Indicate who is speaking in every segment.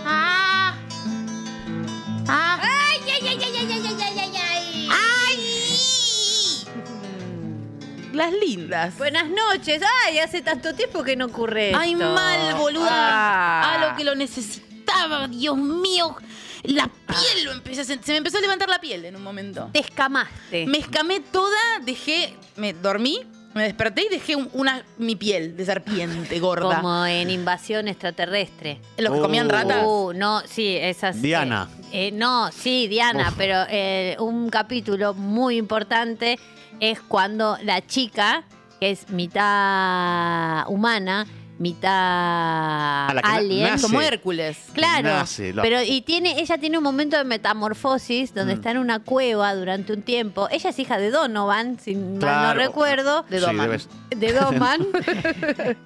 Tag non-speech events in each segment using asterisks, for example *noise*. Speaker 1: Ah.
Speaker 2: las lindas.
Speaker 3: Buenas noches. Ay, hace tanto tiempo que no ocurre
Speaker 2: Ay,
Speaker 3: esto.
Speaker 2: mal, boluda.
Speaker 3: Ah.
Speaker 2: A lo que lo necesitaba, Dios mío. La piel lo empecé a sen- Se me empezó a levantar la piel en un momento.
Speaker 3: Te escamaste.
Speaker 2: Me escamé toda, dejé. Me dormí, me desperté y dejé un- una, mi piel de serpiente gorda.
Speaker 3: Como en invasión extraterrestre.
Speaker 2: Los que comían
Speaker 4: Oh.
Speaker 2: ratas.
Speaker 3: Uh, no, sí, esas.
Speaker 4: Diana.
Speaker 3: eh, eh, no, sí, Diana,
Speaker 4: Uf.
Speaker 3: pero eh, un capítulo muy importante es cuando la chica, que es mitad humana, mitad
Speaker 4: A Ah, la que na-
Speaker 3: alien.
Speaker 4: nace.
Speaker 2: Como Hércules.
Speaker 3: Claro,
Speaker 4: Nace la-
Speaker 3: pero y tiene, ella tiene un momento de metamorfosis donde
Speaker 4: Mm.
Speaker 3: está en una cueva durante un tiempo. Ella es hija de Donovan, si mal
Speaker 4: Claro.
Speaker 3: no recuerdo.
Speaker 2: De
Speaker 4: Sí,
Speaker 2: Doman.
Speaker 4: debes- *laughs*
Speaker 3: de Doman. *laughs*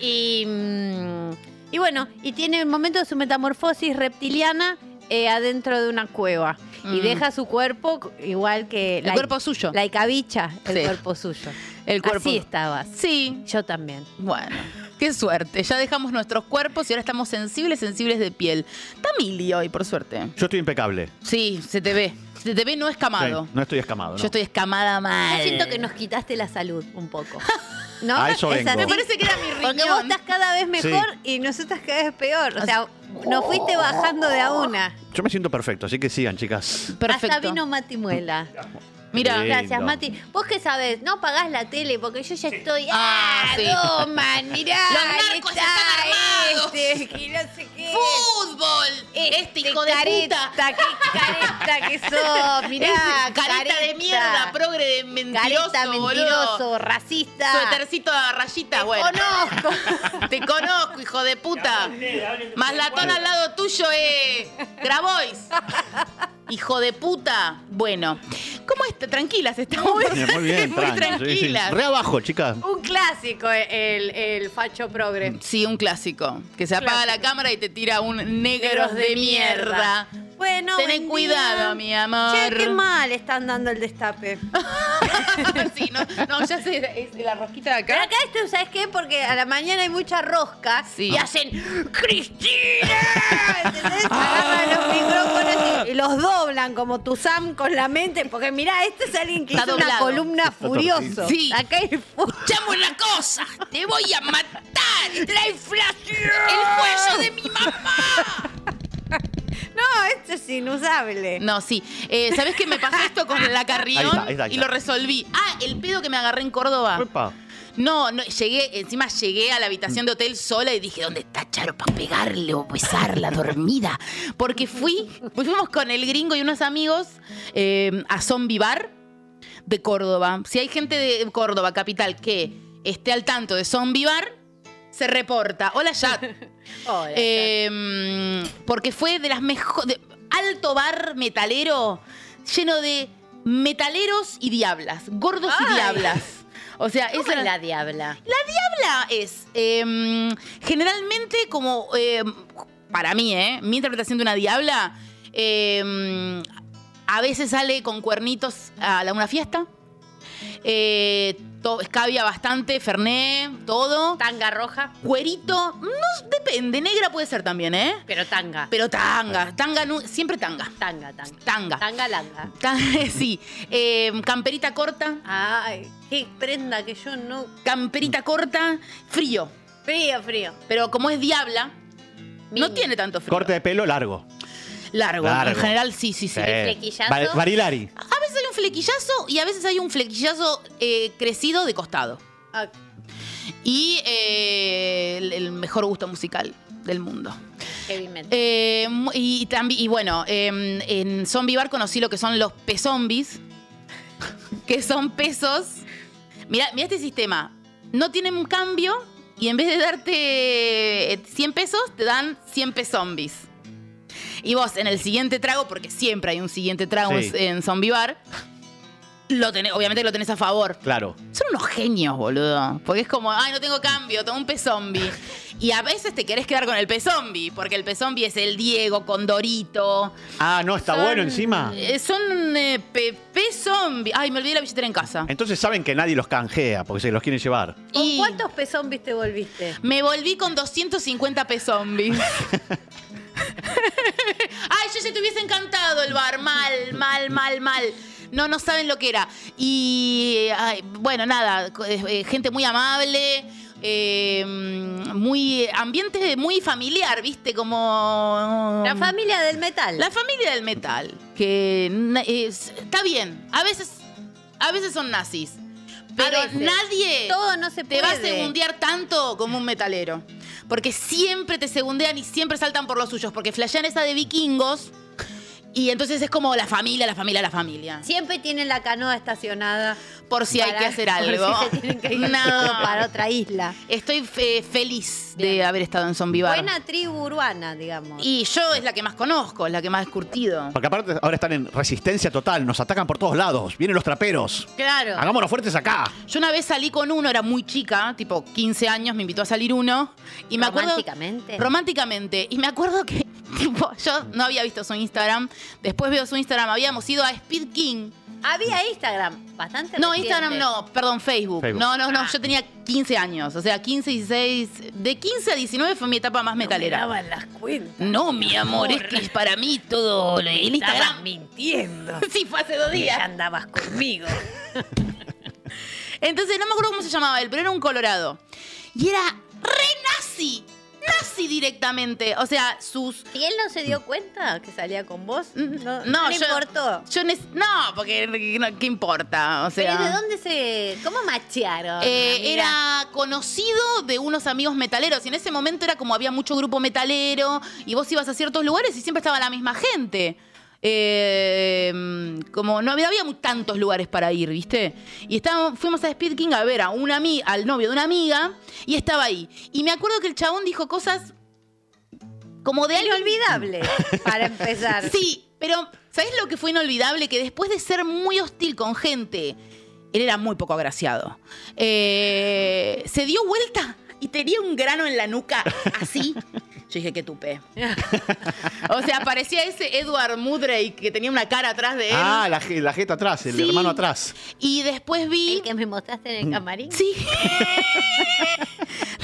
Speaker 3: y, mm, y bueno, y tiene el momento de su metamorfosis reptiliana eh, adentro de una cueva. Y
Speaker 2: Mm.
Speaker 3: deja su cuerpo c- igual que
Speaker 2: El cuerpo suyo.
Speaker 3: La Icabicha, el
Speaker 2: Sí.
Speaker 3: cuerpo suyo.
Speaker 2: El cuerpo.
Speaker 3: Así estabas.
Speaker 2: Sí.
Speaker 3: Yo también.
Speaker 2: Bueno, qué suerte. Ya dejamos nuestros cuerpos y ahora estamos sensibles, sensibles de piel. Está Mili hoy, por suerte.
Speaker 4: Yo estoy impecable.
Speaker 2: Sí, se te ve. Se te ve no escamado.
Speaker 4: Sí, no estoy escamado. no.
Speaker 2: Yo estoy escamada mal.
Speaker 3: Yo siento que nos quitaste la salud un *laughs* poco. ¿No?
Speaker 4: A eso
Speaker 3: Es
Speaker 4: vengo.
Speaker 3: así.
Speaker 4: Me
Speaker 2: parece que era mi
Speaker 3: Porque
Speaker 2: riñón.
Speaker 3: vos estás cada vez mejor y nosotras cada vez peor. O sea, nos fuiste bajando de a una.
Speaker 4: Yo me siento perfecto, así que sigan, chicas.
Speaker 2: Perfecto.
Speaker 3: Hasta vino Mati Muela.
Speaker 2: Mira.
Speaker 4: Sí.
Speaker 3: Gracias,
Speaker 4: Lindo.
Speaker 3: Mati. Vos qué sabés, no pagás la tele porque yo ya estoy.
Speaker 2: Ah,
Speaker 3: ¡Ah,
Speaker 2: sí. *laughs*
Speaker 3: Doman! Mirá,
Speaker 2: Los
Speaker 3: ahí
Speaker 2: narcos
Speaker 3: está
Speaker 2: están armados.
Speaker 3: este, que no sé qué.
Speaker 2: ¡Fútbol! Este, hijo de
Speaker 3: careta,
Speaker 2: puta.
Speaker 3: ¡Qué
Speaker 2: *laughs*
Speaker 3: careta que sos! Mirá,
Speaker 2: Ese careta, de mierda, progre de mentiroso,
Speaker 3: Careta, mentiroso,
Speaker 2: boludo.
Speaker 3: racista.
Speaker 2: Suetercito a rayita, bueno. *laughs*
Speaker 3: Conozco.
Speaker 2: Te conozco, hijo de puta. Más latón al lado tuyo, eh. Grabois. Hijo de puta. Bueno, ¿cómo está? Tranquilas, estamos
Speaker 4: Bien, Muy bien,
Speaker 2: *laughs* *laughs* muy
Speaker 4: tranqui, sí, sí.
Speaker 2: tranquilas.
Speaker 4: Re abajo, chicas.
Speaker 3: Un clásico
Speaker 2: eh,
Speaker 3: el, el facho progre.
Speaker 2: Sí, un clásico. Que se apaga la cámara y te tira un negros
Speaker 3: Negros
Speaker 2: de mierda.
Speaker 3: Bueno,
Speaker 2: Tené
Speaker 3: buen
Speaker 2: cuidado,
Speaker 3: día.
Speaker 2: mi amor.
Speaker 3: Che, qué mal están dando el destape.
Speaker 2: sí, no, no, ya sé, es la rosquita de
Speaker 3: Pero
Speaker 2: acá.
Speaker 3: acá esto, ¿sabes qué? Porque a la mañana hay mucha rosca
Speaker 2: Sí.
Speaker 3: y hacen ¡Cristina! ¿Entendés? Agarran los micrófonos y, y los doblan como Tuzam con la mente. Porque mirá, este es alguien que
Speaker 2: Está
Speaker 3: hizo una
Speaker 2: doblado.
Speaker 3: columna furioso.
Speaker 2: Sí.
Speaker 3: Acá hay fu-
Speaker 2: ¡Chamo la cosa! ¡Te voy a matar! ¡La inflación! ¡El cuello de mi mamá!
Speaker 3: No, esto es inusable.
Speaker 2: No, sí. Eh, ¿Sabes qué me pasó esto con la Carrión?
Speaker 4: Ahí está, ahí está, ahí
Speaker 2: Y
Speaker 4: está.
Speaker 2: lo resolví. Ah, el pedo que me agarré en Córdoba.
Speaker 4: Uepa.
Speaker 2: No, no, llegué, encima llegué a la habitación de hotel sola y dije, ¿dónde está Charo para pegarle o besarla dormida? Porque fui, pues fuimos con el gringo y unos amigos eh, a Zombie Bar de Córdoba. Si hay gente de Córdoba, capital, que esté al tanto de Zombie Bar, se reporta. Hola, chat.
Speaker 3: *laughs* Hola,
Speaker 2: Eh, porque fue de las mejores. Alto bar metalero, lleno de metaleros y diablas, gordos y
Speaker 3: Ay.
Speaker 2: diablas. O sea,
Speaker 3: ¿Cómo
Speaker 2: esa
Speaker 3: es la diabla?
Speaker 2: diabla es eh, generalmente como, eh, para mí, ¿eh? mi interpretación de una diabla, eh, a veces sale con cuernitos a la- una fiesta, eh, to- escabia bastante, ferné, todo.
Speaker 3: Tanga roja,
Speaker 2: Cuerito, no depende, negra puede ser también, ¿eh?
Speaker 3: pero tanga.
Speaker 2: Pero tanga, tanga, nu- siempre tanga,
Speaker 3: Tanga, tanga.
Speaker 2: tanga.
Speaker 3: Tanga langa.
Speaker 2: Tan- *laughs* sí, eh, camperita corta,
Speaker 3: Ay, qué prenda que yo no.
Speaker 2: camperita corta, frío.
Speaker 3: Frío, frío.
Speaker 2: Pero como es diabla, no
Speaker 3: Mini.
Speaker 2: tiene tanto frío.
Speaker 4: Corte de pelo largo.
Speaker 2: Largo,
Speaker 4: Largo.
Speaker 2: en general sí, sí, sí.
Speaker 4: Eh,
Speaker 3: flequillazo.
Speaker 4: Bar- Barilari.
Speaker 2: A veces hay un flequillazo y a veces hay un flequillazo eh, crecido de costado.
Speaker 3: Ah,
Speaker 2: Y eh, el, el mejor gusto musical del mundo.
Speaker 3: heavy metal.
Speaker 2: Eh, mu- y, también, y bueno, eh, en Zombie Bar conocí lo que son los pezombis, *laughs* que son pesos. Mira, mira este sistema. No tienen un cambio y en vez de darte eh, 100 pesos, te dan 100 pezombis. Y vos en el siguiente trago, porque siempre hay un siguiente trago
Speaker 4: Sí.
Speaker 2: en, en Zombie Bar, lo tenés, obviamente lo tenés a favor.
Speaker 4: Claro.
Speaker 2: Son unos genios, boludo. Porque es como, ay, no tengo cambio, tengo un pezombie. Y a veces te querés quedar con el pezombie, porque el pezombie es el Diego con Dorito.
Speaker 4: Ah, no, está
Speaker 3: Son-
Speaker 4: bueno encima.
Speaker 2: Eh, son eh, pe- pezombie. Ay, me olvidé la billetera en casa.
Speaker 4: Entonces saben que nadie los canjea porque se los quieren llevar.
Speaker 3: ¿Con
Speaker 2: y-
Speaker 3: cuántos pezombis te volviste?
Speaker 2: Me volví con 250
Speaker 3: *laughs*
Speaker 2: pezombies. Ay, yo se te hubiese encantado el bar. Mal, mal, mal, mal. No, no saben lo que era. Y ay, bueno, nada, co- eh, eh, gente muy amable, eh, mm, muy ambiente muy familiar, ¿viste? Como...
Speaker 3: La familia del metal.
Speaker 2: La familia del metal, que na- es- está bien. A veces, a veces son nazis, pero
Speaker 3: A veces.
Speaker 2: nadie
Speaker 3: Todo no se
Speaker 2: te
Speaker 3: puede.
Speaker 2: va a segundear tanto como un metalero. Porque siempre te segundean y siempre saltan por los suyos. Porque flashean esa de vikingos y entonces es como la familia, la familia, la familia.
Speaker 3: Siempre tienen la canoa estacionada.
Speaker 2: Por si hay
Speaker 3: para-
Speaker 2: que hacer
Speaker 3: por
Speaker 2: algo.
Speaker 3: si se
Speaker 2: *laughs*
Speaker 3: tienen que ir para
Speaker 2: no,
Speaker 3: otra isla.
Speaker 2: estoy fe- feliz de
Speaker 3: Bien.
Speaker 2: haber estado en Zombivar.
Speaker 3: Buena tribu urbana, digamos.
Speaker 2: Y yo es la que más conozco, es la que más he curtido.
Speaker 4: Porque aparte ahora están en resistencia total, nos atacan por todos lados, vienen los traperos.
Speaker 2: Claro.
Speaker 4: Hagámonos fuertes acá.
Speaker 2: Yo una vez salí con uno, era muy chica, tipo 15 años, me invitó a salir uno. Y me acuerdo.
Speaker 3: Románticamente.
Speaker 2: Románticamente. Y me acuerdo que, *laughs* tipo, yo no había visto su Instagram. Después veo su Instagram. Habíamos ido a Speed King.
Speaker 3: Había Instagram, bastante
Speaker 2: No,
Speaker 3: reciente.
Speaker 2: Instagram no, perdón, Facebook.
Speaker 4: Facebook.
Speaker 2: No, no, no,
Speaker 3: Ah.
Speaker 2: yo tenía 15 años. O sea, 15, 16. De 15 a 19 fue mi etapa más
Speaker 3: Me
Speaker 2: metalera.
Speaker 3: daban las cuentas.
Speaker 2: No, mi amor, es que para mí todo lo- el
Speaker 3: Estabas
Speaker 2: Instagram.
Speaker 3: mintiendo.
Speaker 2: *laughs* Sí, fue hace dos
Speaker 3: Ya
Speaker 2: días.
Speaker 3: andabas conmigo.
Speaker 2: *laughs* Entonces, no me acuerdo cómo se llamaba él, pero era un colorado. Y era re nazi. Nazi directamente. O sea, sus.
Speaker 3: ¿Y él no se dio cuenta que salía con vos?
Speaker 2: Mm, No,
Speaker 3: No, no le
Speaker 2: yo-
Speaker 3: importó.
Speaker 2: Yo nes- no, porque no, qué importa. O sea.
Speaker 3: ¿Pero de dónde se.? ¿Cómo machearon?
Speaker 2: Eh,
Speaker 3: amiga?
Speaker 2: era conocido de unos amigos metaleros y en ese momento era como había mucho grupo metalero y vos ibas a ciertos lugares y siempre estaba la misma gente. Eh, como no había, había mu- tantos lugares para ir, ¿viste? Y estábamos, fuimos a Speed King a ver a una ami- al novio de una amiga y estaba ahí. Y me acuerdo que el chabón dijo cosas como de alguien- *laughs*
Speaker 3: Inolvidable, para empezar. *laughs*
Speaker 2: Sí, pero ¿sabés lo que fue inolvidable? Que después de ser muy hostil con gente, él era muy poco agraciado. Eh, se dio vuelta y tenía un grano en la nuca, así. Yo dije, qué tupé. O sea, parecía ese Edward Mudrake que tenía una cara atrás de él.
Speaker 4: Ah, la, je- la jeta atrás, el
Speaker 2: ¿Eh? Sí.
Speaker 4: hermano atrás.
Speaker 2: Y después vi...
Speaker 3: El que me mostraste en el camarín.
Speaker 2: Sí. *laughs*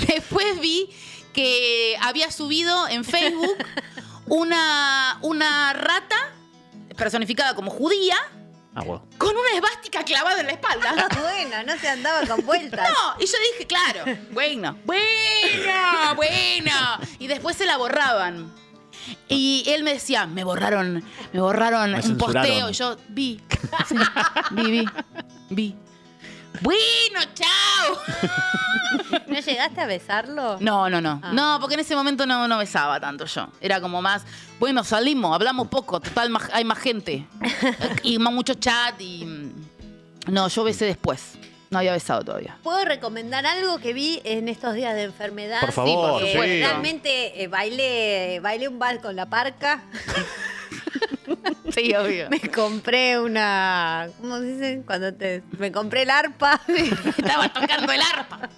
Speaker 2: Después vi que había subido en Facebook una, una rata personificada como judía
Speaker 4: Ah, bueno.
Speaker 2: con una esvástica clavada en la
Speaker 3: *laughs*
Speaker 2: espalda.
Speaker 3: Ah, Bueno, no se andaba con vueltas.
Speaker 2: No, y yo dije, claro, bueno, bueno, bueno. Y después se la borraban. Y él me decía, me borraron, me borraron
Speaker 4: Me
Speaker 2: un
Speaker 4: censuraron.
Speaker 2: posteo. Y yo vi, sí, vi, vi, vi. Bueno, chao.
Speaker 3: ¿No llegaste a besarlo?
Speaker 2: No, no, no.
Speaker 3: Ah.
Speaker 2: No, porque en ese momento no, no besaba tanto yo. Era como más, bueno, salimos, hablamos poco, total, más- hay más gente. y más mucho chat y... mm, No, yo besé después. No había besado todavía.
Speaker 3: ¿Puedo recomendar algo que vi en estos días de enfermedad?
Speaker 4: Por favor,
Speaker 2: por
Speaker 3: Eh,
Speaker 2: supuesto.
Speaker 4: sí.
Speaker 3: Realmente eh, bailé, bailé un bar con la parca. *laughs*
Speaker 2: Sí, *laughs* obvio.
Speaker 3: Me compré una. ¿Cómo se dice? Cuando te. Me compré el arpa. *laughs*
Speaker 2: Estabas tocando el arpa.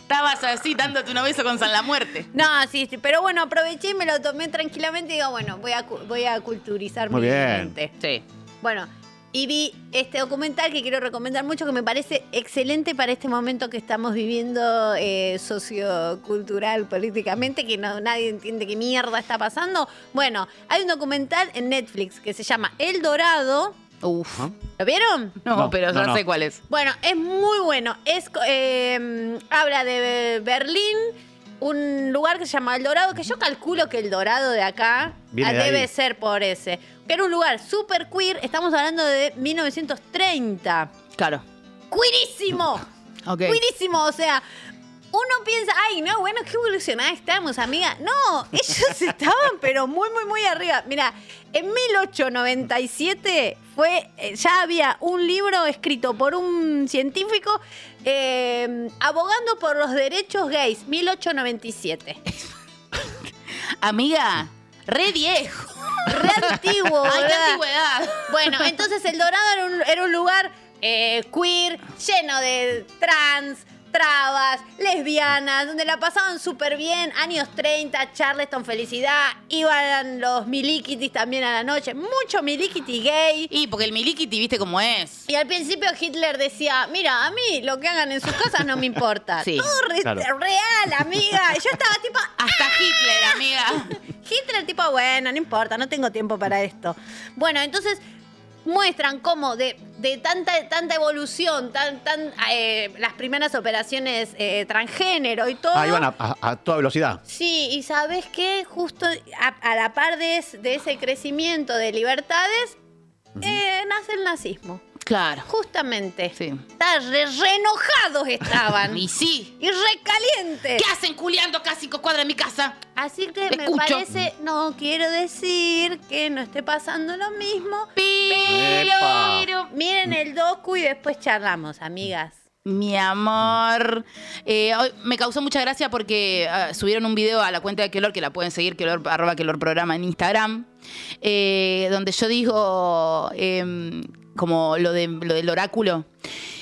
Speaker 2: Estabas así dándote un beso con San la Muerte.
Speaker 3: No, sí, sí, pero bueno, aproveché y me lo tomé tranquilamente y digo, bueno, voy a, cu- voy a culturizar
Speaker 4: Muy
Speaker 3: mi
Speaker 4: bien.
Speaker 3: mente.
Speaker 2: Sí.
Speaker 3: Bueno, y vi este documental que quiero recomendar mucho, que me parece excelente para este momento que estamos viviendo eh, sociocultural, políticamente, que no, nadie entiende qué mierda está pasando. Bueno, hay un documental en Netflix que se llama El Dorado.
Speaker 2: Uf.
Speaker 3: ¿Lo vieron?
Speaker 2: No,
Speaker 4: No,
Speaker 2: pero
Speaker 4: no,
Speaker 2: ya
Speaker 4: no.
Speaker 2: sé cuál es.
Speaker 3: Bueno, es muy bueno. Es, co- eh, habla de Berlín, un lugar que se llama El Dorado, que yo calculo que El Dorado de acá
Speaker 4: Viene
Speaker 3: ah,
Speaker 4: de ahí.
Speaker 3: debe ser por ese. Que era un lugar súper queer, estamos hablando de 1930.
Speaker 2: Claro.
Speaker 3: ¡Queerísimo!
Speaker 4: *laughs*
Speaker 2: Ok.
Speaker 3: ¡Queerísimo! O sea, uno piensa, ay, no, bueno, qué evolucionada estamos, amiga. No, *laughs* ellos estaban, pero muy, muy, muy arriba. Mira, en 1897 fue, eh, ya había un libro escrito por un científico eh, abogando por los derechos gays, 1897.
Speaker 2: Amiga, re viejo.
Speaker 3: Re antiguo,
Speaker 2: Ay, qué
Speaker 3: ¿verdad?
Speaker 2: antigüedad.
Speaker 3: Bueno, entonces El Dorado era un, era un lugar eh, queer, lleno de trans, trabas, lesbianas, donde la pasaban súper bien. Años 30, Charleston, felicidad. Iban los milikitis también a la noche. Mucho milikiti gay.
Speaker 2: Y porque el Milikiti, viste cómo es.
Speaker 3: Y al principio Hitler decía, mira, a mí lo que hagan en sus casas no me importa.
Speaker 2: Sí,
Speaker 3: Todo re-
Speaker 4: claro.
Speaker 3: real, amiga. Y yo estaba tipo,
Speaker 2: Hasta Hitler, amiga.
Speaker 3: Hitler tipo, bueno, no importa, no tengo tiempo para esto. Bueno, entonces muestran cómo de, de tanta, tanta evolución, tan, tan, eh, las primeras operaciones eh, transgénero y todo.
Speaker 4: Ah, Ahí van a, a- a toda velocidad.
Speaker 3: Sí, y sabes qué, justo a, a la par de, es- de ese crecimiento de libertades, eh, nace el nazismo.
Speaker 2: Claro.
Speaker 3: Justamente.
Speaker 2: Sí.
Speaker 3: Está re, re enojados estaban.
Speaker 4: *laughs*
Speaker 2: Y
Speaker 3: y
Speaker 2: sí.
Speaker 3: recalientes.
Speaker 2: ¿Qué hacen culiando casi cinco cuadras de mi casa?
Speaker 3: Así que
Speaker 2: Te
Speaker 3: me
Speaker 2: escucho.
Speaker 3: parece, no quiero decir que no esté pasando lo mismo.
Speaker 2: Pero,
Speaker 4: Epa.
Speaker 2: pero-
Speaker 3: Miren el docu y después charlamos, amigas.
Speaker 2: Mi amor. Eh, hoy me causó mucha gracia porque ah, subieron un video a la cuenta de Kelor, que la pueden seguir, Kelor, arroba Kelor Programa en Instagram, eh, donde yo digo em, como lo, de, lo del oráculo.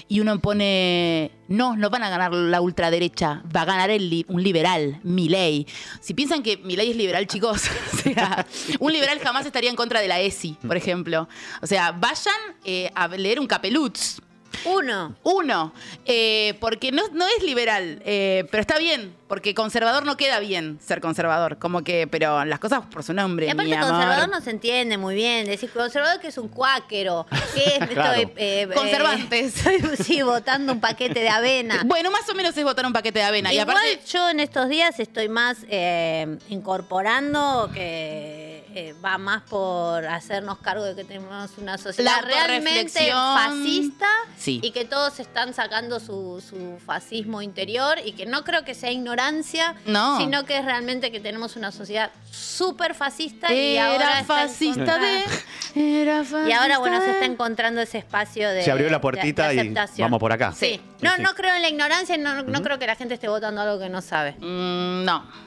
Speaker 2: Y uno pone, no, no van a ganar la ultraderecha, va a ganar el li- un liberal, Milei. Si piensan que Milei es liberal, chicos, *laughs* o sea, un liberal jamás estaría en contra de la ESI, por ejemplo. O sea, vayan eh, a leer un capelutz,
Speaker 3: Uno,
Speaker 2: uno, eh, porque no, no es liberal, eh, pero está bien, porque conservador no queda bien ser conservador. Como que, pero las cosas por su nombre.
Speaker 3: y aparte
Speaker 2: mi amor.
Speaker 3: conservador no se entiende muy bien. Decir conservador que es un cuáquero,
Speaker 2: *laughs*
Speaker 3: que es- estoy,
Speaker 4: Claro.
Speaker 3: eh, eh,
Speaker 2: Conservantes. *laughs*
Speaker 3: *laughs* estoy, sí, botando un paquete de avena.
Speaker 2: Bueno, más o menos es votar un paquete de avena. Y
Speaker 3: Igual
Speaker 2: aparte,
Speaker 3: yo en estos días estoy más eh, incorporando que eh, va más por hacernos cargo de que tenemos una
Speaker 2: La
Speaker 3: sociedad realmente
Speaker 2: autorreflexión.
Speaker 3: fascista
Speaker 2: Sí.
Speaker 3: y que todos están sacando su, su fascismo interior y que no creo que sea ignorancia,
Speaker 2: No.
Speaker 3: sino que es realmente que tenemos una sociedad súper fascista y ahora
Speaker 2: era
Speaker 3: está en
Speaker 2: fascista
Speaker 3: contra-
Speaker 2: de. Era
Speaker 3: Y ahora, bueno, se
Speaker 2: fascista
Speaker 3: está
Speaker 2: de-
Speaker 3: encontrando ese espacio de.
Speaker 4: Se abrió la
Speaker 3: de-
Speaker 4: puertita
Speaker 3: de
Speaker 4: y
Speaker 3: aceptación.
Speaker 4: vamos por acá.
Speaker 3: Sí.
Speaker 2: Ah. Sí.
Speaker 3: No,
Speaker 4: Sí.
Speaker 3: no creo en la ignorancia y no, no creo que la gente esté votando algo que no sabe.
Speaker 2: Mm, no.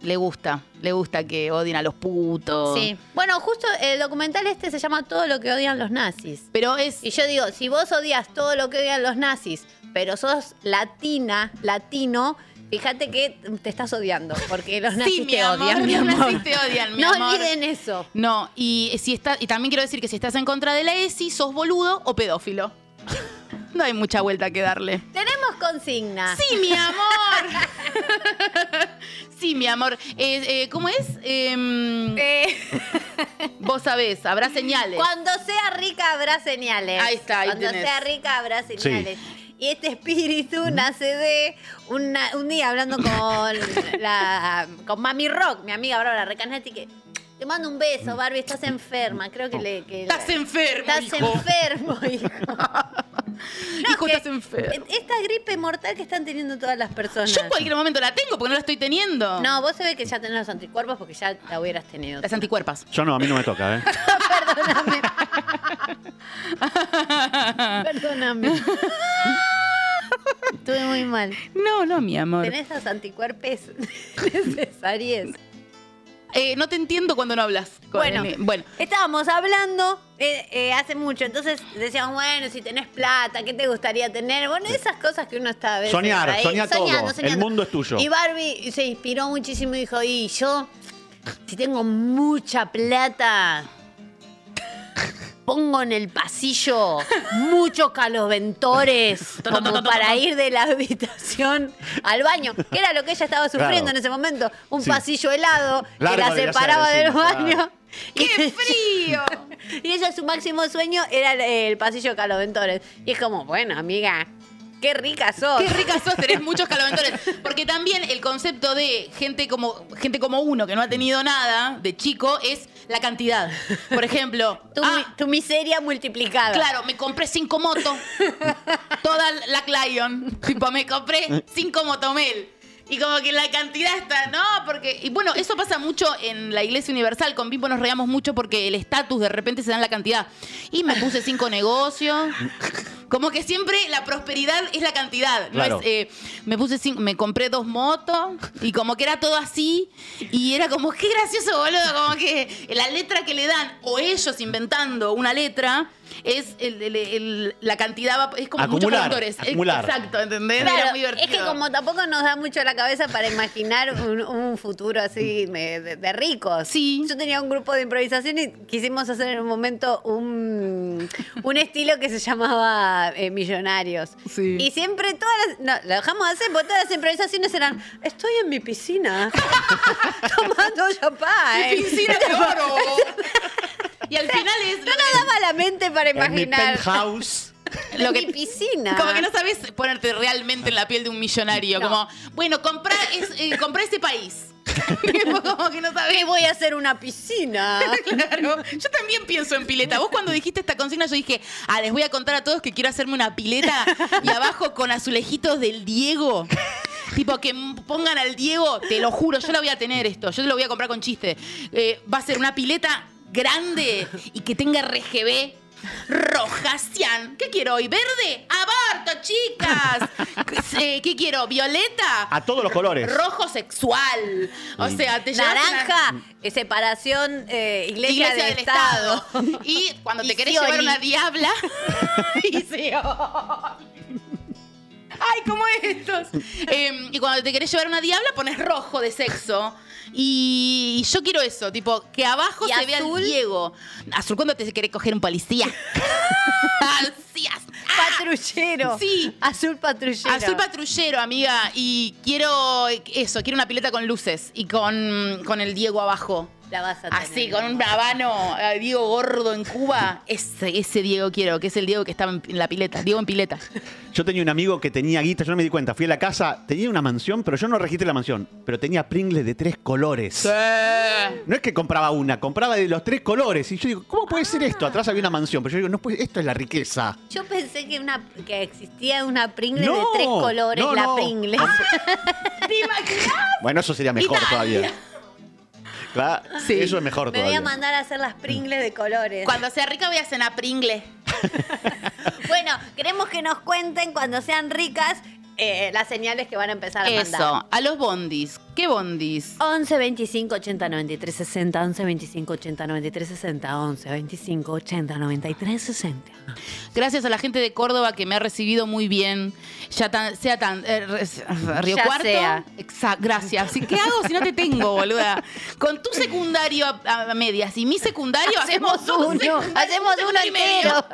Speaker 2: Le gusta, le gusta que odien a los putos.
Speaker 3: Sí. Bueno, justo el documental este se llama Todo lo que odian los nazis.
Speaker 2: Pero es.
Speaker 3: Y yo digo, si vos odias todo lo que odian los nazis, pero sos latina, latino, fíjate que te estás odiando, porque los nazis
Speaker 2: sí, mi
Speaker 3: te
Speaker 2: amor, *laughs*
Speaker 3: odian, mi
Speaker 2: los
Speaker 3: amor.
Speaker 2: nazis te odian, mi
Speaker 3: no
Speaker 2: amor.
Speaker 3: olviden eso.
Speaker 2: No, y si está, y también quiero decir que si estás en contra de la ESI, sos boludo o pedófilo. *laughs* No hay mucha vuelta que darle.
Speaker 3: Tenemos consigna.
Speaker 2: Sí, mi amor. *laughs* Sí, mi amor. Eh, eh, ¿Cómo es? Em,
Speaker 3: Eh,
Speaker 2: vos sabés, habrá señales.
Speaker 3: Cuando sea rica habrá señales.
Speaker 2: Este. Ahí está, ahí
Speaker 3: Cuando
Speaker 2: tenés.
Speaker 3: sea rica habrá señales. Y este espíritu nace de una- un día hablando con la con Mami Rock, mi amiga Bárbara Recanati, que te mando un beso, Barbie, estás enferma, creo que le... que-
Speaker 2: Estás enfermo,
Speaker 3: Estás
Speaker 2: hijo.
Speaker 3: enfermo, hijo.
Speaker 2: Hijo,
Speaker 3: que-
Speaker 2: estás enfermo.
Speaker 3: Esta gripe mortal que están teniendo todas las personas.
Speaker 2: Yo en cualquier momento la tengo porque no la estoy teniendo.
Speaker 3: No, vos sabés que ya tenés los anticuerpos porque ya la hubieras tenido.
Speaker 2: Las anticuerpas.
Speaker 4: Yo no, a mí no me toca,
Speaker 3: *laughs*
Speaker 4: ¿eh?
Speaker 2: *laughs*
Speaker 3: Perdóname. Estuve muy mal.
Speaker 2: No, no, mi amor.
Speaker 3: Tenés esos *laughs* anticuerpes necesarios.
Speaker 2: Eh, no te entiendo cuando no hablas. con
Speaker 3: Bueno.
Speaker 2: el- bueno.
Speaker 3: Estábamos hablando eh, eh, hace mucho, entonces decíamos, bueno, si tenés plata, ¿qué te gustaría tener? Bueno, esas cosas que uno está a veces
Speaker 4: Soñar,
Speaker 3: ahí,
Speaker 4: soñá todo. El mundo es tuyo.
Speaker 3: Y Barbie se inspiró muchísimo y dijo, y yo, si tengo mucha plata, pongo en el pasillo muchos
Speaker 4: *laughs*
Speaker 3: caloventores como para ir de la habitación al baño, que era lo que ella estaba sufriendo
Speaker 4: Claro.
Speaker 3: en ese momento, un
Speaker 4: Sí.
Speaker 3: pasillo helado
Speaker 4: Largo
Speaker 3: que la
Speaker 4: debería
Speaker 3: separaba
Speaker 4: ser,
Speaker 3: del
Speaker 4: sí, claro.
Speaker 3: baño.
Speaker 2: ¡Qué frío!
Speaker 3: Y ella su máximo sueño era el, el pasillo Caloventores. Y es como, bueno, amiga, qué rica sos.
Speaker 2: Qué rica sos, tenés muchos caloventores. Porque también el concepto de gente como, gente como uno que no ha tenido nada de chico es la cantidad. Por ejemplo,
Speaker 3: Tu,
Speaker 2: ah,
Speaker 3: mi- tu miseria multiplicada.
Speaker 2: claro, me compré cinco motos. Toda la Lion. Tipo, me compré cinco motomel. Y como que la cantidad está, ¿no? Porque. Y bueno, eso pasa mucho en la Iglesia Universal. Con Pipo nos reamos mucho porque el estatus de repente se da en la cantidad. Y me puse cinco negocios. Como que siempre la prosperidad es la cantidad. No
Speaker 4: Claro.
Speaker 2: es, eh, me puse cinco, me compré dos motos y como que era todo así. Y era como, qué gracioso, boludo. Como que la letra que le dan, o ellos inventando una letra, es el- el- el- la cantidad, va- es como muchos
Speaker 4: Acumular,
Speaker 2: factores. Es-
Speaker 4: acumular.
Speaker 2: Exacto, ¿entendés?
Speaker 3: Claro,
Speaker 2: era muy divertido.
Speaker 3: es que como tampoco nos da mucho la cabeza para imaginar un, un futuro así de, de- de ricos.
Speaker 2: Sí.
Speaker 3: Yo tenía un grupo de improvisación y quisimos hacer en un momento un, un estilo que se llamaba eh, Millonarios.
Speaker 2: Sí.
Speaker 3: Y siempre todas las... No, lo dejamos de hacer porque todas las improvisaciones eran estoy en mi *laughs* piscina tomando champán.
Speaker 2: *laughs* Piscina de oro. Y al final es
Speaker 3: No nos daba la mente para
Speaker 4: En mi
Speaker 3: imaginar.
Speaker 4: penthouse.
Speaker 2: lo
Speaker 3: Lo
Speaker 2: que-
Speaker 3: que, mi piscina.
Speaker 2: Como que no sabes ponerte realmente en la piel de un millonario.
Speaker 3: No.
Speaker 2: Como, bueno, comprá, es, eh, comprá este país. *laughs* como que no
Speaker 3: ¿Qué
Speaker 2: sabes.
Speaker 3: voy a hacer una *laughs* piscina?
Speaker 2: Claro. Yo también pienso en pileta. Vos cuando dijiste esta consigna, yo dije, ah, les voy a contar a todos que quiero hacerme una pileta y abajo con azulejitos del Diego. Tipo, que m- pongan al Diego, te lo juro, yo la voy a tener esto, yo te lo voy a comprar con chiste. Eh, va a ser una pileta grande y que tenga RGB roja, cian. ¿Qué quiero hoy? ¿Verde? ¡Aborto, chicas! Eh, ¿Qué quiero? ¿Violeta?
Speaker 4: A todos los colores.
Speaker 2: Rojo sexual. O sea, te llevas una-
Speaker 3: Naranja, eh, separación, eh, iglesia,
Speaker 2: Iglesia
Speaker 3: del, Estado.
Speaker 2: *laughs* Y cuando
Speaker 3: Y
Speaker 2: te querés
Speaker 3: Scioli.
Speaker 2: llevar una *laughs* diabla. y Scioli. Ay, ¿cómo estos? Eh, y cuando te querés llevar una diabla, pones rojo de sexo. Y, y yo quiero eso, tipo, que abajo
Speaker 3: ¿Y
Speaker 2: se vea el
Speaker 3: azul?
Speaker 2: Diego. Azul, cuando te querés coger un policía? *laughs* Ansias.
Speaker 3: *laughs* Patrullero.
Speaker 2: Sí.
Speaker 3: Azul patrullero.
Speaker 2: Azul patrullero, amiga. Y quiero eso, quiero una pileta con luces y con, con el Diego abajo.
Speaker 3: La vas a tener.
Speaker 2: Así, con un habano, eh, Diego gordo en Cuba. Ese, ese Diego quiero, que es el Diego que estaba en, en la pileta. Diego en
Speaker 3: *laughs*
Speaker 2: pileta.
Speaker 4: Yo tenía un amigo que tenía guita, yo no me di cuenta. Fui a la casa, tenía una mansión, pero yo no registré la mansión. Pero tenía Pringles de tres colores. No es que compraba una, compraba de los tres colores. Y yo digo, ¿cómo puede ser esto? Atrás había una mansión, pero yo digo, no puede, esto es la riqueza.
Speaker 3: Yo pensé que, una, que existía una Pringle de
Speaker 4: No,
Speaker 3: tres colores,
Speaker 4: no,
Speaker 3: la
Speaker 4: no.
Speaker 3: Pringle.
Speaker 2: Ah, ¿Te imaginas?
Speaker 4: Bueno, eso sería mejor
Speaker 2: Italia.
Speaker 4: todavía. Claro,
Speaker 2: Sí.
Speaker 4: eso es mejor
Speaker 3: *laughs* Me voy
Speaker 4: todavía.
Speaker 3: a mandar a hacer las Pringles de colores.
Speaker 2: Cuando sea rica voy a cenar Pringle.
Speaker 3: Bueno, queremos que nos cuenten cuando sean ricas eh, las señales que van a empezar a mandar.
Speaker 2: Eso, a los bondis. ¿Qué bondis?
Speaker 3: 11 25 80 93 60 11 25 80 93 60 11 25 80 93 60
Speaker 2: Gracias a la gente de Córdoba que me ha recibido muy bien. Ya tan, sea tan. eh, res- Río
Speaker 3: Ya
Speaker 2: Cuarto.
Speaker 3: sea.
Speaker 2: Exa- gracias. ¿Y ¿Qué hago si no te tengo, boluda? Con tu secundario a, a medias y mi secundario hacemos,
Speaker 3: Hacemos
Speaker 2: dos
Speaker 3: uno,
Speaker 2: secundarios,
Speaker 3: hacemos
Speaker 2: un
Speaker 3: uno
Speaker 2: secundario y medio.
Speaker 3: entero.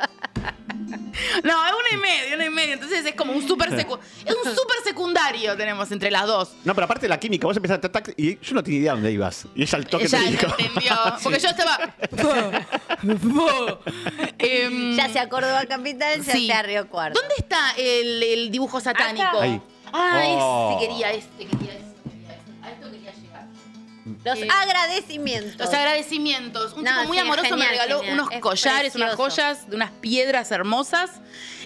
Speaker 2: No, es uno y medio, uno y medio. Entonces es como un super secu- es un super secundario tenemos entre las dos.
Speaker 4: No, pero aparte de la química, vos empezaste a tac, y yo no tenía idea dónde ibas. Y ella al toque
Speaker 2: Ella
Speaker 4: te dijo.
Speaker 2: entendió. Porque yo
Speaker 3: *laughs*
Speaker 2: estaba. Em,
Speaker 3: Ya sea Córdoba Capital, ya
Speaker 2: Sí.
Speaker 3: sea Río Cuarto.
Speaker 2: ¿Dónde está el, el dibujo satánico?
Speaker 4: *laughs*
Speaker 3: Acá.
Speaker 4: Ahí.
Speaker 2: Ah,
Speaker 4: Oh.
Speaker 2: este quería, este quería, este quería. este. A esto quería llegar.
Speaker 3: Los
Speaker 2: Eh,
Speaker 3: agradecimientos.
Speaker 2: Los agradecimientos. Un
Speaker 3: No,
Speaker 2: tipo muy
Speaker 3: sí,
Speaker 2: amoroso me
Speaker 3: genial,
Speaker 2: regaló
Speaker 3: genial.
Speaker 2: unos
Speaker 3: Es
Speaker 2: collares, unas
Speaker 3: precioso.
Speaker 2: joyas, de unas piedras hermosas.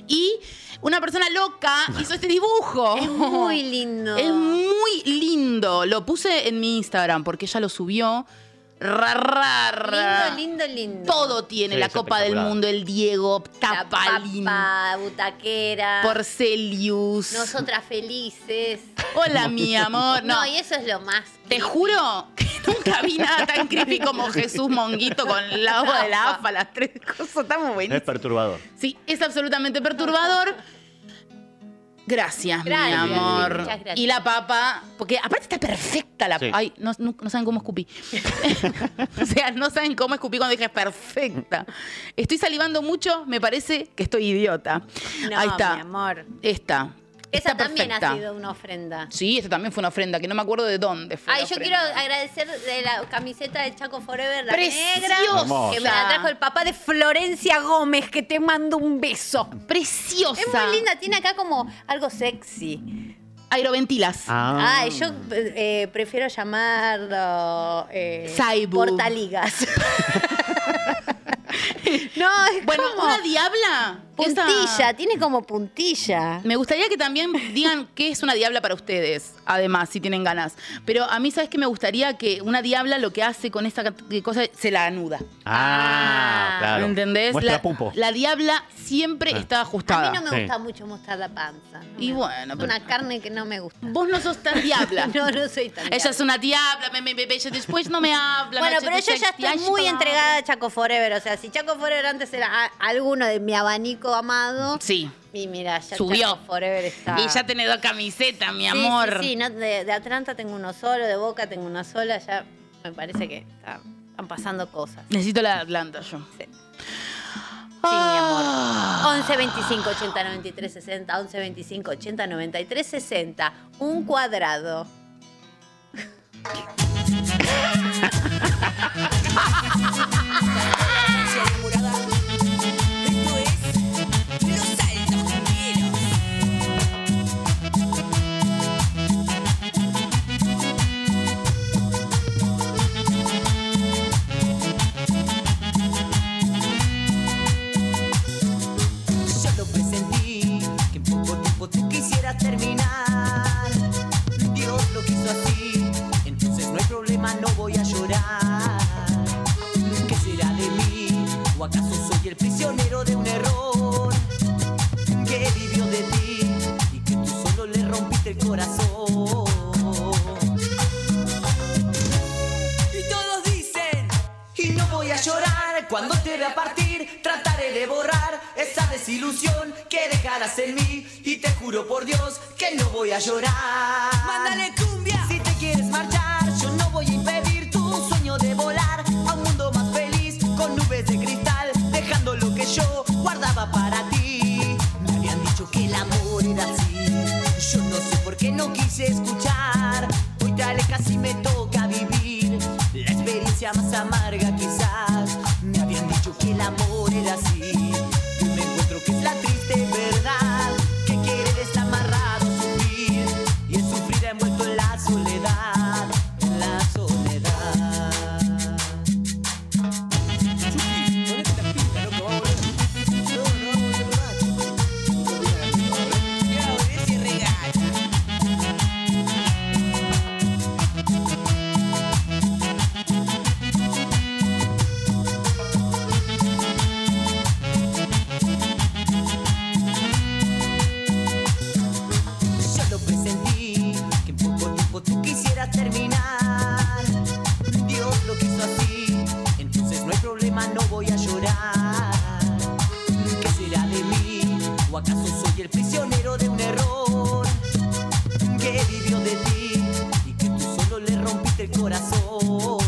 Speaker 2: Y una persona loca hizo este dibujo.
Speaker 3: es muy lindo.
Speaker 2: Es muy lindo. Lo puse en mi Instagram porque ella lo subió. Ra, ra, ra.
Speaker 3: lindo, lindo, lindo.
Speaker 2: Todo tiene
Speaker 4: Sí,
Speaker 2: la
Speaker 4: es
Speaker 2: Copa del
Speaker 4: espectacular.
Speaker 2: Mundo, el Diego,
Speaker 3: La
Speaker 2: Tapalín,
Speaker 3: papa, butaquera.
Speaker 2: Porcelius.
Speaker 3: Nosotras felices.
Speaker 2: Hola, mi amor.
Speaker 3: No.
Speaker 2: No,
Speaker 3: y eso es lo más.
Speaker 2: te juro que *laughs* nunca vi nada tan creepy como Jesús Monguito con el
Speaker 3: *laughs*
Speaker 2: agua de la AFA, las tres cosas. Estamos
Speaker 4: Es
Speaker 2: buenísimos.
Speaker 4: perturbador.
Speaker 2: Sí, es absolutamente perturbador. Gracias, mi
Speaker 3: Gracias,
Speaker 2: amor.
Speaker 3: muchas gracias.
Speaker 2: Y la papa, porque aparte está perfecta la
Speaker 4: Sí.
Speaker 2: Ay, no, no- no saben cómo escupí. *laughs* o sea, no saben cómo escupí cuando dije perfecta. Estoy salivando mucho, me parece que estoy idiota.
Speaker 3: No,
Speaker 2: Ahí está.
Speaker 3: mi amor.
Speaker 2: Esta.
Speaker 3: Esa
Speaker 2: Está
Speaker 3: también
Speaker 2: perfecta.
Speaker 3: ha sido una ofrenda.
Speaker 2: Sí, esta también fue una ofrenda, que no me acuerdo de dónde fue.
Speaker 3: Ay,
Speaker 2: la
Speaker 3: yo
Speaker 2: ofrenda.
Speaker 3: quiero agradecer de la camiseta de Chaco Forever, la
Speaker 2: Preciosa.
Speaker 3: negra, que me la trajo el papá de Florencia Gómez, que te mando un beso.
Speaker 2: Preciosa.
Speaker 3: Es muy linda, tiene acá como algo sexy.
Speaker 2: Aeroventilas.
Speaker 4: Ah.
Speaker 3: Ay, yo eh, prefiero llamarlo eh,
Speaker 2: Saibu.
Speaker 3: *laughs* Portaligas. no, es
Speaker 2: Bueno,
Speaker 3: como
Speaker 2: una diabla. esa-
Speaker 3: puntilla, tiene como puntilla.
Speaker 2: Me gustaría que también digan qué es una diabla para ustedes, además, si tienen ganas. Pero a mí, ¿sabes que Me gustaría que una diabla lo que hace con esta cat- cosa se la anuda.
Speaker 4: Ah, claro.
Speaker 2: ¿Entendés?
Speaker 4: Muestra
Speaker 2: la,
Speaker 4: pupo. Ah.
Speaker 2: la diabla siempre está
Speaker 3: A
Speaker 2: ajustada.
Speaker 3: mí no me
Speaker 4: Sí.
Speaker 3: gusta mucho mostrar la panza. No
Speaker 2: Y
Speaker 3: me-
Speaker 2: bueno,
Speaker 3: es
Speaker 2: pero-
Speaker 3: una carne que no me gusta.
Speaker 2: Vos no sos tan diabla.
Speaker 3: *laughs* No, no soy tan
Speaker 2: Ella es
Speaker 3: diabla.
Speaker 2: una diabla, me, me- me- ella después no me habla.
Speaker 3: Bueno,
Speaker 2: noche
Speaker 3: pero
Speaker 2: de
Speaker 3: yo ya
Speaker 2: sexy, ay,
Speaker 3: estoy muy
Speaker 2: no.
Speaker 3: entregada a Chaco Forever. O sea, si Chaco Forever antes era a- alguno de mi abanico amado,
Speaker 2: Sí.
Speaker 3: y mira, ya
Speaker 2: Subió.
Speaker 3: Chaco Forever está.
Speaker 2: Y ya tenés dos camisetas, mi
Speaker 3: Sí,
Speaker 2: amor.
Speaker 3: Sí, sí, no, de, de Atlanta tengo uno solo, de Boca tengo uno sola. Ya me parece que está- están pasando cosas.
Speaker 2: Necesito la de Atlanta yo.
Speaker 3: Sí. Sí, mi
Speaker 2: Ah.
Speaker 3: amor. 11 25 80 93 60, 11 25 80 93 60. Un cuadrado.
Speaker 5: ¿Qué será de mí? ¿O acaso soy el prisionero de un error? Que vivió de ti y que tú solo le rompiste el corazón. Y todos dicen, y no voy a llorar cuando te vea partir. Trataré de borrar esa desilusión que dejarás en mí. Y te juro por Dios que no voy a llorar. Mándale cumbia si te quieres marchar. Yo no voy a impedir tu sueño de volar a un mundo más feliz con nubes de cristal, dejando lo que yo guardaba para ti. Me habían dicho que el amor era así. Yo no sé por qué no quise escuchar. Hoy te alejas y me toca vivir la experiencia más amarga, quizás. Me habían dicho que el amor era así. Y hoy me encuentro que es la triste verdad. Que querer está amarrado a sufrir. Y el sufrir ha envuelto en la soledad. En la soledad. Chucky, ponete la pinta, loco, vamos, boludo. No, no, vamos, de verdad. Yo lo presentí, que en poco tiempo tú quisieras terminar. Dios lo quiso así, entonces no hay problema, no voy a llorar. ¿Qué será de mí? ¿O acaso soy el prisionero de un error? Que vivió de ti y que tú solo le rompiste el corazón.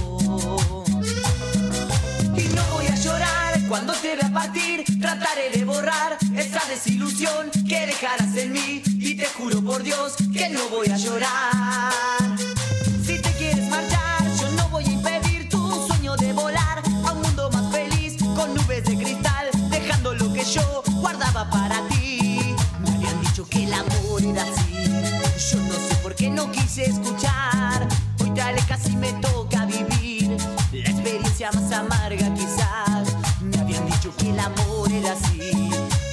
Speaker 5: Y no voy a llorar cuando te vea partir. Trataré de borrar esa desilusión que dejarás en mí. Y te juro por Dios que no voy a llorar. Si te quieres marchar, yo no voy a impedir tu sueño de volar a un mundo más feliz con nubes de cristal, dejando lo que yo guardaba para ti. Me habían dicho que el amor era así. Yo no sé por qué no quise escuchar. Hoy te alejas y me toca vivir la experiencia más amarga, quizás. Me habían dicho que el amor era así.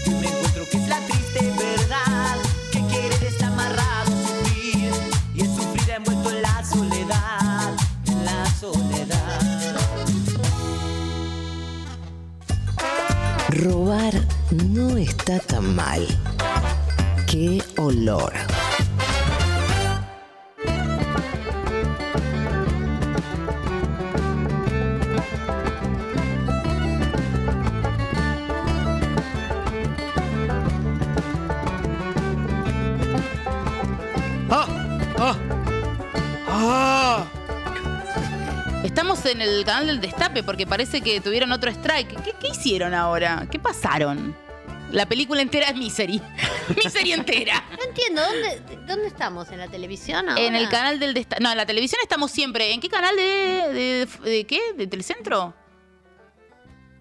Speaker 5: Hoy me encuentro que es la triste verdad. Que querer está amarrado a sufrir. Y el sufrir ha envuelto en la soledad. En la soledad.
Speaker 6: Robar no está tan mal. ¡Qué olor!
Speaker 4: Ah.
Speaker 2: Estamos en el canal del Destape porque parece que tuvieron otro strike. ¿Qué, qué hicieron ahora? ¿Qué pasaron? La película entera es Misery. *laughs* Misery entera.
Speaker 7: No entiendo, ¿dónde, dónde estamos? ¿En la televisión ahora?
Speaker 2: En el canal del Destape. No, en la televisión estamos siempre. ¿En qué canal de. de, de qué? ¿De Telecentro?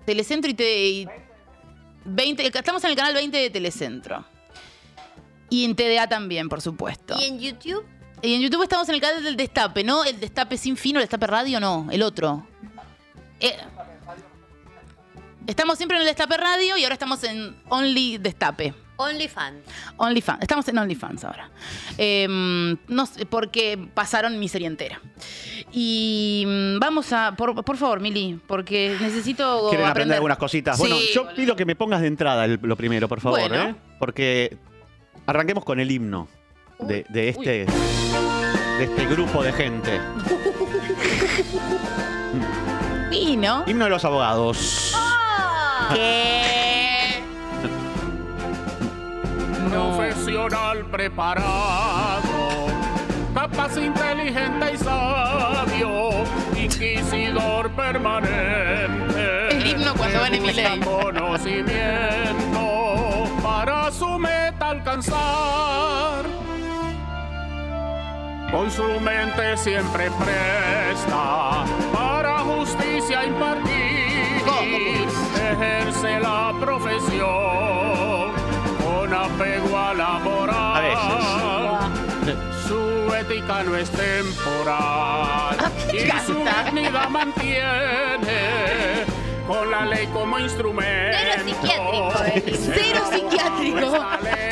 Speaker 2: Telecentro y, te- y 20. Estamos en el canal 20 de Telecentro. Y en TDA también, por supuesto.
Speaker 7: ¿Y en YouTube?
Speaker 2: Y en YouTube estamos en el canal del Destape, ¿no? El Destape sin fin o el Destape radio, no, el otro. Eh, estamos siempre en el Destape radio y ahora estamos en Only Destape.
Speaker 7: OnlyFans.
Speaker 2: OnlyFans. Estamos en OnlyFans ahora. Eh, no sé, porque pasaron mi serie entera. Y mm, vamos a. Por, por favor, Mili, porque necesito.
Speaker 4: Quieren aprender, algunas cositas. Bueno,
Speaker 2: Sí,
Speaker 4: yo
Speaker 2: boludo.
Speaker 4: pido que me pongas de entrada el- lo primero, por favor,
Speaker 2: Bueno.
Speaker 4: ¿eh? Porque arranquemos con el himno de, de este, de este grupo de gente.
Speaker 2: Y no.
Speaker 4: Himno de los abogados.
Speaker 2: ¿Qué?
Speaker 8: profesional preparado, capaz, inteligente y sabio, inquisidor permanente.
Speaker 2: El himno cuando van en
Speaker 8: Busca
Speaker 2: Milei.
Speaker 8: conocimiento para su meta alcanzar. Con su mente siempre presta para justicia impartir. Ejerce la profesión con apego a la moral.
Speaker 4: A
Speaker 8: Su ética no es temporal y su
Speaker 2: encanta.
Speaker 8: dignidad mantiene con la ley como instrumento.
Speaker 7: Cero psiquiátrico, eh.
Speaker 2: Cero psiquiátrico.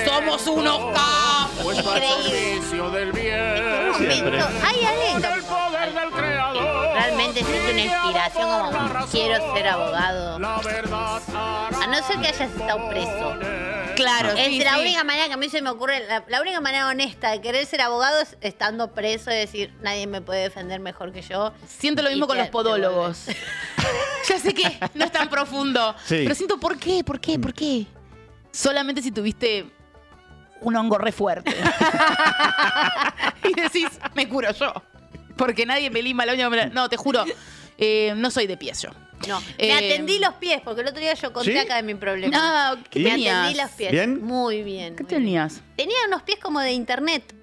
Speaker 2: Somos unos capos.
Speaker 8: Pues al servicio del bien.
Speaker 7: Momento. Ay, Ale.
Speaker 8: Con el poder del creador.
Speaker 3: Realmente siento una inspiración como,
Speaker 8: por la razón,
Speaker 3: quiero ser abogado.
Speaker 8: La verdad hará
Speaker 3: A no ser que hayas estado preso.
Speaker 2: Claro,
Speaker 3: Es
Speaker 2: sí,
Speaker 3: la
Speaker 2: sí.
Speaker 3: única manera que a mí se me ocurre, la, la única manera honesta de querer ser abogado es estando preso y decir, nadie me puede defender mejor que yo.
Speaker 2: Siento lo mismo
Speaker 3: Y
Speaker 2: con
Speaker 3: te-
Speaker 2: los podólogos. *laughs* ya sé que no es tan profundo.
Speaker 4: Sí.
Speaker 2: Pero siento, ¿por qué? ¿Por qué? ¿Por qué? Solamente si tuviste un hongo re fuerte. *laughs* y decís, me curo yo. Porque nadie me lima la uña. me la- No, te juro, eh, no soy de pies yo.
Speaker 3: No,
Speaker 2: Eh,
Speaker 3: me atendí los pies porque el otro día yo conté
Speaker 4: ¿Sí?
Speaker 3: acá de mi problema.
Speaker 2: Ah, ¿qué
Speaker 4: ¿Y?
Speaker 3: me
Speaker 2: tenías?
Speaker 3: atendí los pies.
Speaker 4: ¿Bien?
Speaker 3: Muy bien.
Speaker 2: ¿Qué
Speaker 3: muy bien.
Speaker 2: tenías?
Speaker 3: Tenía unos pies como de internet.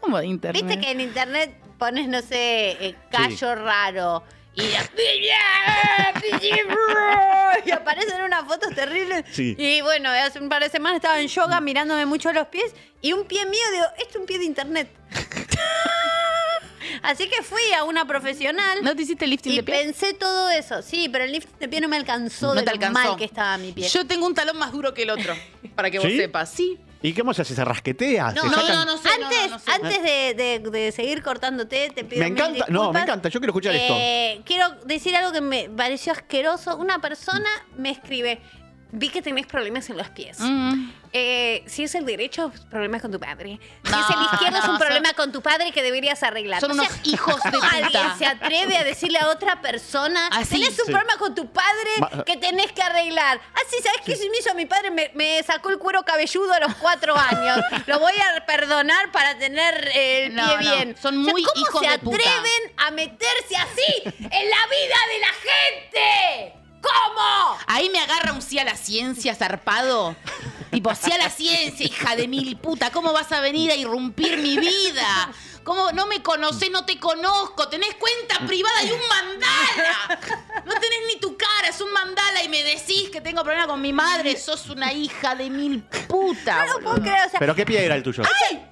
Speaker 2: ¿Cómo de internet?
Speaker 3: Viste que en internet pones, no sé, eh, callo raro. Y,
Speaker 2: *laughs*
Speaker 3: *laughs* y aparecen unas fotos terribles.
Speaker 4: Sí.
Speaker 3: Y bueno, hace un par de semanas estaba en
Speaker 2: Mm.
Speaker 3: yoga mirándome mucho los pies. Y un pie mío, digo, este es un pie
Speaker 2: *laughs*
Speaker 3: de internet. Así que fui a una profesional.
Speaker 2: ¿No te hiciste lifting
Speaker 3: y
Speaker 2: de pies?
Speaker 3: pensé todo eso. Sí, pero el lift de pie no me alcanzó
Speaker 2: No
Speaker 3: de
Speaker 2: te
Speaker 3: lo
Speaker 2: alcanzó.
Speaker 3: mal que estaba mi pie.
Speaker 2: Yo tengo un talón más duro que el otro, para que vos
Speaker 4: ¿Sí?
Speaker 2: sepas. Sí.
Speaker 4: ¿Y cómo se hace? ¿Se rasquetea?
Speaker 3: No,
Speaker 4: ¿Se
Speaker 2: no,
Speaker 4: sacan?
Speaker 2: no, no sé. no, no,
Speaker 3: antes
Speaker 2: no sé.
Speaker 3: antes de, de- de seguir cortándote, te pido
Speaker 4: Me
Speaker 3: mil
Speaker 4: encanta, no, me
Speaker 3: disculpas.
Speaker 4: encanta, yo quiero escuchar
Speaker 3: Eh, Quiero decir algo que me pareció asqueroso. Una persona me escribe, vi que tenés problemas en los pies.
Speaker 2: Mm.
Speaker 3: Eh, si es el derecho, problemas con tu padre. Si
Speaker 2: No,
Speaker 3: es el izquierdo, es
Speaker 2: no,
Speaker 3: un
Speaker 2: son-
Speaker 3: problema con tu padre que deberías arreglar.
Speaker 2: Son
Speaker 3: O sea,
Speaker 2: unos hijos de
Speaker 3: ¿cómo
Speaker 2: puta.
Speaker 3: Alguien se atreve a decirle a otra persona,
Speaker 2: Así.
Speaker 3: tenés un
Speaker 4: Sí.
Speaker 3: problema con tu padre
Speaker 4: Ma- ah.
Speaker 3: que tenés que arreglar. Así, ¿sabes qué se me hizo a mi padre? Me, me sacó el cuero cabelludo a los cuatro años. Lo voy a perdonar para tener eh, el
Speaker 2: No,
Speaker 3: pie
Speaker 2: no,
Speaker 3: bien.
Speaker 2: son
Speaker 3: O sea,
Speaker 2: muy
Speaker 3: ¿cómo
Speaker 2: hijos
Speaker 3: se
Speaker 2: de puta.
Speaker 3: atreven a meterse así en la vida de la gente? ¿Cómo?
Speaker 2: Ahí me agarra un sí a la ciencia zarpado. Tipo, sí a la ciencia, hija de mil puta. ¿Cómo vas a venir a irrumpir mi vida? ¿Cómo no me conocés, no te conozco? Tenés cuenta privada y un mandala. No tenés ni tu cara, es un mandala y me decís que tengo problema con mi madre. Sos una hija de mil puta.
Speaker 3: No
Speaker 2: boludo.
Speaker 3: puedo creer, o sea,
Speaker 4: esto. ¿Pero qué pie era el tuyo?
Speaker 3: *laughs*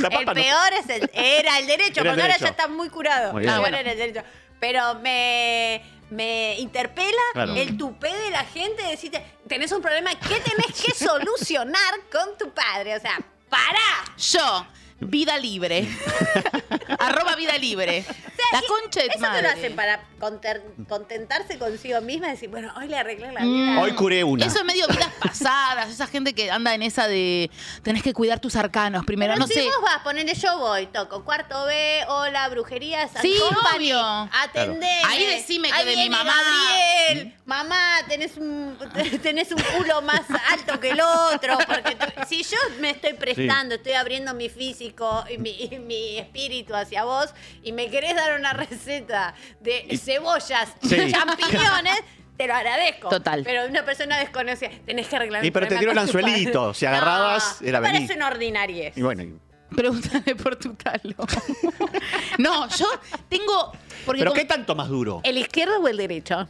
Speaker 4: La
Speaker 3: El
Speaker 4: papa no.
Speaker 3: peor es el- era el
Speaker 4: *laughs*
Speaker 3: derecho,
Speaker 4: Era el
Speaker 3: porque ahora
Speaker 4: derecho.
Speaker 3: ya está muy curado.
Speaker 4: Muy
Speaker 3: El
Speaker 4: bien.
Speaker 3: peor
Speaker 2: Ah, bueno.
Speaker 3: era el derecho. Pero me, me interpela
Speaker 4: Claro.
Speaker 3: el tupé de la gente de decirte, tenés un problema que tenés
Speaker 4: *laughs*
Speaker 3: que solucionar con tu padre. O sea, ¡pará!
Speaker 2: Yo, vida libre.
Speaker 4: *laughs*
Speaker 2: Arroba vida libre. La
Speaker 3: Sí,
Speaker 2: concha de tu
Speaker 3: Eso
Speaker 2: madre.
Speaker 3: te lo hacen para conter- contentarse consigo misma y decir, bueno, hoy le arreglé
Speaker 2: Mm.
Speaker 3: la vida.
Speaker 4: Hoy curé una.
Speaker 2: Eso es medio vidas pasadas, esa gente que anda en esa de tenés que cuidar tus arcanos primero,
Speaker 3: Pero
Speaker 2: no
Speaker 3: si
Speaker 2: sé.
Speaker 3: vos vas, ponele yo voy, toco cuarto B, hola, brujería, San
Speaker 2: Sí,
Speaker 3: Company,
Speaker 2: obvio.
Speaker 3: atendeme.
Speaker 2: Ahí decime que
Speaker 3: Ahí
Speaker 2: de mi
Speaker 3: viene
Speaker 2: mamá. Mm.
Speaker 3: Gabriel. Mamá, tenés un, *laughs* tenés un culo más alto que el otro. Porque tú- si yo me estoy prestando, estoy abriendo mi físico y mi, y mi espíritu hacia vos y me querés dar una receta de cebollas,
Speaker 4: Sí.
Speaker 3: *laughs* champiñones, te lo agradezco.
Speaker 2: Total.
Speaker 3: Pero una persona desconocida, tenés que arreglar
Speaker 4: Y
Speaker 3: mi
Speaker 4: pero te tiró
Speaker 3: problema
Speaker 4: el
Speaker 3: con tu padre.
Speaker 4: anzuelito, si agarrabas,
Speaker 3: No,
Speaker 4: era
Speaker 3: me
Speaker 4: vení.
Speaker 3: Parece una ordinariez.
Speaker 4: Y bueno, y-
Speaker 2: Pregúntale por tu talo. *laughs* no, yo tengo. Porque
Speaker 4: ¿pero
Speaker 2: con-
Speaker 4: qué tanto más duro?
Speaker 3: ¿El izquierdo o el derecho?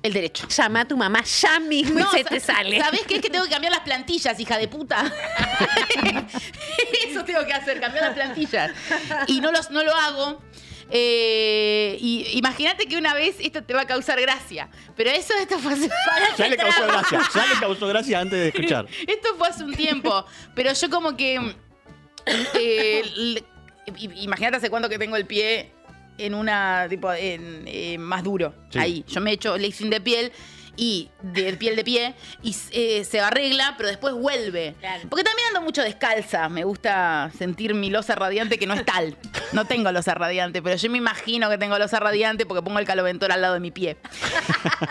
Speaker 2: El derecho.
Speaker 3: Llama a tu mamá ya
Speaker 2: *laughs*
Speaker 3: mismo y *laughs* se te sale.
Speaker 2: ¿Sabes qué? Es que tengo que cambiar las plantillas, hija de puta. *laughs* Eso tengo que hacer, cambiar las plantillas. Y no, los, no lo hago. Eh, y imagínate que una vez esto te va a causar gracia. Pero eso esto fue hace-
Speaker 4: Ya le causó gracia, ya le causó gracia antes de escuchar.
Speaker 2: *laughs* Esto fue hace un tiempo, pero yo como que... eh, le- i- Imagínate hace cuánto que tengo el pie en una, tipo, en, eh, más duro.
Speaker 4: Sí.
Speaker 2: Ahí, yo me he hecho lifting de piel y de piel de pie y eh, se arregla, pero después vuelve.
Speaker 3: Claro.
Speaker 2: Porque también ando mucho descalza, me gusta sentir mi losa radiante que no es tal. No tengo losa radiante, pero yo me imagino que tengo losa radiante porque pongo el caloventor al lado de mi pie.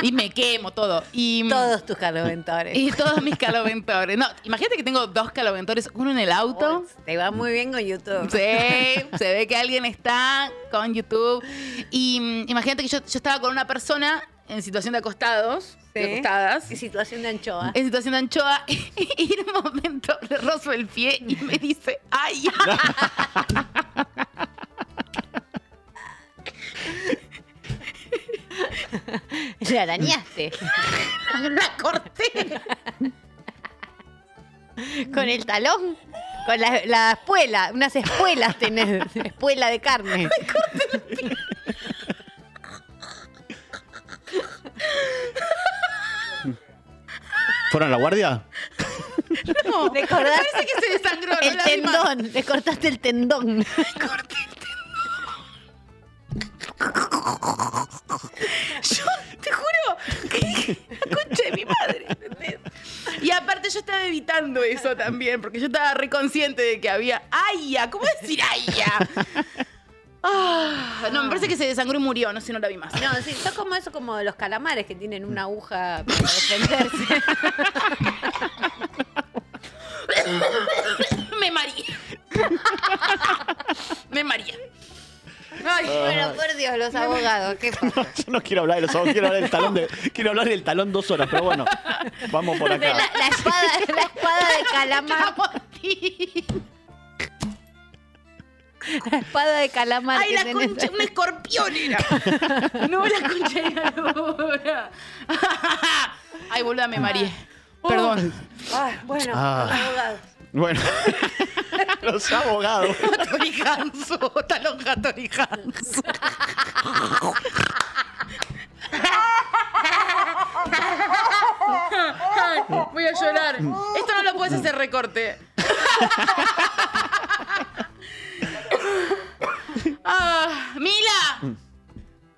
Speaker 2: Y me quemo todo. Y,
Speaker 3: Todos tus caloventores.
Speaker 2: y todos mis caloventores. No, imagínate que tengo dos caloventores, uno en el auto.
Speaker 3: Te va muy bien con YouTube.
Speaker 2: Sí, se ve que alguien está con YouTube. Y mm, imagínate que yo, yo estaba con una persona en situación de acostados, de acostadas,
Speaker 3: Y situación de *laughs* anchoa.
Speaker 2: en situación de anchoa, *laughs* y en un momento le rozo el pie y me dice, ¡ay!
Speaker 3: Le *laughs* arañaste.
Speaker 2: ¡La corté!
Speaker 3: Con el talón. Con la, la espuela. Unas espuelas tenés. Espuela de carne.
Speaker 4: ¿Fueron a la guardia? *laughs*
Speaker 2: No,
Speaker 3: Recordás
Speaker 2: parece que se desangró. no
Speaker 3: El
Speaker 2: la vi más.
Speaker 3: tendón. Le cortaste el tendón.
Speaker 2: evitando eso también, porque yo estaba reconsciente de que había. ¡Aya! ¿Cómo decir aya? Ah, no, me parece que se desangró y murió, no sé, no la vi más. *laughs*
Speaker 3: No, sí, son como eso, como los calamares que tienen una aguja para defenderse.
Speaker 2: Me mareé. *laughs* Me mareé.
Speaker 3: Ay,
Speaker 4: Ah.
Speaker 3: bueno, por Dios, los abogados,
Speaker 2: *laughs*
Speaker 3: qué pasa?
Speaker 4: Yo no quiero hablar de eso, quiero hablar del talón de, quiero hablar del talón dos horas, pero bueno, vamos por
Speaker 3: De la,
Speaker 4: acá.
Speaker 3: la espada, la espada de
Speaker 2: *laughs*
Speaker 3: calamar, la espada de calamar.
Speaker 2: Ay,
Speaker 3: que
Speaker 2: la
Speaker 3: tenés.
Speaker 2: concha, un escorpión
Speaker 3: *laughs*
Speaker 2: era. No, la concha era la hora. *laughs* Ay, boluda, me mareé. Perdón.
Speaker 3: Ay, bueno,
Speaker 4: Ah.
Speaker 3: abogados.
Speaker 4: Bueno, *laughs* los abogados.
Speaker 2: Tori Hanso, talón Tori Hanso. Ay, Voy a llorar. Esto no lo puedes hacer recorte. Ah, Mila.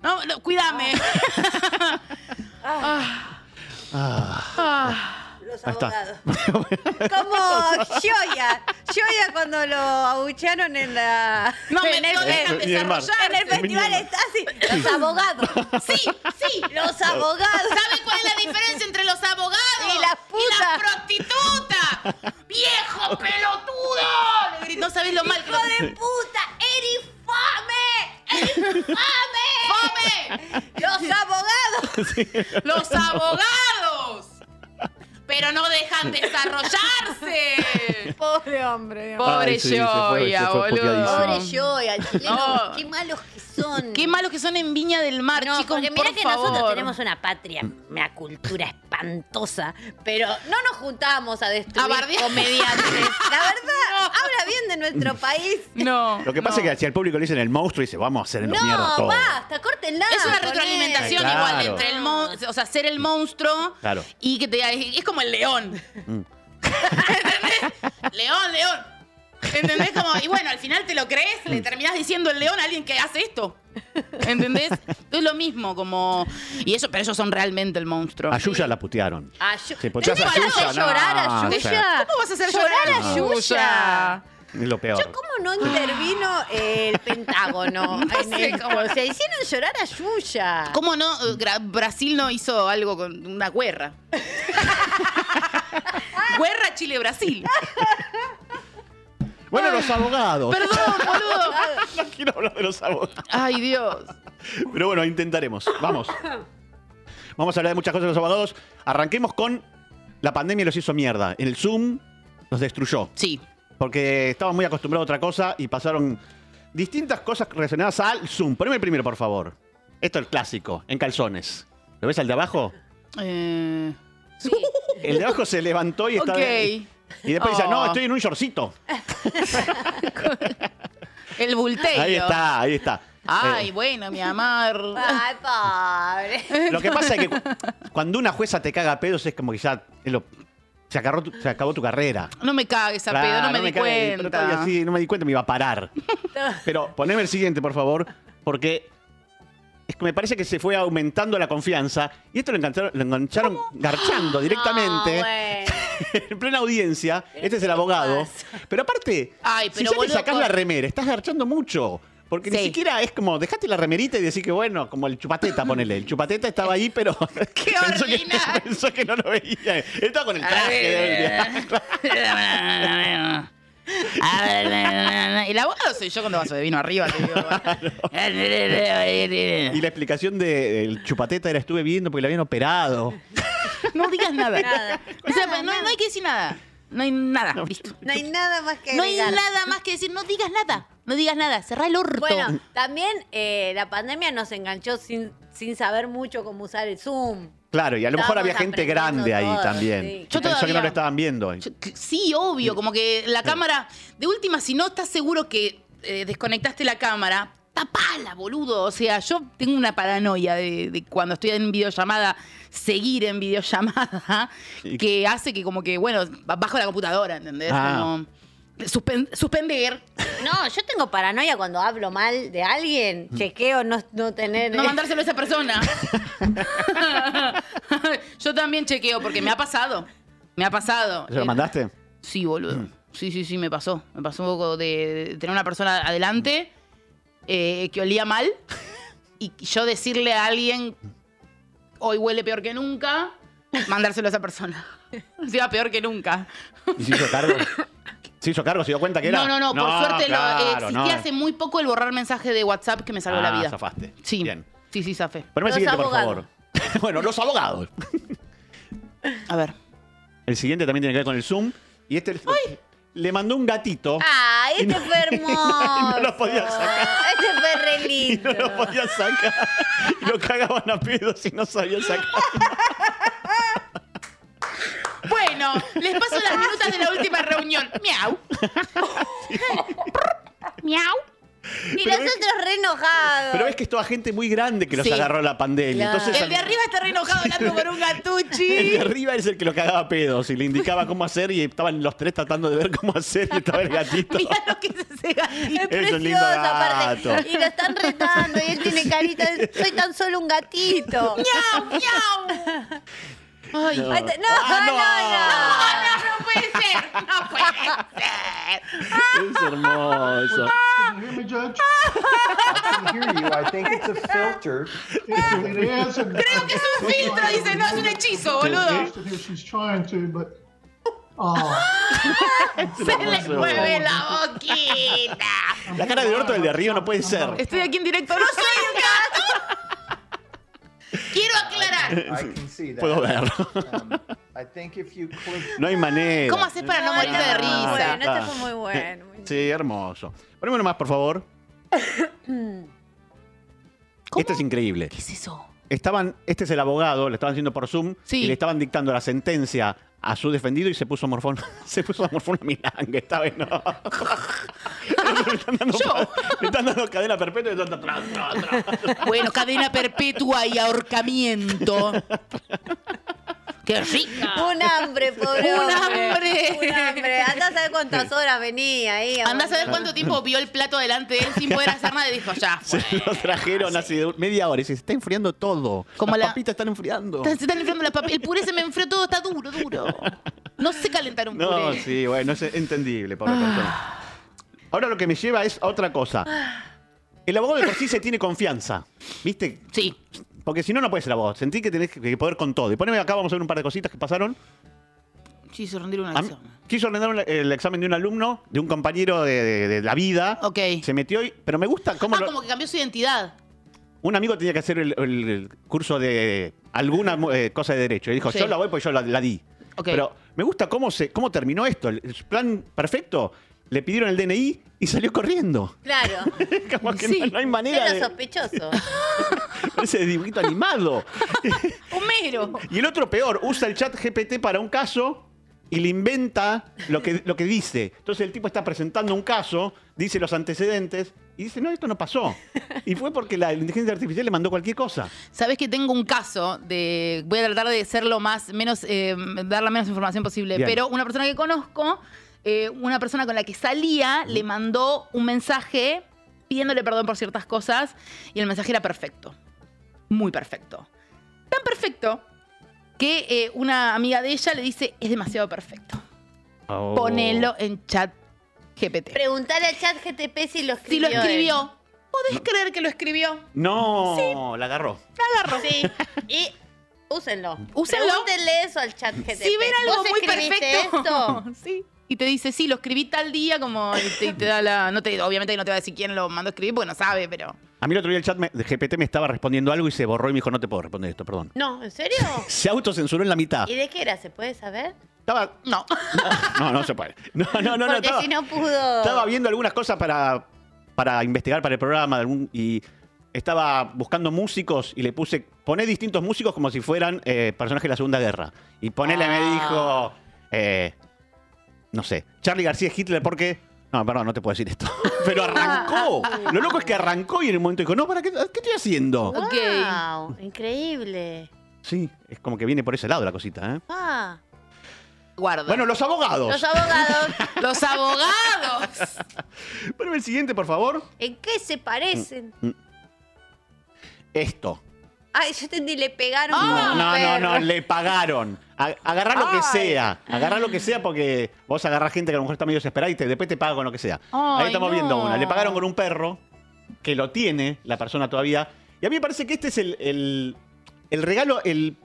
Speaker 2: No, no, cuídame.
Speaker 3: Los
Speaker 4: Ahí está. *laughs*
Speaker 3: abogados. Como Shoya. Shoya cuando lo abuchearon en la.
Speaker 2: No me
Speaker 3: en el,
Speaker 2: no dejan
Speaker 4: Eh, y el mar.
Speaker 2: desarrollar.
Speaker 3: en el festival está así. Los abogados.
Speaker 2: Sí, sí.
Speaker 3: Los abogados.
Speaker 2: ¿Sabe cuál es la diferencia entre los abogados
Speaker 3: Y las putas.
Speaker 2: y las prostitutas? ¡Viejo pelotudo! Le gritó, no sabés lo mal que lo
Speaker 3: ¡Hijo de puta! ¡Eri
Speaker 2: *laughs*
Speaker 3: fome! ¡Eri fome!
Speaker 2: ¡Fome!
Speaker 3: ¡Los abogados!
Speaker 2: ¡Los abogados! Pero no dejan desarrollarse.
Speaker 3: *laughs* Pobre hombre.
Speaker 2: Pobre
Speaker 4: Ay, sí, se fue, se
Speaker 2: Joya,
Speaker 4: fue
Speaker 2: boludo.
Speaker 4: puteadísimo.
Speaker 3: Pobre Shoya, el chileno.
Speaker 2: No.
Speaker 3: ¡Qué malos que son!
Speaker 2: Qué malos que son en Viña del Mar,
Speaker 3: No,
Speaker 2: chicos.
Speaker 3: porque mira
Speaker 2: por
Speaker 3: que
Speaker 2: favor.
Speaker 3: nosotros tenemos una patria, una cultura espantosa, pero no nos juntamos a destruir
Speaker 2: A bardear. *laughs*
Speaker 3: comediantes. La verdad, habla bien de
Speaker 4: Mm.
Speaker 3: nuestro país.
Speaker 2: No.
Speaker 4: Lo que pasa
Speaker 2: no.
Speaker 4: es que si al público le dicen el monstruo, dice, vamos a hacer
Speaker 3: No,
Speaker 4: mierda todo.
Speaker 3: basta, córtenla.
Speaker 2: Es una
Speaker 4: Ah,
Speaker 3: poné.
Speaker 2: retroalimentación
Speaker 4: Claro.
Speaker 2: igual entre el monstruo, o sea, ser el monstruo
Speaker 4: Claro. Mm.
Speaker 2: y que te diga, es es como el león. ¿Entendés? león, león. ¿Entendés? Como, y bueno, al final te lo crees,
Speaker 4: Mm.
Speaker 2: le terminás diciendo el león a alguien que hace esto. ¿Entendés? Es lo mismo, como. Y eso, pero ellos son realmente el monstruo.
Speaker 4: A Yuya la putearon.
Speaker 3: Ah, yo-
Speaker 4: Sí, porque
Speaker 3: ¿Tenés
Speaker 4: hace
Speaker 3: ganas de
Speaker 4: Yuya, no,
Speaker 3: llorar a
Speaker 4: o sea.
Speaker 3: Yuya?
Speaker 2: ¿Cómo vas a hacer
Speaker 3: llorar
Speaker 2: llorar
Speaker 3: a
Speaker 2: Yuya?
Speaker 3: Yuya?
Speaker 4: Es lo peor.
Speaker 3: Yo, ¿cómo no intervino
Speaker 2: *laughs*
Speaker 3: el Pentágono? en
Speaker 2: sé
Speaker 3: esto?
Speaker 2: cómo.
Speaker 3: Se hicieron llorar a Yuya.
Speaker 2: ¿Cómo no? eh, Gra- Brasil no hizo algo con una *laughs* guerra. guerra Chile-Brasil.
Speaker 4: Bueno, los abogados.
Speaker 2: Perdón, boludo.
Speaker 4: *laughs* No quiero hablar de los abogados.
Speaker 2: Ay, Dios.
Speaker 4: Pero bueno, intentaremos. Vamos. Vamos a hablar de muchas cosas de los abogados. Arranquemos con la pandemia los hizo mierda. El Zoom los destruyó.
Speaker 2: Sí.
Speaker 4: Porque estaban muy acostumbrados a otra cosa y pasaron distintas cosas relacionadas al Zoom. Poneme el primero, por favor. Esto es el clásico, en calzones. ¿Lo ves al de abajo?
Speaker 2: Eh,
Speaker 4: El de abajo se levantó y está...
Speaker 2: Ok.
Speaker 4: Y después dice, no,
Speaker 2: Oh.
Speaker 4: estoy en un shortcito.
Speaker 2: el bulteiro.
Speaker 4: Ahí está, ahí está.
Speaker 2: Ay,
Speaker 4: Eh,
Speaker 2: bueno, mi
Speaker 3: *laughs*
Speaker 2: amor.
Speaker 3: Ay,
Speaker 2: *laughs*
Speaker 3: pobre.
Speaker 4: Lo que pasa es que cu- cuando una jueza te caga a pedos es como que ya es lo- se, agarró tu- se acabó tu carrera.
Speaker 2: No me cagues a pedo,
Speaker 4: Claro,
Speaker 2: no me di
Speaker 4: cagué, pero
Speaker 2: cuenta.
Speaker 4: todavía sí, no me di cuenta, me iba a
Speaker 2: *laughs*
Speaker 4: parar. pero poneme el siguiente, por favor, porque es que me parece que se fue aumentando la confianza y esto lo engancharon, lo engancharon
Speaker 2: Ah,
Speaker 4: garchando directamente
Speaker 3: No, bueno.
Speaker 4: *laughs* en plena audiencia. Este es el abogado. Pero aparte,
Speaker 2: Ay, pero
Speaker 4: si ya te
Speaker 2: boludo,
Speaker 4: sacás
Speaker 2: con-
Speaker 4: la remera, estás garchando mucho. Porque ni
Speaker 2: Sí.
Speaker 4: siquiera es como, dejate la remerita y decir que bueno, como el chupateta, ponele. El chupateta estaba ahí,
Speaker 2: *laughs*
Speaker 4: pero *laughs* pensó, que,
Speaker 2: ordinario!
Speaker 4: pensó que no lo veía. Estaba con el
Speaker 2: A
Speaker 4: traje. de-
Speaker 2: ver. A *laughs*
Speaker 3: *laughs*
Speaker 2: ver, El abogado soy yo cuando vaso de vino arriba, te digo.
Speaker 4: Y la explicación del chupateta era estuve viendo porque le habían operado.
Speaker 2: *laughs* No digas nada.
Speaker 3: Nada.
Speaker 2: O sea, pues, no, no hay que decir nada. No hay nada. Listo.
Speaker 3: No hay nada más que
Speaker 2: No hay
Speaker 3: agregar.
Speaker 2: nada más que decir. No digas nada. No digas nada. Cerrá el orto.
Speaker 3: Bueno, también eh, la pandemia nos enganchó sin, sin saber mucho cómo usar el Zoom.
Speaker 4: Claro, y a lo mejor
Speaker 3: Estábamos
Speaker 4: había gente
Speaker 3: aprendiendo
Speaker 4: grande ahí
Speaker 3: todos,
Speaker 4: también.
Speaker 3: sí.
Speaker 2: Yo
Speaker 4: Yo pensó que
Speaker 2: todavía-
Speaker 4: no lo estaban viendo.
Speaker 2: Yo- que- Sí, obvio, como que la cámara, de última, si no estás seguro que eh, desconectaste la cámara, tapala, boludo. O sea, yo tengo una paranoia de, de cuando estoy en videollamada, seguir en
Speaker 4: *laughs*
Speaker 2: videollamada,
Speaker 4: Sí.
Speaker 2: que hace que como que, bueno, bajo la computadora, ¿entendés?
Speaker 4: Ah.
Speaker 2: Como suspen- suspender,
Speaker 3: No, yo tengo paranoia cuando hablo mal de alguien.
Speaker 4: Mm.
Speaker 3: Chequeo no, no tener.
Speaker 2: no mandárselo a
Speaker 4: *laughs*
Speaker 2: esa *laughs* persona. yo también chequeo, porque me ha pasado. Me ha pasado.
Speaker 4: ¿Se lo
Speaker 2: Eh,
Speaker 4: mandaste?
Speaker 2: Sí, boludo.
Speaker 4: Mm.
Speaker 2: Sí, sí, sí, me pasó. Me pasó un poco de, de tener una persona adelante eh, que olía mal y yo decirle a alguien, hoy huele peor que nunca, mandárselo a esa *laughs* persona. Sí, va peor que nunca.
Speaker 4: ¿Y se hizo
Speaker 2: *laughs*
Speaker 4: cargo? ¿Se hizo cargo? ¿Se dio cuenta que era?
Speaker 2: No, no, no, por suerte lo- eh,
Speaker 4: claro,
Speaker 2: existía
Speaker 4: no.
Speaker 2: hace muy poco el borrar mensaje de WhatsApp que me salvó la
Speaker 4: Ah,
Speaker 2: vida.
Speaker 4: zafaste.
Speaker 2: Sí.
Speaker 4: Bien.
Speaker 2: Sí, sí, zafé.
Speaker 4: Poneme el
Speaker 3: Los
Speaker 4: siguiente,
Speaker 3: abogados.
Speaker 4: por favor. *laughs* bueno, los abogados.
Speaker 2: A ver.
Speaker 4: El siguiente también tiene que ver con el Zoom. Y este le mandó un gatito.
Speaker 3: *laughs*
Speaker 2: Ah,
Speaker 3: Ay,
Speaker 4: *laughs* Y
Speaker 3: este
Speaker 4: no-
Speaker 3: fue hermoso.
Speaker 4: y no lo podía sacar.
Speaker 3: Este fue re
Speaker 4: Y no
Speaker 3: lindo.
Speaker 4: lo podían sacar. Y lo cagaban a pedos y no sabían sacar.
Speaker 2: Bueno, les paso las notas de la última reunión.
Speaker 4: *laughs*
Speaker 2: Miau. *laughs* Miau.
Speaker 3: Y nosotros re enojados.
Speaker 4: Pero ves que es toda gente muy grande que los
Speaker 2: Sí.
Speaker 4: agarró la pandemia.
Speaker 3: Claro.
Speaker 4: Entonces,
Speaker 2: El de arriba está re enojado hablando con un
Speaker 4: el
Speaker 2: gatuchi.
Speaker 4: de arriba es *laughs* el que los cagaba a pedos y le indicaba cómo hacer y estaban los tres tratando de ver cómo hacer y estaba el
Speaker 2: *laughs*
Speaker 4: gatito.
Speaker 2: Mira lo que es ese gatito.
Speaker 3: Es
Speaker 4: Es
Speaker 3: precioso,
Speaker 4: un lindo gato.
Speaker 3: aparte. Y lo están retando y él tiene carita de soy tan solo
Speaker 4: *laughs*
Speaker 3: un gatito.
Speaker 2: Miau, miau. Ay,
Speaker 4: No.
Speaker 3: Ay, te- No,
Speaker 4: Ah,
Speaker 3: no, no.
Speaker 2: no, no, no puede ser. No puede ser.
Speaker 4: Es hermoso.
Speaker 9: Can you hear me, Judge? I can hear you. I think it's a filter. It is. and-
Speaker 2: Creo que es un filtro, dice. No, es un hechizo, boludo.
Speaker 9: Most of it She's trying to, but. Oh.
Speaker 2: Se le mueve la boquita.
Speaker 4: La cara del orto del de arriba no puede ser.
Speaker 2: Estoy aquí en directo. No soy un gato. *laughs* Quiero aclarar.
Speaker 9: I can see that.
Speaker 4: Puedo verlo.
Speaker 9: Um, I think if you click
Speaker 4: No hay manera.
Speaker 2: ¿Cómo haces para no morirte de
Speaker 4: Ah,
Speaker 2: risa?
Speaker 3: Bueno, este fue muy bueno. muy
Speaker 4: Sí, hermoso. Poneme uno más, por favor. Este es increíble.
Speaker 2: ¿Qué es eso?
Speaker 4: Estaban, este es el abogado, le estaban haciendo por Zoom
Speaker 2: Sí.
Speaker 4: y le estaban dictando la sentencia a su defendido y se puso morfón, *laughs* se puso a morfón la milanga, esta vez no. *laughs* le, están dando, le están dando cadena perpetua y le están tra, tra, tra.
Speaker 2: *laughs* Bueno, cadena perpetua y ahorcamiento. ¡Qué rica!
Speaker 3: bueno. Un hambre, pobre.
Speaker 2: Un
Speaker 3: hombre.
Speaker 2: hambre.
Speaker 3: Un hambre. Andá a saber cuántas horas venía ahí.
Speaker 2: Andá a saber cuánto tiempo vio el plato delante de él sin poder hacer nada y dijo, ya.
Speaker 4: Se lo trajeron hace de- media hora y se está enfriando todo.
Speaker 2: Como
Speaker 4: Las
Speaker 2: la-
Speaker 4: papitas están enfriando.
Speaker 2: Están- se están enfriando las papitas. El puré se me enfrió todo, está duro, duro. No sé calentar un puré.
Speaker 4: No, sí, bueno, es entendible,
Speaker 2: Ah.
Speaker 4: pobre persona. Ahora lo que me lleva es a otra cosa. El abogado de por sí se tiene confianza. ¿Viste?
Speaker 2: Sí.
Speaker 4: Porque si no, no puede ser abogado. Sentí que tenés que- que poder con todo. Y poneme acá, vamos a ver un par de cositas que pasaron.
Speaker 2: Sí, se rendir una
Speaker 4: A mí-
Speaker 2: acción.
Speaker 4: quiso ordenar un- el examen de un alumno, de un compañero de, de- de la vida.
Speaker 2: Ok.
Speaker 4: Se metió y. Pero me gusta cómo.
Speaker 2: Ah,
Speaker 4: lo-
Speaker 2: como que cambió su identidad.
Speaker 4: Un amigo tenía que hacer el, el- el curso de alguna eh, cosa de derecho. Y dijo,
Speaker 2: Sí.
Speaker 4: yo la voy porque yo la, la di.
Speaker 2: Ok.
Speaker 4: Pero me gusta cómo, se, cómo terminó esto. El el plan perfecto. Le pidieron el DNI y salió corriendo. *laughs*
Speaker 3: Claro.
Speaker 4: Como que
Speaker 2: Sí.
Speaker 4: no, no hay manera
Speaker 3: Era
Speaker 4: de
Speaker 3: sospechoso.
Speaker 4: *laughs* ese dibujito animado.
Speaker 2: Homero.
Speaker 4: Y el otro peor, usa el chat GPT para un caso y le inventa lo que, lo que dice. Entonces el tipo está presentando un caso, dice los antecedentes y dice, no, esto no pasó. Y fue porque la inteligencia artificial le mandó cualquier cosa.
Speaker 2: Sabes que tengo un caso de. Voy a tratar de ser lo más. menos. eh, dar la menos información posible.
Speaker 4: Bien.
Speaker 2: Pero una persona que conozco, eh, una persona con la que salía, le mandó un mensaje pidiéndole perdón por ciertas cosas. Y el mensaje era perfecto. Muy perfecto. Tan perfecto que eh, una amiga de ella le dice: es demasiado perfecto.
Speaker 3: Oh.
Speaker 4: Oh.
Speaker 2: Ponelo en chat GPT.
Speaker 3: Preguntale al chat GTP si lo escribió.
Speaker 2: Si lo
Speaker 3: él.
Speaker 2: escribió, ¿podés creer que lo escribió?
Speaker 4: No, la agarró.
Speaker 3: Sí. Y úsenlo.
Speaker 2: Úsenlo.
Speaker 3: Pregúntenle eso al chat GTP.
Speaker 2: Si ven algo
Speaker 3: ¿Vos
Speaker 2: muy
Speaker 3: escribiste
Speaker 2: perfecto.
Speaker 3: esto?
Speaker 2: *laughs* Sí. Y te dice, sí, lo escribí tal día, como. Y te, y te da la. No te, obviamente que no te va a decir quién lo mandó a escribir porque no sabe, pero.
Speaker 4: A mí el otro día el chat me- de GPT me estaba respondiendo algo y se borró y me dijo, no te puedo responder esto, perdón.
Speaker 3: No, ¿en serio?
Speaker 4: Se autocensuró en la mitad.
Speaker 3: ¿Y de qué era? ¿Se puede saber?
Speaker 4: Estaba...
Speaker 3: *laughs*
Speaker 2: No.
Speaker 4: No, no se puede. No, no, no. no,
Speaker 3: Porque
Speaker 4: estaba-
Speaker 3: si no pudo.
Speaker 4: Estaba viendo algunas cosas para, para investigar para el programa de algún- y estaba buscando músicos y le puse, poné distintos músicos como si fueran eh, personajes de la Segunda Guerra. Y ponele, me dijo, eh, no sé, Charlie García es Hitler porque... No, perdón, no te puedo decir esto. *laughs* Pero arrancó. Lo loco es que arrancó y en un momento dijo, no, ¿para qué, qué estoy haciendo?
Speaker 2: Ok.
Speaker 3: Wow, increíble.
Speaker 4: Sí, es como que viene por ese lado la cosita, ¿eh?
Speaker 3: Ah,
Speaker 2: Guarda.
Speaker 4: Bueno, los abogados.
Speaker 3: los abogados,
Speaker 2: Los abogados.
Speaker 4: Poneme el siguiente, por favor.
Speaker 3: ¿en qué se parecen?
Speaker 4: Esto.
Speaker 3: Ay, yo entendí, le pegaron.
Speaker 2: Ah.
Speaker 4: No,
Speaker 3: con un
Speaker 4: no, no,
Speaker 3: perro.
Speaker 4: no, le pagaron. A- Agarrá lo que sea. Agarrá lo que sea porque vos agarrás gente que a lo mejor está medio desesperada y te, después te paga con lo que sea.
Speaker 2: Ay,
Speaker 4: Ahí estamos
Speaker 2: no.
Speaker 4: viendo una. Le pagaron con un perro que lo tiene la persona todavía. Y a mí me parece que este es el, el, el regalo, el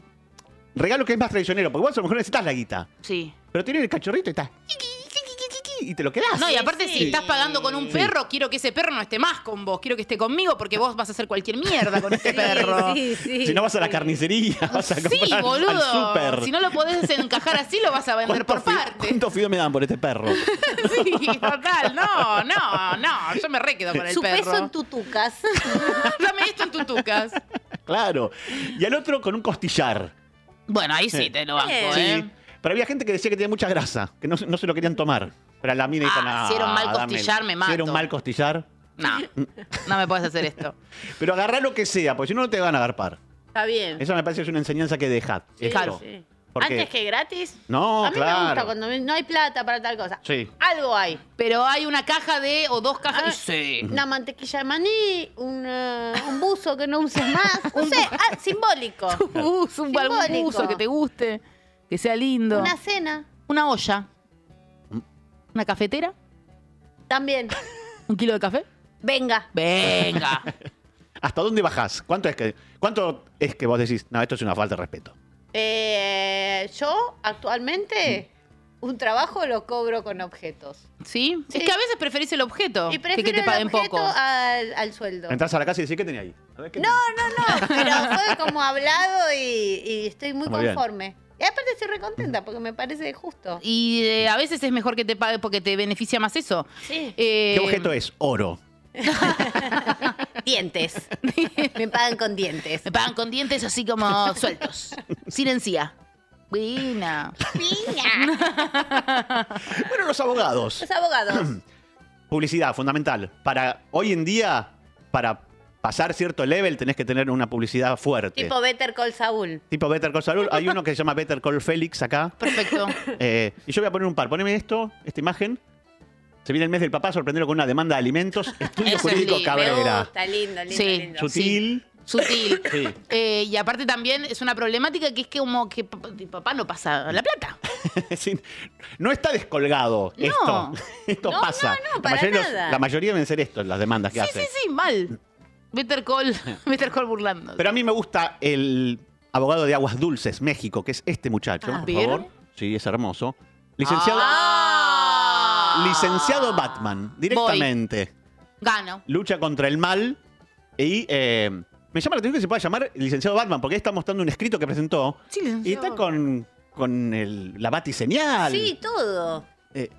Speaker 4: regalo que es más traicionero. Porque vos a lo mejor necesitas la guita.
Speaker 2: Sí.
Speaker 4: Pero tiene el cachorrito y estás. "Kiki, kiki, kiki, kiki", Y te lo quedás.
Speaker 2: No, y
Speaker 3: Sí,
Speaker 2: aparte,
Speaker 3: sí.
Speaker 2: si estás pagando con un perro, quiero que ese perro no esté más con vos. Quiero que esté conmigo porque vos vas a hacer cualquier mierda con ese perro.
Speaker 3: Sí, sí.
Speaker 4: si no vas a la carnicería, *laughs* vas a comprar
Speaker 2: Sí,
Speaker 4: al-
Speaker 2: boludo.
Speaker 4: al súper.
Speaker 2: Si no lo podés encajar así, lo vas a vender por
Speaker 4: ¿Cuántos fi-
Speaker 2: partes. *laughs*
Speaker 4: ¿Cuántos fideos me dan por este perro?
Speaker 2: Sí, total. No, no, no. Yo me re quedo con el
Speaker 3: Su
Speaker 2: perro.
Speaker 3: peso en
Speaker 2: *laughs*
Speaker 3: tutucas. *laughs*
Speaker 2: Dame esto en tutucas.
Speaker 4: Claro. Y al otro con un costillar.
Speaker 2: Bueno, ahí sí
Speaker 4: Sí.
Speaker 2: te lo banco,
Speaker 3: Sí.
Speaker 2: ¿eh?
Speaker 4: Pero había gente que decía que tenía mucha grasa, que no, se- no se lo querían tomar. Pero a la mina dijo,
Speaker 2: Ah,
Speaker 4: "No,
Speaker 2: si era un mal
Speaker 4: dámelo".
Speaker 2: costillar, me
Speaker 4: Si era un
Speaker 2: mato.
Speaker 4: mal costillar.
Speaker 2: No, no me puedes hacer esto.
Speaker 4: Pero agarrá lo que sea, porque si no, no te van a agarpar.
Speaker 3: Está bien.
Speaker 4: Esa me parece que es una enseñanza que deja.
Speaker 2: claro.
Speaker 3: Sí.
Speaker 4: Porque-
Speaker 3: Antes que gratis.
Speaker 4: No,
Speaker 3: a mí me gusta
Speaker 4: claro.
Speaker 3: cuando me- no hay plata para tal cosa.
Speaker 4: Sí.
Speaker 3: Algo hay.
Speaker 2: Pero hay una caja de, o dos cajas. sí.
Speaker 3: Una mantequilla de maní, un, eh, un buzo que no uses más. No sé, ah, simbólico.
Speaker 2: Bus, *laughs* un algún
Speaker 3: Simbólico.
Speaker 2: buzo que te guste, que sea lindo.
Speaker 3: Una
Speaker 2: Una,
Speaker 3: cena
Speaker 2: olla. Una cafetera.
Speaker 3: también.
Speaker 2: Un kilo de café.
Speaker 3: Venga.
Speaker 2: Venga.
Speaker 4: ¿Hasta dónde bajás? ¿Cuánto es, que, ¿Cuánto es que vos decís, no, esto es una falta de respeto?
Speaker 3: Eh, yo actualmente
Speaker 4: Mm.
Speaker 3: un trabajo lo cobro con objetos.
Speaker 2: *laughs* ¿Sí?
Speaker 3: Sí.
Speaker 2: Es que a veces preferís el objeto
Speaker 3: Y
Speaker 2: que
Speaker 3: prefiero
Speaker 2: que te
Speaker 3: el
Speaker 2: paguen
Speaker 3: objeto
Speaker 2: poco.
Speaker 3: Al, al sueldo.
Speaker 4: Entrás a la casa y decís, ¿qué tenía ahí? A ver, ¿qué
Speaker 3: No, no, no, pero fue como hablado y, y estoy muy
Speaker 4: Muy bien.
Speaker 3: conforme. Y aparte estoy recontenta porque me parece justo.
Speaker 2: Y eh, a veces es mejor que te pague porque te beneficia más eso.
Speaker 3: Sí.
Speaker 4: tenía?
Speaker 2: Eh,
Speaker 4: ¿Qué objeto es? Oro.
Speaker 3: Dientes. *laughs* me pagan con dientes.
Speaker 2: Eh, Me pagan con dientes así como
Speaker 4: *laughs*
Speaker 2: sueltos. sin encía. Buena.
Speaker 3: Piña.
Speaker 4: Bueno, los abogados. *clears throat*
Speaker 3: Los abogados.
Speaker 4: Publicidad, fundamental. Para hoy en día, para pasar cierto level, tenés que tener una publicidad fuerte.
Speaker 3: Tipo Better Call Saul.
Speaker 4: Tipo Better Call Saul. Hay uno que se llama Better Call Félix acá.
Speaker 3: *laughs*
Speaker 2: Perfecto.
Speaker 4: Eh, y yo voy a poner un par. Poneme esto, esta imagen. Se viene el mes del papá, sorprenderlo con una demanda de
Speaker 3: *laughs*
Speaker 4: alimentos. Estudio
Speaker 2: Eso es
Speaker 4: Jurídico
Speaker 2: lindo.
Speaker 3: Me
Speaker 4: Cabrera.
Speaker 3: gusta, lindo, lindo,
Speaker 2: Sí.
Speaker 3: lindo.
Speaker 4: Sutil.
Speaker 2: Sutil.
Speaker 4: *laughs* Sí.
Speaker 2: Eh, y aparte también es una problemática que es que como que papá, papá no pasa la plata.
Speaker 4: *laughs* Sí. No está descolgado
Speaker 2: No.
Speaker 4: esto. *laughs* Esto
Speaker 3: No,
Speaker 4: pasa.
Speaker 3: no, no,
Speaker 4: La
Speaker 3: para
Speaker 4: mayoría de los-
Speaker 3: nada.
Speaker 4: la mayoría deben ser esto, las demandas que
Speaker 2: Sí,
Speaker 4: hace.
Speaker 2: sí, sí, mal. Better Call, *laughs* Better Call burlando.
Speaker 4: Pero a mí me gusta el abogado de Aguas Dulces, México, que es este muchacho,
Speaker 2: Ah,
Speaker 4: por
Speaker 2: ¿bien?
Speaker 4: favor. Sí, es hermoso. Licenciado,
Speaker 2: Ah.
Speaker 4: licenciado Batman, directamente.
Speaker 2: Gano.
Speaker 4: Lucha contra el mal y... eh, me llama la atención que se pueda llamar licenciado Batman, porque ahí está mostrando un escrito que presentó.
Speaker 2: Sí,
Speaker 4: Y
Speaker 2: licenciado.
Speaker 4: está con, con el- la batiseñal.
Speaker 3: Sí, todo.
Speaker 4: Eh,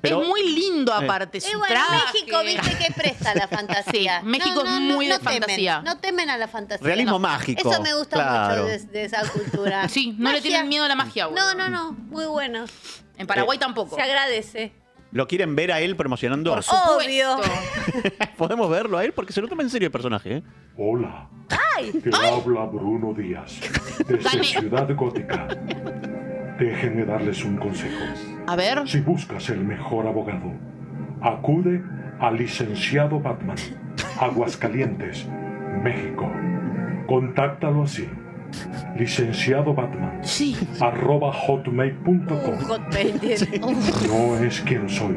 Speaker 4: pero
Speaker 2: es muy lindo aparte
Speaker 3: Eh,
Speaker 2: su
Speaker 3: bueno,
Speaker 2: traje.
Speaker 3: México, viste que presta la fantasía.
Speaker 2: Sí, México es muy de
Speaker 3: temen,
Speaker 2: fantasía.
Speaker 3: No temen a la fantasía.
Speaker 4: Realismo
Speaker 3: No.
Speaker 4: mágico,
Speaker 3: Eso me gusta
Speaker 4: claro.
Speaker 3: mucho de, de esa
Speaker 2: *laughs*
Speaker 3: cultura.
Speaker 2: Sí, no le
Speaker 3: Magia.
Speaker 2: tienen miedo a la magia. boludo.
Speaker 3: No, no, no. Muy bueno.
Speaker 2: En Paraguay
Speaker 4: Eh,
Speaker 2: tampoco.
Speaker 3: Se agradece.
Speaker 4: ¿Lo quieren ver a él promocionando?
Speaker 2: Por supuesto.
Speaker 3: Obvio.
Speaker 4: *laughs* Podemos verlo a él porque se lo toma en serio el personaje. ¿eh?
Speaker 10: Hola. Te habla Bruno
Speaker 3: *laughs*
Speaker 10: Díaz, desde
Speaker 2: Gané.
Speaker 10: Ciudad Gótica. Déjenme darles un consejo.
Speaker 2: A ver.
Speaker 10: Si buscas el mejor abogado, acude al licenciado Batman, Aguascalientes, México. Contáctalo así. Licenciado Batman,
Speaker 2: Sí.
Speaker 10: arroba hotmail.com.
Speaker 3: Un hotmail tiene.
Speaker 10: No es quien soy,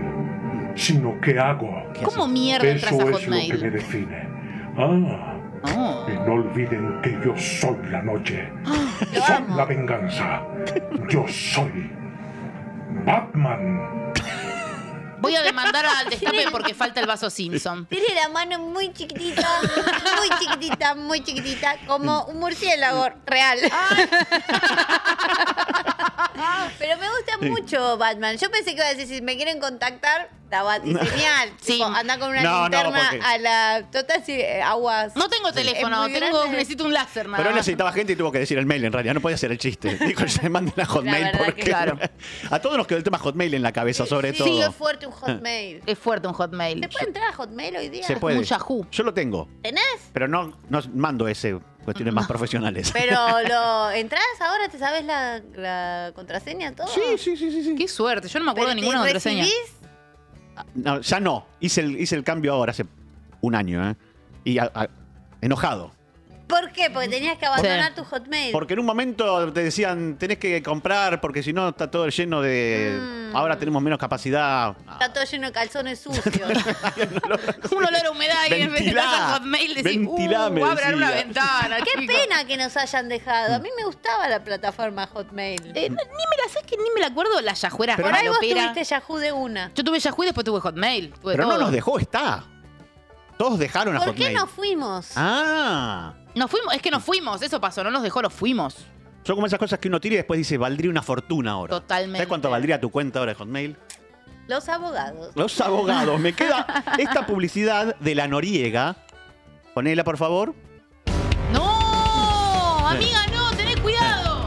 Speaker 10: sino qué hago.
Speaker 2: ¿Cómo mierda entras
Speaker 10: Eso
Speaker 2: a
Speaker 10: es lo que me
Speaker 2: Hotmail?
Speaker 10: define. Ah,
Speaker 2: Oh.
Speaker 10: y no olviden que yo soy la noche. Soy
Speaker 2: Ah.
Speaker 10: la venganza. Yo soy Batman.
Speaker 2: Voy a demandar al destape porque falta el vaso Simpson.
Speaker 3: Tiene la mano muy chiquitita, muy chiquitita, muy chiquitita, como un murciélago real. Pero me gusta mucho Batman. Yo pensé que iba a decir, si me quieren contactar, la Batiseñal.
Speaker 2: Sí.
Speaker 3: Sí. Anda con una
Speaker 4: No, no,
Speaker 3: linterna
Speaker 4: porque-
Speaker 3: a la... Total, sí, eh, aguas.
Speaker 2: No tengo teléfono,
Speaker 3: Es muy
Speaker 2: tengo,
Speaker 3: grande.
Speaker 2: necesito un láser nada
Speaker 4: Pero
Speaker 3: Ah.
Speaker 4: él
Speaker 2: más.
Speaker 4: necesitaba gente y tuvo que decir el mail en realidad, no podía hacer el
Speaker 3: *laughs*
Speaker 4: chiste. Dijo, ya me manden a Hotmail
Speaker 3: verdad que
Speaker 4: porque
Speaker 2: claro.
Speaker 4: *laughs* a todos nos quedó el tema Hotmail en la cabeza, sobre
Speaker 3: sí,
Speaker 4: todo. Ah.
Speaker 3: es fuerte un Hotmail.
Speaker 2: Es fuerte un Hotmail.
Speaker 3: ¿Se puede entrar a Hotmail hoy día?
Speaker 4: Se puede.
Speaker 2: un Yahoo.
Speaker 4: Yo lo tengo,
Speaker 3: ¿Tenés?
Speaker 4: pero no, no mando ese, cuestiones más profesionales.
Speaker 3: Pero lo entras ahora, ¿te sabes la, la contraseña? todo?
Speaker 4: Sí, sí, sí, sí. sí.
Speaker 2: Qué suerte, yo no me acuerdo de
Speaker 3: Pero
Speaker 2: ninguna
Speaker 3: te
Speaker 2: contraseña. *laughs*
Speaker 3: recibís
Speaker 4: *laughs* No, ya no, hice el, hice el cambio ahora, hace un año, ¿eh? Y a- a- enojado.
Speaker 3: ¿Por qué? Porque tenías que abandonar
Speaker 2: Sí.
Speaker 3: tu hotmail.
Speaker 4: Porque en un momento te decían, tenés que comprar porque si no está todo lleno de...
Speaker 3: Mm.
Speaker 4: Ahora tenemos menos capacidad.
Speaker 3: Está todo lleno de calzones sucios.
Speaker 2: Un olor a humedad ahí en
Speaker 4: Ventilá.
Speaker 2: a Hotmail decís,
Speaker 4: Ventilá,
Speaker 2: uh,
Speaker 4: me
Speaker 2: voy a abrir una
Speaker 4: decía.
Speaker 2: *laughs* ventana.
Speaker 3: Qué
Speaker 2: chico.
Speaker 3: pena que nos hayan dejado. A mí me gustaba la plataforma Hotmail.
Speaker 2: Eh, no, ni me la sé que ni me la acuerdo la yajuera
Speaker 3: Por ahí vos
Speaker 2: falopera.
Speaker 3: tuviste Yahoo de una.
Speaker 2: Yo tuve Yahoo y después tuve Hotmail. tuve
Speaker 4: Pero no
Speaker 2: todo.
Speaker 4: nos dejó, está. Todos dejaron a
Speaker 3: ¿Por qué
Speaker 4: Hotmail.
Speaker 3: no fuimos?
Speaker 4: Ah.
Speaker 2: Nos fuimos, es que nos fuimos, eso pasó, no nos dejó, nos fuimos.
Speaker 4: Son como esas cosas que uno tira y después dice, valdría una fortuna ahora.
Speaker 2: Totalmente.
Speaker 4: ¿Sabes cuánto valdría tu cuenta ahora de Hotmail?
Speaker 3: Los abogados.
Speaker 4: Los abogados. Me queda
Speaker 2: *laughs*
Speaker 4: esta publicidad de la Noriega. Ponela, por favor. *laughs*
Speaker 2: ¡No! Amiga, no, tenés *laughs* cuidado.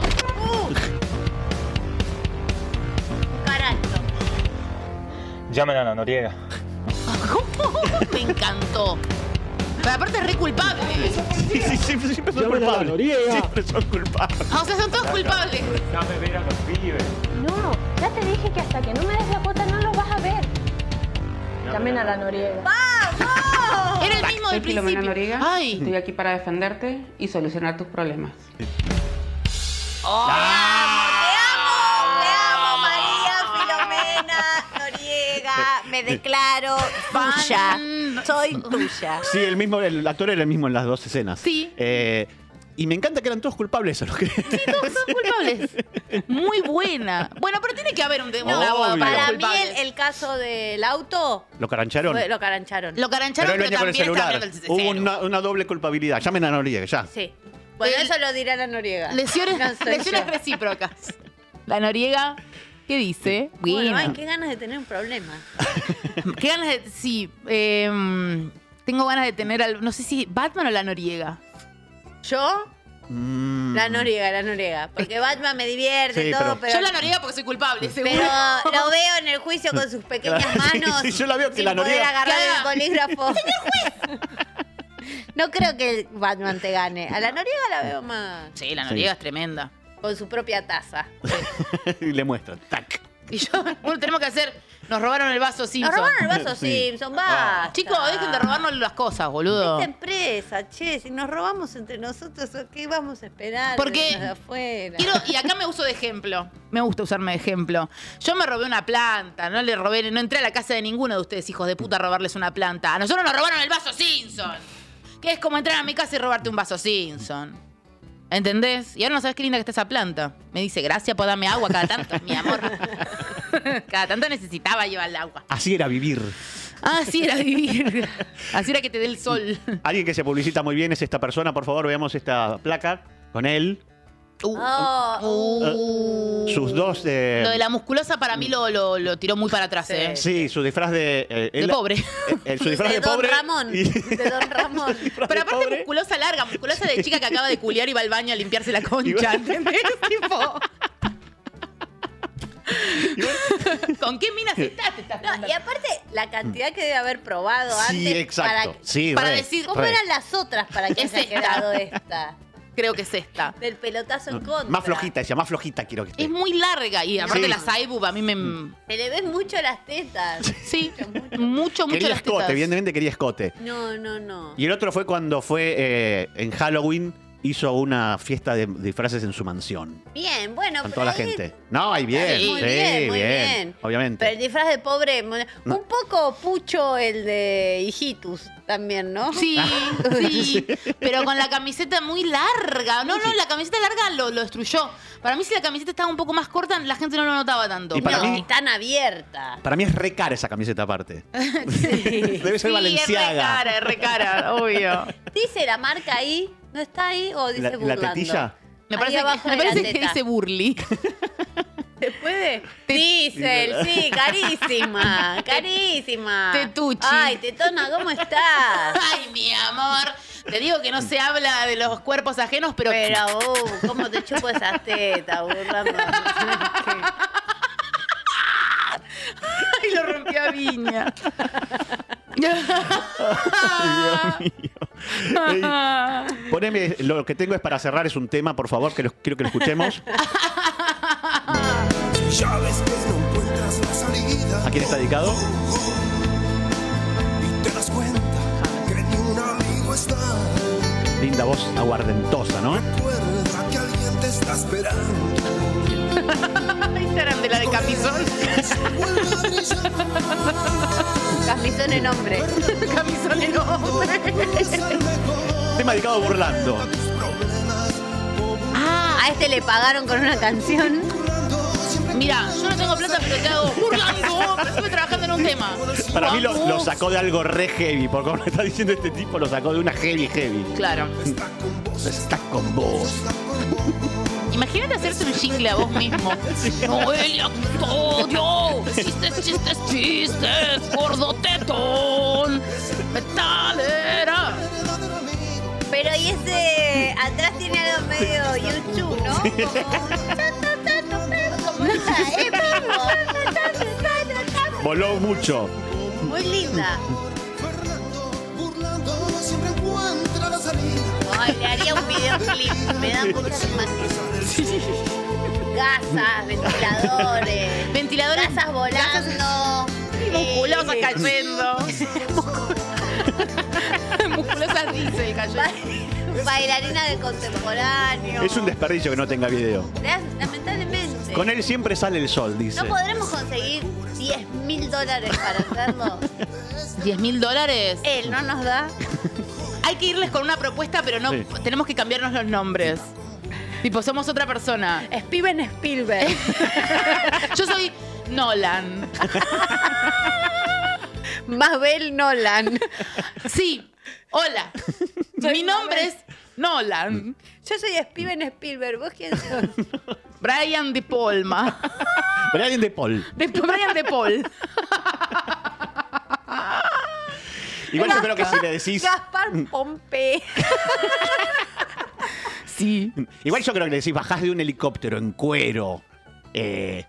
Speaker 3: Carajo.
Speaker 11: Llamen a la Noriega.
Speaker 2: Me encantó. Pero aparte es re culpable.
Speaker 4: Sí, sí, siempre, siempre son culpables. Siempre son culpables.
Speaker 2: O sea, son todos culpables.
Speaker 11: Dame ver a los pibes.
Speaker 12: No, ya te dije que hasta que no me des la cuota no los vas a ver. Llamen a la Noriega.
Speaker 2: Era el mismo del principio. Ay.
Speaker 12: aquí para defenderte y solucionar tus problemas.
Speaker 3: Te amo, María Filomena Noriega. Me declaro tuya. Soy tuya.
Speaker 4: Sí, el mismo, el actor era el mismo en las dos escenas.
Speaker 2: Sí.
Speaker 4: Eh, y me encanta que eran todos culpables a los que.
Speaker 3: *laughs*
Speaker 2: Todos son culpables. Muy buena. Bueno, pero tiene que haber un, de- un abogado
Speaker 4: Obvio.
Speaker 2: para
Speaker 3: Para
Speaker 2: los
Speaker 3: mí, el,
Speaker 2: culpables.
Speaker 3: el caso del auto
Speaker 4: *laughs* Lo carancharon.
Speaker 3: fue- lo carancharon.
Speaker 2: Lo
Speaker 4: Pero
Speaker 2: carancharon,
Speaker 4: él
Speaker 2: pero,
Speaker 4: venía con el
Speaker 2: también está
Speaker 4: celular.
Speaker 2: hablando del
Speaker 4: Hubo
Speaker 2: cero.
Speaker 4: una, una doble culpabilidad. Llamen a Noriega, ya. *laughs*
Speaker 3: Sí. Bueno,
Speaker 2: El-
Speaker 3: eso lo dirá la Noriega.
Speaker 2: Lesiones,
Speaker 3: No soy
Speaker 2: lesiones
Speaker 3: yo.
Speaker 2: recíprocas. La noriega, ¿qué dice?
Speaker 3: Bueno, ay,
Speaker 2: Bueno.
Speaker 3: qué ganas de tener un problema.
Speaker 2: ¿Qué ganas de.? Sí, em, tengo ganas de tener al. No sé si Batman o la noriega.
Speaker 3: Yo,
Speaker 4: Mm.
Speaker 3: la Noriega, la Noriega. Porque Batman me divierte
Speaker 4: Sí,
Speaker 3: y todo,
Speaker 4: pero-
Speaker 3: pero.
Speaker 2: Yo la noriega porque soy culpable, seguro.
Speaker 3: pero lo veo en el juicio con sus pequeñas
Speaker 4: Claro, *laughs* sí,
Speaker 3: manos.
Speaker 4: sí, yo la veo que
Speaker 3: sin
Speaker 4: la
Speaker 3: poder
Speaker 4: Noriega-
Speaker 3: agarrar
Speaker 2: Claro.
Speaker 3: el
Speaker 2: *laughs*
Speaker 3: bolígrafo. *laughs* No creo que Batman te gane. A la Noriega la veo más
Speaker 2: Sí, la noriega es tremenda.
Speaker 3: con su propia taza.
Speaker 4: y le muestran. Tac.
Speaker 2: Y yo, *laughs* bueno, tenemos que hacer. Nos robaron el vaso Simpson.
Speaker 3: Nos robaron el vaso
Speaker 4: *laughs* Sí. Ah.
Speaker 3: Simpson, va.
Speaker 2: Chicos, dejen de robarnos las cosas, boludo.
Speaker 3: Esta empresa, che, si nos robamos entre nosotros, ¿qué vamos a esperar?
Speaker 2: Porque
Speaker 3: de los de afuera?
Speaker 2: Quiero, y acá me uso de ejemplo. Me gusta usarme de ejemplo. Yo me robé una planta, no le robé, no entré a la casa de ninguno de ustedes, hijos de puta, a robarles una planta. A nosotros nos robaron el vaso Simpson. Que es como entrar a mi casa y robarte un vaso Simpson. ¿Entendés? Y ahora no sabes qué linda que está esa planta. Me dice, gracias por darme agua cada tanto, mi *laughs* amor. cada tanto necesitaba llevar el agua.
Speaker 4: Así era vivir.
Speaker 2: Así Ah, era vivir. Así era que te dé el sol.
Speaker 4: Alguien que se publicita muy bien es esta persona. Por favor, veamos esta placa con él.
Speaker 2: Uh,
Speaker 3: Oh,
Speaker 2: uh.
Speaker 4: Sus dos. eh,
Speaker 2: Lo de la musculosa para mí lo, lo- lo tiró muy para atrás, eh.
Speaker 4: Sí, su disfraz de. eh,
Speaker 2: De
Speaker 4: él- *laughs*
Speaker 2: pobre.
Speaker 4: eh, eh,
Speaker 2: *laughs*
Speaker 4: su disfraz de,
Speaker 3: uh, Don
Speaker 4: pobre.
Speaker 3: Ramón.
Speaker 4: y- *laughs*
Speaker 3: De Don Ramón.
Speaker 4: disfraz
Speaker 2: Pero
Speaker 4: de
Speaker 2: aparte
Speaker 4: pobre.
Speaker 2: musculosa larga, musculosa de chica que acaba de culiar y va al baño
Speaker 4: *laughs*
Speaker 2: a limpiarse la concha, ¿entendés? tipo... ¿Con qué minas estás? Te estás
Speaker 3: No, y aparte, la cantidad que debe haber probado
Speaker 4: Mm. Sí,
Speaker 3: antes
Speaker 4: exacto.
Speaker 3: para.
Speaker 4: sí,
Speaker 2: para
Speaker 4: re,
Speaker 2: decir
Speaker 3: ¿Cómo
Speaker 4: re.
Speaker 3: eran las otras para que
Speaker 2: Es
Speaker 3: haya
Speaker 2: esta.
Speaker 3: quedado esta?
Speaker 2: Creo que es esta.
Speaker 3: Del pelotazo en contra.
Speaker 4: Más flojita, decía, más flojita quiero que esté.
Speaker 2: Es muy larga y aparte
Speaker 4: Sí. Mm.
Speaker 2: la Saibub a mí me...
Speaker 3: Se le ven mucho las tetas.
Speaker 2: Sí, mucho, mucho
Speaker 4: quería
Speaker 2: las
Speaker 4: escote,
Speaker 2: tetas.
Speaker 4: evidentemente quería escote.
Speaker 3: No, no, no.
Speaker 4: Y el otro fue cuando fue eh, en Halloween, hizo una fiesta de disfraces en su mansión.
Speaker 3: Bien, bueno,
Speaker 4: con
Speaker 3: pero
Speaker 4: toda la
Speaker 3: ahí-
Speaker 4: gente. No, ahí bien.
Speaker 2: Sí.
Speaker 4: Sí,
Speaker 2: Muy
Speaker 3: bien, muy bien.
Speaker 4: Obviamente.
Speaker 3: Pero el disfraz de pobre. Un
Speaker 4: No.
Speaker 3: poco pucho el de hijitus también, ¿no?
Speaker 2: Sí,
Speaker 4: Ah. *laughs*
Speaker 2: sí, pero con la camiseta muy larga. No, no, la camiseta larga lo, lo destruyó. Para mí si la camiseta estaba un poco más corta, la gente no lo notaba tanto.
Speaker 4: Y para
Speaker 2: No.
Speaker 3: no,
Speaker 4: mí-
Speaker 3: tan abierta.
Speaker 4: Para mí es re cara esa camiseta aparte. Debe ser
Speaker 2: *laughs* Sí, es re
Speaker 4: Valenciaga.
Speaker 2: cara, es re cara, obvio.
Speaker 3: ¿Dice la marca ahí? ¿No está ahí o dice
Speaker 4: La, la
Speaker 3: burlando?
Speaker 4: tetilla.
Speaker 2: Me
Speaker 3: Ahí
Speaker 2: parece, que,
Speaker 3: abajo
Speaker 2: me
Speaker 3: de la
Speaker 2: parece que
Speaker 3: teta.
Speaker 2: dice *laughs* Burly.
Speaker 3: ¿Se puede? Diesel, *laughs*
Speaker 2: *laughs*
Speaker 3: sí, carísima, carísima.
Speaker 2: Tetuchi.
Speaker 3: Ay, Tetona, ¿cómo estás?
Speaker 2: Ay, mi amor. Te digo que no se habla de los cuerpos ajenos, pero.
Speaker 3: Pero, uh, ¿cómo te chupo esas tetas, burlando?
Speaker 2: *laughs* Ay, lo rompió a
Speaker 3: *laughs*
Speaker 2: Viña.
Speaker 4: Ay, Dios mío. *laughs* Ey, poneme, lo que tengo es para cerrar, es un tema, por favor, que lo- quiero que lo escuchemos.
Speaker 10: Sabes que no encuentras la salida.
Speaker 4: ¿A quién está dedicado?
Speaker 10: Y te das cuenta que ni un amigo está.
Speaker 4: Linda voz aguardentosa, ¿no?
Speaker 13: Recuerda que alguien te está esperando.
Speaker 2: Esta era de la de camisón.
Speaker 3: Camisón en hombre.
Speaker 2: Camisón en hombre.
Speaker 4: Tema dedicado a burlando.
Speaker 3: Ah, a este le pagaron con una canción.
Speaker 2: Mira, yo no tengo plata, pero te hago burlando. Pero estuve trabajando en un tema.
Speaker 4: Para mí lo,
Speaker 2: Vamos.
Speaker 4: lo sacó de algo re heavy, por como está diciendo este tipo, lo sacó de una heavy heavy.
Speaker 2: Claro.
Speaker 4: Está con vos.
Speaker 2: Imagínate hacerte un jingle a vos mismo. Noelia Custodio, chistes, chistes, chistes, gordo tetón, metalera.
Speaker 3: Pero y ese atrás tiene algo medio YouTube, ¿no? Como un- como esa época.
Speaker 4: Voló mucho.
Speaker 3: Muy linda. Ay, le haría un videoclip. Me da muchas imágenes. Gasas, ventiladores.
Speaker 2: Ventiladores.
Speaker 3: Gasas volando.
Speaker 2: Musculosas
Speaker 3: eh,
Speaker 2: cayendo. *laughs* Musculosas dice
Speaker 3: ba- Bailarina de contemporáneo.
Speaker 4: Es un desperdicio que no tenga video.
Speaker 3: Las- Lamentablemente.
Speaker 4: Con él siempre sale el sol, dice.
Speaker 3: No podremos conseguir 10 mil dólares para hacerlo.
Speaker 2: ¿10 mil dólares?
Speaker 3: Él no nos da.
Speaker 2: Eh, Hay que irles con una propuesta, pero no
Speaker 4: Sí.
Speaker 2: tenemos que cambiarnos los nombres. Tipo, somos otra persona.
Speaker 4: *laughs*
Speaker 3: Steven Spielberg.
Speaker 2: Yo soy Nolan.
Speaker 3: Mabel Nolan.
Speaker 2: Sí. Hola. Mi nombre es Nolan.
Speaker 3: Yo soy Steven Spielberg. ¿Vos quién
Speaker 4: *laughs*
Speaker 3: sos?
Speaker 2: Brian De Palma.
Speaker 4: Brian De Paul.
Speaker 2: De- Brian De Paul. *laughs*
Speaker 4: Igual yo creo que si le decís.
Speaker 3: Gaspar
Speaker 4: *laughs*
Speaker 3: Pompe.
Speaker 2: Sí.
Speaker 4: Igual yo creo que le decís, bajás de un helicóptero en cuero eh,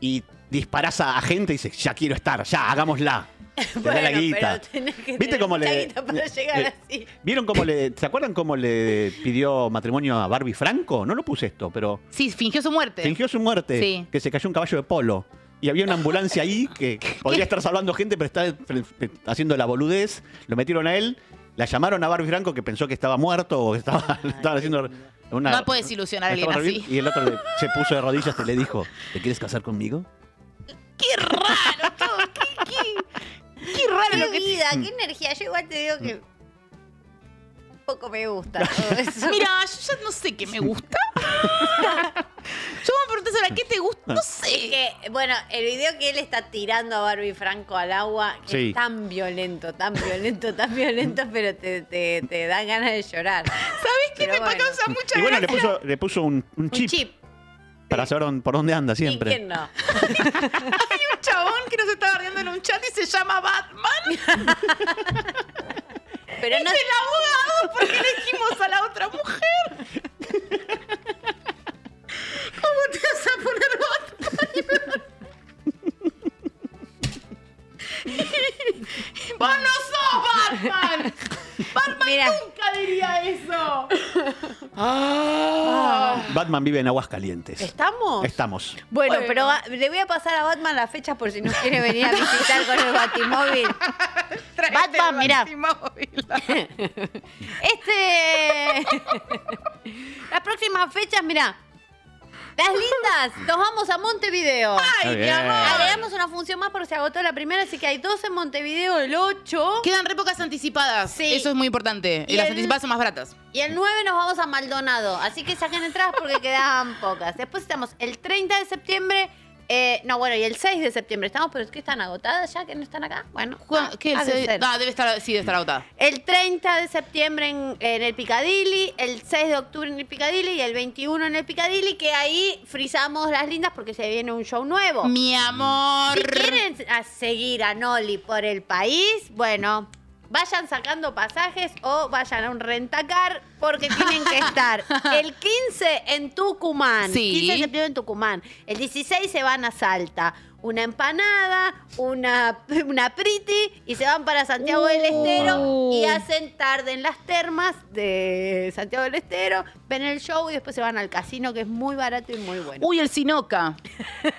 Speaker 4: y disparás a, a gente y dices, ya quiero estar, ya,
Speaker 2: *laughs*
Speaker 4: hagámosla. Te da la guita.
Speaker 3: Pero tenés que
Speaker 4: ¿Viste
Speaker 3: tener
Speaker 4: cómo
Speaker 3: mucha
Speaker 4: le-
Speaker 3: guita para
Speaker 4: le-
Speaker 3: llegar
Speaker 4: le-
Speaker 3: así.
Speaker 4: ¿Vieron cómo le. ¿Se acuerdan cómo le pidió matrimonio a Barbie Franco? No lo puse esto, pero.
Speaker 2: Sí, fingió su muerte.
Speaker 4: Fingió su muerte.
Speaker 2: Sí.
Speaker 4: Que se cayó un caballo de polo. Y había una ambulancia ahí
Speaker 2: *laughs*
Speaker 4: que podría estar salvando gente, pero está fre- fre- haciendo la boludez. Lo metieron a él. La llamaron a Barbie Franco que pensó que estaba muerto o que estaba, *laughs* estaban haciendo una.
Speaker 2: No puedes ilusionar a alguien
Speaker 4: estaban
Speaker 2: así.
Speaker 4: Y el otro le- se puso de rodillas y le dijo: ¿Te quieres casar conmigo?
Speaker 3: Qué raro lo que vida, qué energía. Yo igual te digo que un poco me
Speaker 4: *laughs*
Speaker 3: gusta todo eso.
Speaker 2: Mira, yo ya no sé qué me gusta. yo me pregunté ahora qué te gusta. No sé.
Speaker 3: *laughs* Que, bueno, el video que él está tirando a Barbie Franco al agua que
Speaker 2: Sí.
Speaker 3: es tan violento, tan violento,
Speaker 4: *laughs*
Speaker 3: tan violento, pero te, te, te dan ganas de llorar. ¿Sabes
Speaker 2: qué me causa mucha
Speaker 4: y bueno, le puso, le puso un, un chip, para saber dónde- por dónde anda siempre.
Speaker 3: ¿Quién no?
Speaker 2: Hay un chabón que nos estaba riendo en un chat y se llama Batman.
Speaker 3: Pero
Speaker 2: es
Speaker 3: no-
Speaker 2: el abogado porque elegimos a la otra mujer. ¿Cómo te vas a poner Batman? ¡Vos no sos Batman! ¡Batman nunca diría eso!
Speaker 4: Ah. Batman vive en aguas calientes.
Speaker 3: ¿Estamos?
Speaker 4: Estamos.
Speaker 3: Bueno, pero va- le voy a pasar a Batman las fechas por si nos quiere venir a visitar con
Speaker 2: *laughs*
Speaker 3: el Batimóvil. Batman, mirá. *laughs* este. *laughs* las próximas fechas, mirá. Las lindas, nos vamos a Montevideo.
Speaker 2: Ay, mi Bien. amor.
Speaker 3: Agregamos una función más porque se agotó la primera, así que hay dos en Montevideo, el 8.
Speaker 2: Quedan re pocas anticipadas.
Speaker 3: Sí.
Speaker 2: Eso es muy importante.
Speaker 3: Y
Speaker 2: Las
Speaker 3: el-
Speaker 2: anticipadas son más baratas.
Speaker 3: Y el 9 nos vamos a Maldonado, así que saquen entradas porque quedaban pocas. Después estamos el 30 de septiembre, eh, no, bueno, y el 6 de septiembre estamos, pero es que están agotadas ya, que no están acá. Bueno,
Speaker 2: Juan, ¿Qué?
Speaker 3: ha de
Speaker 2: Se-
Speaker 3: ser.
Speaker 2: Ah, debe estar, sí, debe estar agotada.
Speaker 3: El 30 de septiembre en, en el Picadilly, el 6 de octubre en el Picadilly y el 21 en el Picadilly, que ahí frizamos las lindas porque se viene un show nuevo.
Speaker 2: Mi amor.
Speaker 3: Si quieren a- seguir a Noli por el país, bueno, vayan sacando pasajes o vayan a un rentacar porque tienen
Speaker 2: *laughs*
Speaker 3: que estar el 15 en Tucumán.
Speaker 2: Sí.
Speaker 3: 15 de septiembre en Tucumán. El 16 se van a Salta. Una empanada, una, *laughs* una priti y se van para Santiago
Speaker 2: Uh.
Speaker 3: del Estero y hacen tarde en las termas de Santiago del Estero, ven el show y después se van al casino que es muy barato y muy bueno.
Speaker 2: Uy, el Sinoca.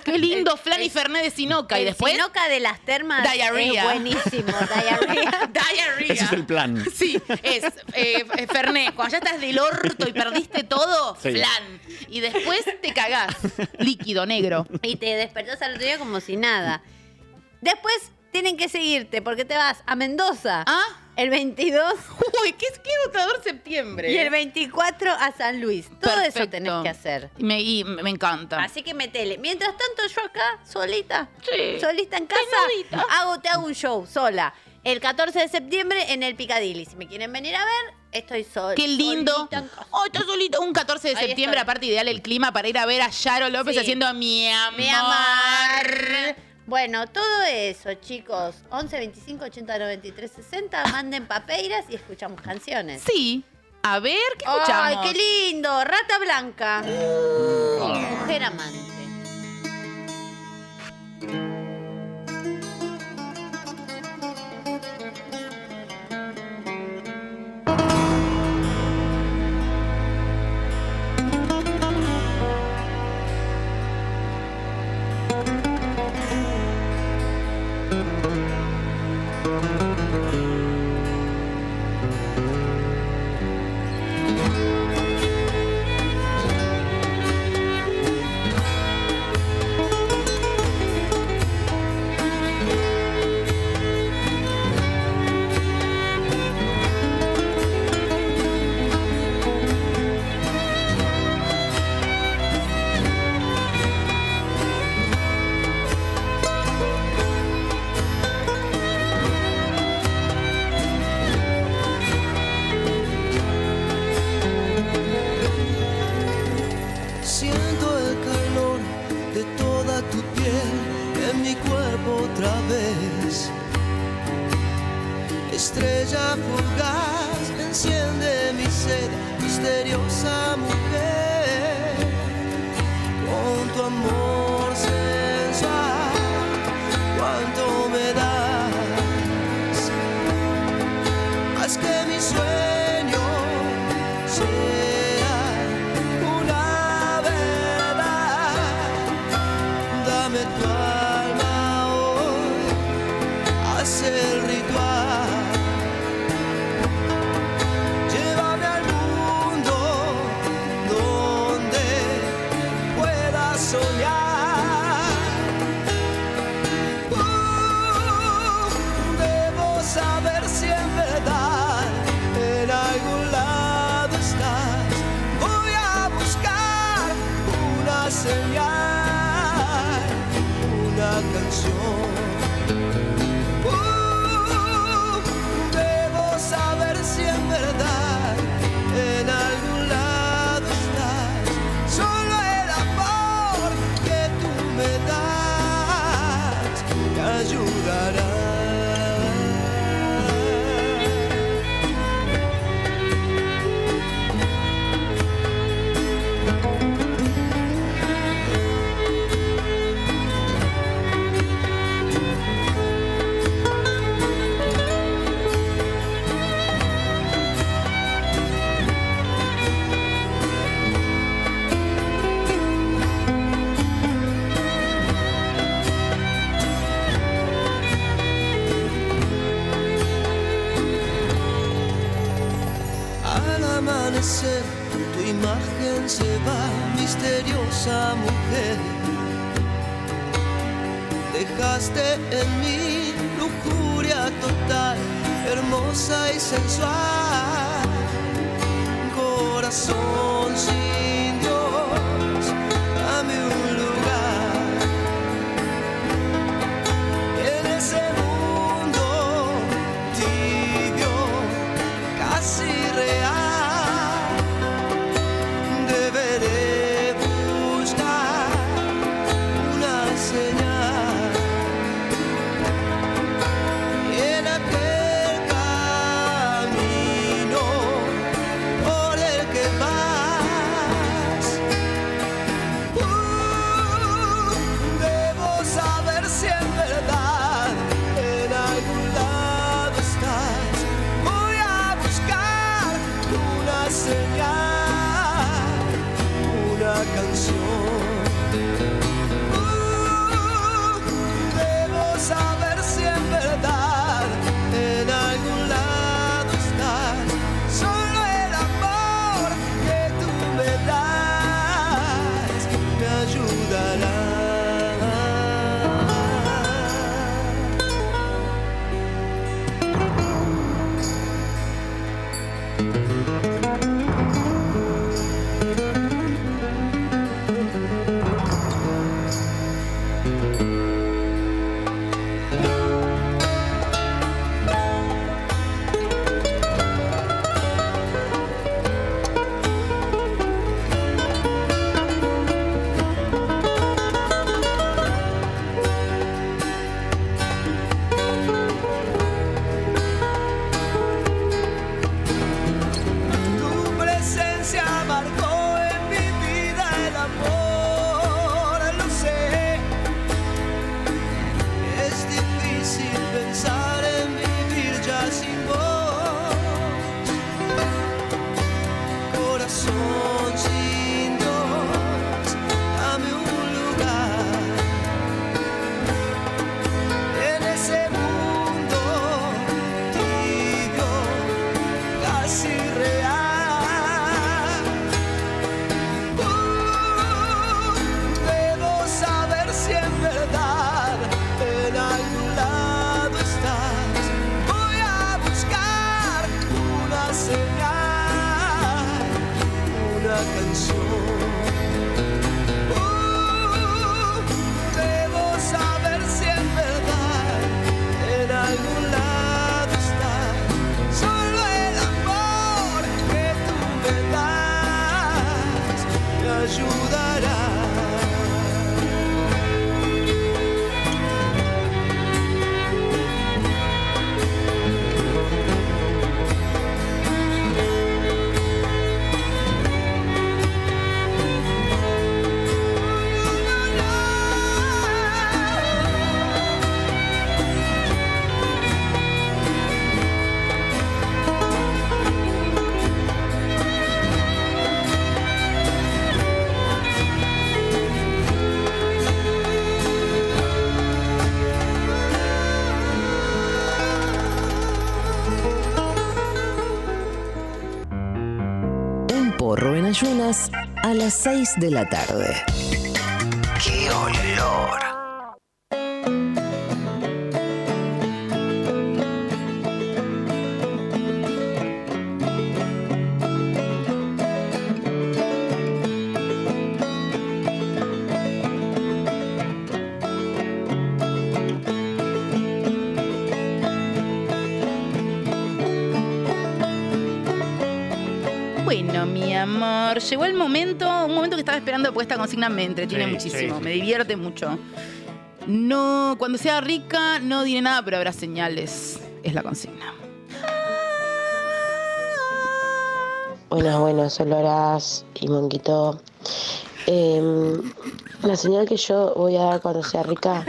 Speaker 2: Qué lindo flan y fernet de Sinoca. Y
Speaker 3: El
Speaker 2: después.
Speaker 3: Sinoca de las termas
Speaker 2: Diarrea. *laughs*
Speaker 3: es buenísimo. Diarrea.
Speaker 2: Diarrea. *laughs*
Speaker 4: Ese es el plan.
Speaker 2: Sí, es eh, eh, fernet con Cuando ya estás del orto y perdiste todo,
Speaker 3: Sí.
Speaker 2: flan. Y después te cagás. Líquido negro.
Speaker 3: Y te despertás al otro día como si nada. Después tienen que seguirte porque te vas a Mendoza.
Speaker 2: Ah.
Speaker 3: El 22.
Speaker 2: Uy, qué es que septiembre.
Speaker 3: Y el 24 a San Luis. Todo eso tenés que hacer.
Speaker 2: Y me, y me encanta.
Speaker 3: Así que metele. Mientras tanto, yo acá, solita.
Speaker 2: Sí.
Speaker 3: Solita en casa. Hago, te hago un show sola. El 14 de septiembre en el Picadilly. Si me quieren venir a ver, estoy sola.
Speaker 2: Qué lindo.
Speaker 3: Solita.
Speaker 2: Oh, está solito. Un 14 de
Speaker 3: Ahí
Speaker 2: septiembre,
Speaker 3: estoy.
Speaker 2: aparte ideal el clima para ir a ver a Yaro López
Speaker 3: Sí.
Speaker 2: haciendo mi amor.
Speaker 3: Mi amor. Bueno, todo eso, chicos. 11 25 80 93 60. Manden papeiras y escuchamos canciones.
Speaker 2: Sí. A ver, ¿qué
Speaker 3: ¡Ay,
Speaker 2: escuchamos?
Speaker 3: qué lindo! Rata Blanca. Mujer amante.
Speaker 14: Siento el calor de toda tu piel en mi cuerpo otra vez. Estrella fugaz enciende mi sed, misteriosa mujer. Con tu amor sensual, cuánto me das. Haz que mi sueño sea una verdad. Dame tu alma hoy, haz el ritual. Llévame al mundo donde pueda soñar. Oh, Debo saber si en verdad en algún lado estás. Voy a buscar una señal, una canción. Oh, Debo saber si en verdad en algún lado estás. Solo el amor que tú me das te ayudará. Al amanecer tu imagen se va, misteriosa mujer. Dejaste en mí lujuria total, hermosa y sensual. Corazón sin Dios, dame un lugar. En ese mundo tibio casi real. Deberé buscar una señal. Y en aquel camino por el que vas, embargo en mi vida el amor lo sé. Es difícil pensar en vivir ya sin vos. Corazón sin dos, dame un lugar. En ese mundo tibio, casi real. Debo saber si en verdad en algún lado estás. Voy a buscar una señal, una canción. Debo saber si en verdad en algún lado estás. Solo el amor que tú me das me ayudará.
Speaker 6: Un porro en ayunas a las 6 de la tarde. ¡Qué olor!
Speaker 2: Bueno, mi amor, llegó el momento, un momento que estaba esperando, porque esta consigna me entretiene
Speaker 4: Sí,
Speaker 2: muchísimo,
Speaker 4: sí, sí.
Speaker 2: me divierte mucho. No, cuando sea rica no diré nada, pero habrá señales, es la consigna.
Speaker 15: Buenas, buenas, Oloras y Monquito. Eh, la señal que yo voy a dar cuando sea rica,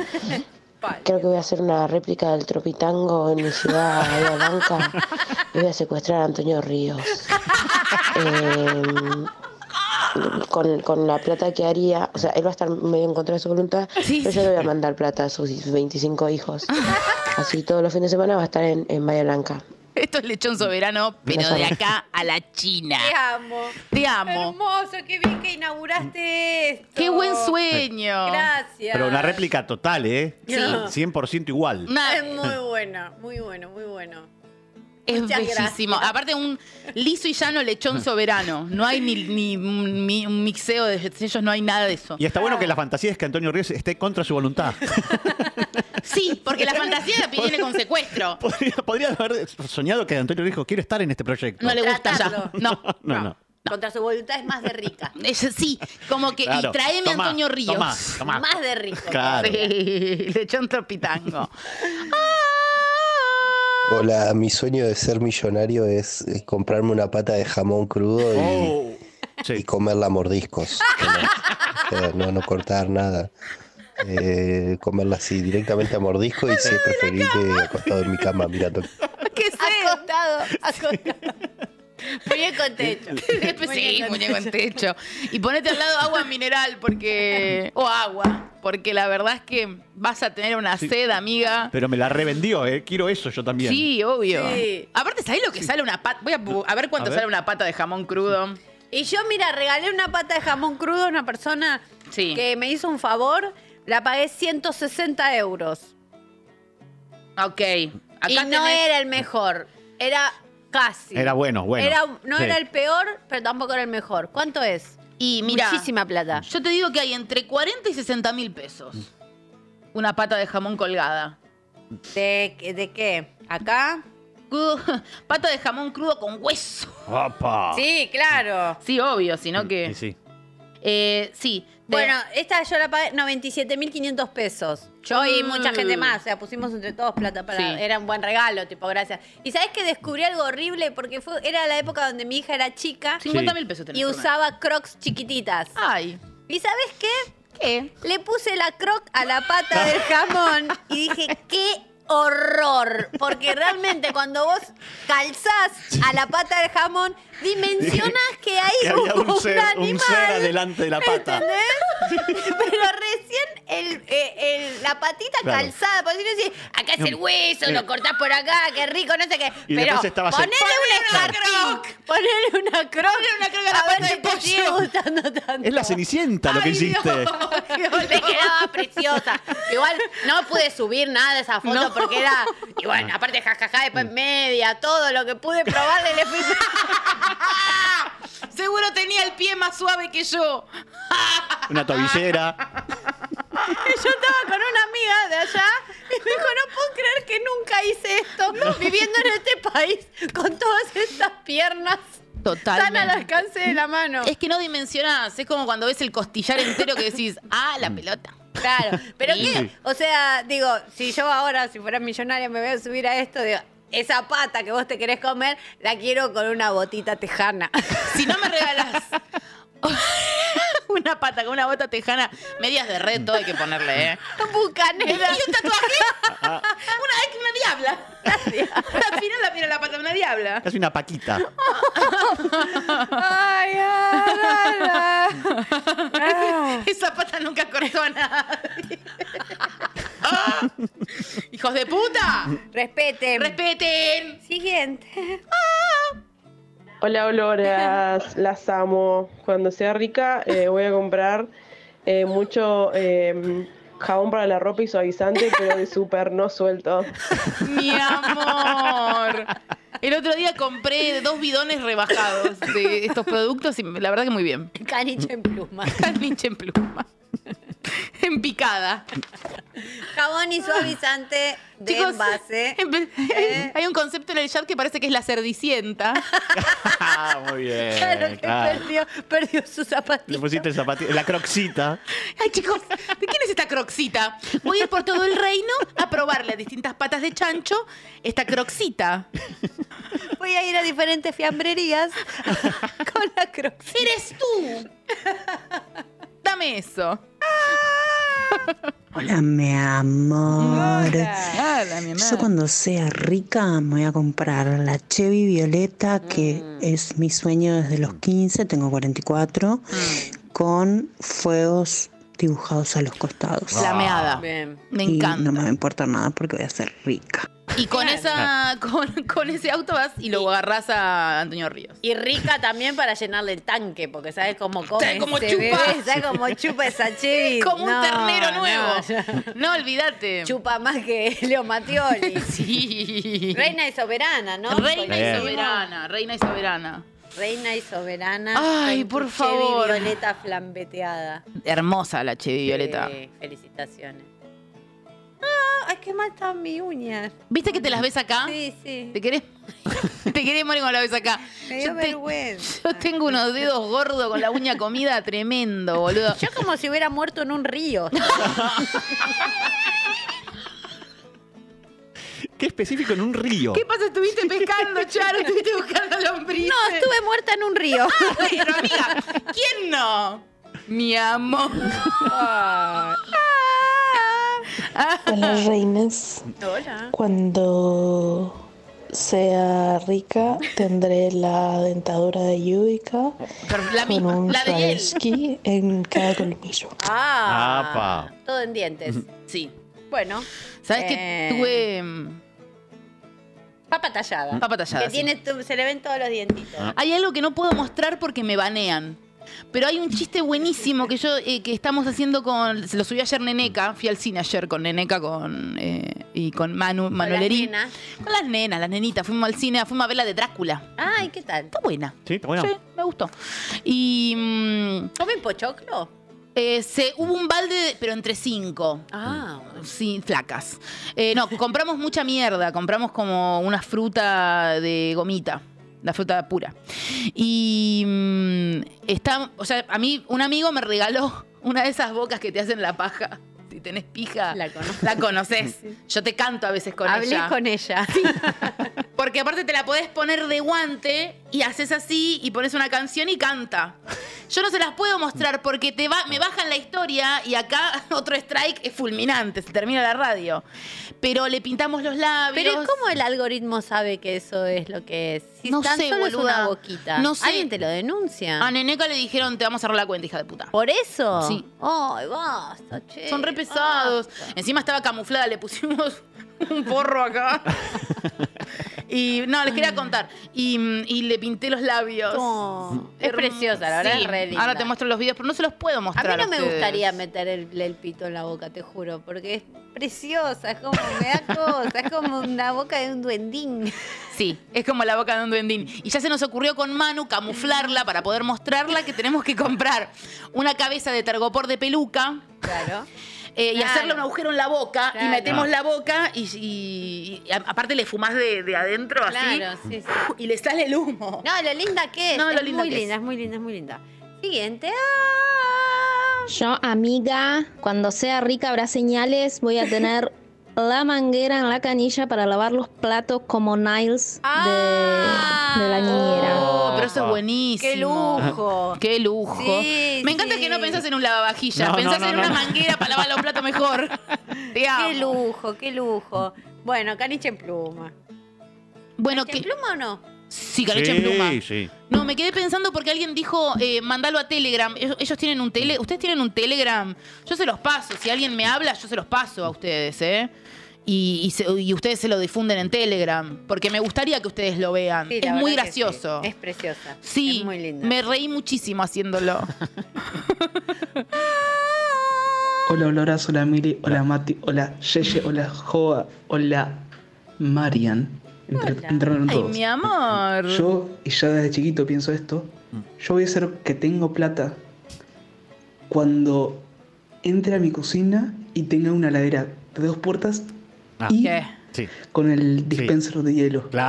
Speaker 15: creo que voy a hacer una réplica del Tropitango en mi ciudad, Bahía Blanca, y voy a secuestrar a Antonio Ríos. Eh, con, con la plata que haría, o sea, él va a estar medio en contra de su voluntad, pero yo le voy a mandar plata a sus 25
Speaker 2: *laughs*
Speaker 15: hijos. Así todos los fines de semana va a estar en, en Bahía Blanca.
Speaker 2: Esto es lechón soberano, pero de acá a la China.
Speaker 3: Te amo.
Speaker 2: Te amo.
Speaker 3: Hermoso, qué bien que inauguraste esto.
Speaker 2: Qué buen sueño.
Speaker 3: Gracias.
Speaker 4: Pero una réplica total, ¿eh?
Speaker 3: Sí.
Speaker 4: 100% igual.
Speaker 3: Es muy bueno, muy bueno, muy bueno.
Speaker 2: Es
Speaker 3: Muchas
Speaker 2: bellísimo. Aparte, un liso y
Speaker 4: *laughs*
Speaker 2: llano lechón soberano. No hay ni, ni un mi- un mixeo de sellos, no hay nada de eso.
Speaker 4: Y está bueno que la fantasía es que Antonio Ríos esté contra su
Speaker 2: *laughs*
Speaker 4: voluntad. *laughs*
Speaker 2: Sí, porque la fantasía viene con secuestro.
Speaker 4: podría, podría haber soñado que Antonio Ríos dijo, quiero estar en este proyecto. *laughs*
Speaker 2: No le gusta ya. No.
Speaker 4: no, no.
Speaker 3: Contra su voluntad es más de rica.
Speaker 2: Es- sí, como que.
Speaker 4: Claro.
Speaker 2: Y tráeme
Speaker 4: Tomá,
Speaker 2: a Antonio Ríos.
Speaker 4: tomá, tomá.
Speaker 3: Más de rico.
Speaker 4: Claro.
Speaker 2: Sí, *laughs*
Speaker 4: *laughs*
Speaker 2: lechón tropitango.
Speaker 16: Hola, mi sueño de ser millonario es eh, comprarme una pata de jamón crudo y,
Speaker 14: Oh.
Speaker 4: Oh.
Speaker 16: y comerla a mordiscos. Eh, eh, No, no cortar nada. Eh, comerla así, directamente a mordisco y si es preferible acostado en mi cama mirando.
Speaker 2: ¿Qué sé?
Speaker 3: Acostado, acostado. Muñeco en techo.
Speaker 2: Después, sí, muñeco en techo. Y ponete al lado agua mineral, porque. O agua. Porque la verdad es que vas a tener una
Speaker 4: Sí.
Speaker 2: sed, amiga.
Speaker 4: Pero me la revendió, ¿eh? Quiero eso yo también.
Speaker 2: Sí, obvio.
Speaker 3: Sí.
Speaker 2: Aparte, ¿sabés lo que sale una pata? Voy a, bu- a ver cuánto
Speaker 4: A ver.
Speaker 2: sale una pata de jamón crudo.
Speaker 3: Y yo, mira, regalé una pata de jamón crudo a una persona
Speaker 2: Sí.
Speaker 3: que me hizo un favor. La pagué 160 euros.
Speaker 2: Ok.
Speaker 3: y
Speaker 2: Acá
Speaker 3: no
Speaker 2: tenés-
Speaker 3: era el mejor. Era casi.
Speaker 4: Era bueno, bueno.
Speaker 3: Era- no
Speaker 4: Sí.
Speaker 3: era el peor, pero tampoco era el mejor. ¿Cuánto es?
Speaker 2: Y mira,
Speaker 3: Muchísima plata.
Speaker 2: Yo te digo que hay entre 40 y 60 mil pesos. Una pata de jamón colgada.
Speaker 3: ¿De, de qué? ¿Acá?
Speaker 2: Crudo- *laughs* pata de jamón crudo con hueso.
Speaker 4: ¡Apa!
Speaker 3: Sí, claro.
Speaker 2: Sí, obvio, sino que.
Speaker 4: Mm, Y sí.
Speaker 2: Eh, sí. te-
Speaker 3: Bueno, esta yo la pagué 97.500 pesos. Yo y
Speaker 15: Mm.
Speaker 3: mucha gente más. O sea, pusimos entre todos plata para.
Speaker 15: Sí.
Speaker 3: Era un buen regalo, tipo, gracias. Y sabes que descubrí algo horrible porque fue, era la época donde mi hija era chica.
Speaker 2: 50.000 pesos tenés
Speaker 3: Y
Speaker 2: por mes.
Speaker 3: usaba crocs chiquititas.
Speaker 2: Ay.
Speaker 3: ¿Y sabes qué? ¿Qué? Le puse la croc a la
Speaker 4: *laughs*
Speaker 3: pata del jamón y dije, qué horror. Porque realmente cuando vos calzás a la pata del jamón, dimensionás
Speaker 4: *laughs*
Speaker 3: que hay
Speaker 4: Que había
Speaker 3: un,
Speaker 4: un ser,
Speaker 3: animal.
Speaker 4: un ser adelante de la pata. *laughs*
Speaker 3: ¿Entendés? Pero recién el, eh, el- la patita
Speaker 4: Claro. eh.
Speaker 3: calzada, por decirlo así, acá es el hueso, lo cortás por acá, qué rico, no sé qué.
Speaker 4: Y
Speaker 3: Pero
Speaker 4: después estaba
Speaker 3: ponele un
Speaker 4: sentado.
Speaker 3: escartín, ponele una croc, ponele una croc a la pata del pollo.
Speaker 4: Es la cenicienta lo que hiciste.
Speaker 3: *laughs*
Speaker 15: Me quedaba preciosa. Igual no pude subir nada de esa foto
Speaker 3: No.
Speaker 15: porque era. Y bueno, aparte, jajaja,
Speaker 4: Mm.
Speaker 15: después media, todo lo que pude probarle le fui.
Speaker 2: Seguro tenía el pie más suave que yo.
Speaker 4: Una tobillera.
Speaker 3: Y *laughs* yo estaba con una amiga de allá y me dijo, no puedo creer que nunca hice esto, viviendo en este país con todas estas piernas
Speaker 2: Totalmente.
Speaker 3: tan al alcance de la mano.
Speaker 2: Es que no dimensionás, es como cuando ves el costillar entero que *laughs* decís, ah, la pelota.
Speaker 3: Claro, pero
Speaker 2: Sí.
Speaker 3: que, o sea, digo, si yo ahora, si fuera millonaria, me voy a subir a esto, digo, esa pata que vos te querés comer, la quiero con una botita *laughs* tejana.
Speaker 2: Si no me
Speaker 3: *laughs*
Speaker 2: regalás una pata con una bota tejana, medias de red, todo hay que ponerle, ¿eh?
Speaker 3: *laughs* Bucanera.
Speaker 2: *laughs* Y un *laughs* tatuaje. Ah, una, es que una *laughs* diabla. La pira, la pira, la pata, una *laughs* diabla.
Speaker 4: Casi una paquita.
Speaker 3: Ay,
Speaker 2: ah,
Speaker 3: ay,
Speaker 2: *laughs* Esa pata nunca cortó a *laughs* nadie. ¡Ah! ¡Hijos de puta! Em.
Speaker 3: Respeten.
Speaker 2: Respeten.
Speaker 3: Siguiente. *laughs*
Speaker 17: Hola, oloras, las amo. Cuando sea rica eh, voy a comprar eh, mucho eh, jabón para la ropa y suavizante, pero de súper, no suelto.
Speaker 2: Mi amor. El otro día compré dos bidones rebajados de estos productos y la verdad que muy bien. *laughs*
Speaker 3: Caniche en *laughs* pluma.
Speaker 2: Caniche en pluma. En picada.
Speaker 3: Jabón y suavizante de
Speaker 2: Chicos, *laughs*
Speaker 3: *laughs* envase. eh.
Speaker 2: empe- Hay un concepto en el chat que parece que es la
Speaker 3: *laughs*
Speaker 2: cerdicienta.
Speaker 4: Ah, muy bien.
Speaker 2: Claro que
Speaker 4: claro.
Speaker 2: perdió,
Speaker 3: perdió su zapatito.
Speaker 4: Le pusiste el zapatito, la croxita.
Speaker 2: Ay, chicos, ¿de quién es esta croxita? Voy a ir por todo el reino a probarle a distintas patas de chancho esta croxita.
Speaker 3: Voy a ir a diferentes fiambrerías *laughs* con la crocs.
Speaker 2: ¡Eres tú! Dame eso.
Speaker 5: Hola, mi amor.
Speaker 2: Hola, mi
Speaker 5: Yo cuando sea rica me voy a comprar la Chevy Violeta, que
Speaker 2: Mm.
Speaker 5: es mi sueño desde los 15, tengo 44,
Speaker 2: Mm.
Speaker 5: con fuegos dibujados a los costados.
Speaker 4: Ah.
Speaker 2: Flameada. Me
Speaker 5: Y
Speaker 2: encanta.
Speaker 5: no me va a importar nada porque voy a ser rica.
Speaker 2: Y con esa, con, con ese auto vas y lo agarrás a Antonio Ríos.
Speaker 15: Y rica también para llenarle el tanque, porque sabes cómo come.
Speaker 2: ¿Sabes cómo
Speaker 15: ese
Speaker 2: chupa?
Speaker 15: bebé,
Speaker 3: ¿Sabes cómo chupa esa chevy?
Speaker 2: Como un
Speaker 3: No,
Speaker 2: ternero
Speaker 3: no,
Speaker 2: nuevo. No, olvídate.
Speaker 3: Chupa más que *laughs* Leo Matioli.
Speaker 2: *laughs* sí.
Speaker 3: *laughs* Reina y soberana, ¿no?
Speaker 2: Reina
Speaker 3: Bien.
Speaker 2: y soberana, reina y soberana.
Speaker 3: Reina y soberana.
Speaker 2: Ay,
Speaker 3: con
Speaker 2: por
Speaker 3: tu
Speaker 2: favor.
Speaker 3: Chevy violeta flambeteada.
Speaker 2: Hermosa la Chevy Violeta.
Speaker 3: Sí, felicitaciones. Ah, ay, qué mal están mis uñas.
Speaker 2: ¿Viste que te las ves acá?
Speaker 3: Sí, sí.
Speaker 2: ¿Te querés? *laughs* Te querés morir con la ves acá.
Speaker 3: Me dio
Speaker 2: te-
Speaker 3: vergüenza.
Speaker 2: yo tengo unos dedos gordos con la uña comida tremendo, boludo.
Speaker 3: Yo como si hubiera muerto en un
Speaker 2: *laughs*
Speaker 3: río.
Speaker 4: Qué específico en un río.
Speaker 2: ¿Qué pasa? Estuviste pescando, Charo, estuviste buscando lombrices.
Speaker 3: No, estuve muerta en un río.
Speaker 2: pero amiga, ¿quién no? Mi *laughs* amor.
Speaker 7: Hola, reinas.
Speaker 3: Hola.
Speaker 7: Cuando sea rica, tendré la dentadura de Yudica
Speaker 2: la
Speaker 7: con
Speaker 2: misma,
Speaker 7: un
Speaker 2: la de él.
Speaker 7: Swarovski en cada colmillo.
Speaker 3: Ah. Todo en dientes.
Speaker 2: Sí.
Speaker 3: Bueno.
Speaker 2: ¿Sabes qué?
Speaker 3: eh,
Speaker 2: Tuve. mm,
Speaker 3: Papa tallada.
Speaker 2: Papa tallada,
Speaker 3: Que
Speaker 2: sí. Ah.
Speaker 3: tiene tu- se le ven todos los dientitos.
Speaker 2: Hay algo que no puedo mostrar porque me banean. Pero hay un chiste buenísimo que yo eh, que estamos haciendo con. se Lo subí ayer Neneca. Fui al cine ayer con Neneca con, eh, y con Manu, Manuelerín.
Speaker 3: nenas.
Speaker 2: Con las nenas, las nenitas. Fuimos al cine, fuimos a ver la de Drácula.
Speaker 3: Ay, ¿qué tal?
Speaker 2: Está buena.
Speaker 4: Sí, está bueno.
Speaker 2: Sí, me gustó. Y. mm,
Speaker 3: ¿Comen pochoclo?
Speaker 2: eh, se, hubo un balde, de- pero entre cinco.
Speaker 3: Ah.
Speaker 2: Sí, flacas. Eh, no, compramos mucha mierda. Compramos como una fruta de gomita. la fruta pura. Y mm, está, o sea, a mí un amigo me regaló una de esas bocas que te hacen la paja. Si tenés pija, la, conoces.
Speaker 3: *laughs*
Speaker 2: Yo te canto a veces *laughs* con
Speaker 3: Ah, Hablé
Speaker 2: ella.
Speaker 3: con ella.
Speaker 2: Porque aparte te la podés poner de guante y haces así y pones una canción y canta. Yo no se las puedo mostrar porque te va, me bajan la historia y acá *laughs* otro strike es fulminante, se termina la radio. Pero le pintamos los labios.
Speaker 3: Pero ¿cómo el algoritmo sabe que eso es lo que es? Si
Speaker 2: No
Speaker 3: tan
Speaker 2: sé,
Speaker 3: solo es
Speaker 2: boluda.
Speaker 3: una boquita.
Speaker 2: No sé.
Speaker 3: Alguien te lo denuncia.
Speaker 2: A Neneca le dijeron, te vamos a cerrar la cuenta, hija de puta.
Speaker 3: ¿Por eso?
Speaker 2: Sí.
Speaker 3: Ay, basta, che.
Speaker 2: Son re pesados. Encima estaba camuflada, le pusimos *laughs* un porro acá. y no, les quería contar. Y, mm, y le pinté los labios.
Speaker 3: es preciosa, la verdad,
Speaker 2: Sí,
Speaker 3: es re linda.
Speaker 2: Ahora te muestro los videos, pero no se los puedo
Speaker 3: A
Speaker 2: mostrar.
Speaker 3: mí no me
Speaker 2: ustedes.
Speaker 3: gustaría meter el, el pito en la boca, te juro, porque es preciosa, es como, me da cosa, es como una boca de un duendín.
Speaker 2: Sí, es como la boca de un duendín. Y ya se nos ocurrió con Manu camuflarla para poder mostrarla que tenemos que comprar una cabeza de tergopor de peluca.
Speaker 3: Claro.
Speaker 2: eh, y
Speaker 3: Claro.
Speaker 2: hacerle un agujero en la boca y
Speaker 3: Claro.
Speaker 15: Ah.
Speaker 2: metemos la boca y, y- y a- aparte le fumás de, de adentro así
Speaker 3: Claro, sí, sí.
Speaker 2: *laughs* y le sale el humo.
Speaker 3: No, lo linda que es.
Speaker 2: No, lo
Speaker 3: es
Speaker 2: linda
Speaker 3: muy
Speaker 2: que es.
Speaker 3: linda, es muy linda, es muy linda. Siguiente. Ah.
Speaker 15: Yo, amiga, cuando sea rica habrá señales, voy a tener la manguera en la canilla para lavar los platos como Niles de, de la niñera.
Speaker 2: Oh, pero eso es buenísimo.
Speaker 15: Qué lujo.
Speaker 2: Qué lujo.
Speaker 15: Sí,
Speaker 2: Me encanta que no pensás en un lavavajilla,
Speaker 15: No, no,
Speaker 2: pensás
Speaker 15: no,
Speaker 2: en
Speaker 15: no,
Speaker 2: una
Speaker 15: no.
Speaker 2: manguera para lavar los platos
Speaker 3: *laughs*
Speaker 2: mejor.
Speaker 3: Qué lujo, qué lujo. Bueno, caniche en pluma.
Speaker 2: Bueno,
Speaker 3: ¿Caniche en pluma o no?
Speaker 2: Sí, caniche en pluma. No, me quedé pensando porque alguien dijo, eh, mandalo a Telegram. Ellos, ellos tienen un tele, ustedes tienen un Telegram. Yo se los paso. Si alguien me habla, yo se los paso a ustedes, ¿eh? Y, y se- y ustedes se lo difunden en Telegram. Porque me gustaría que ustedes lo vean.
Speaker 3: Sí, la
Speaker 2: es muy
Speaker 3: verdad que sí.
Speaker 2: gracioso.
Speaker 3: Es preciosa.
Speaker 2: Sí,
Speaker 3: Es muy linda.
Speaker 2: me reí
Speaker 18: *laughs*
Speaker 2: muchísimo haciéndolo.
Speaker 18: Hola Olora, hola Miri, hola Mati, hola Yeye, hola Joa, hola Marian. Entre- Entraron
Speaker 2: Ay,
Speaker 18: todos.
Speaker 2: mi amor.
Speaker 18: Yo, y ya desde chiquito pienso esto, yo voy a ser que tengo plata cuando entre a mi cocina y tenga una ladera de dos puertas y con el dispenser de hielo. Entonces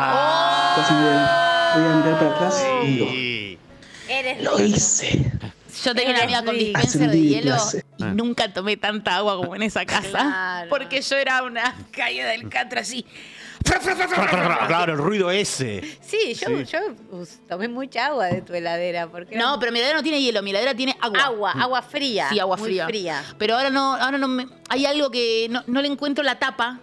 Speaker 18: voy a- voy a mirar para atrás
Speaker 2: Oh.
Speaker 18: y digo,
Speaker 3: Eres
Speaker 18: lo hice.
Speaker 2: Yo tenía una amiga con dispenser de
Speaker 18: Ascendí de
Speaker 2: hielo
Speaker 18: clase.
Speaker 2: y
Speaker 18: Ah.
Speaker 2: nunca tomé tanta agua como en esa casa. Porque yo era una caída del catra así.
Speaker 4: Claro, el ruido ese.
Speaker 3: Sí, yo,
Speaker 4: Sí.
Speaker 3: yo us- tomé mucha agua de tu heladera. porque
Speaker 2: No, pero mi heladera no tiene hielo, mi heladera tiene agua. Mm.
Speaker 3: Agua, agua fría.
Speaker 2: Sí, agua
Speaker 3: muy
Speaker 2: fría. Pero ahora no, ahora no me- hay algo que no, no le encuentro la tapa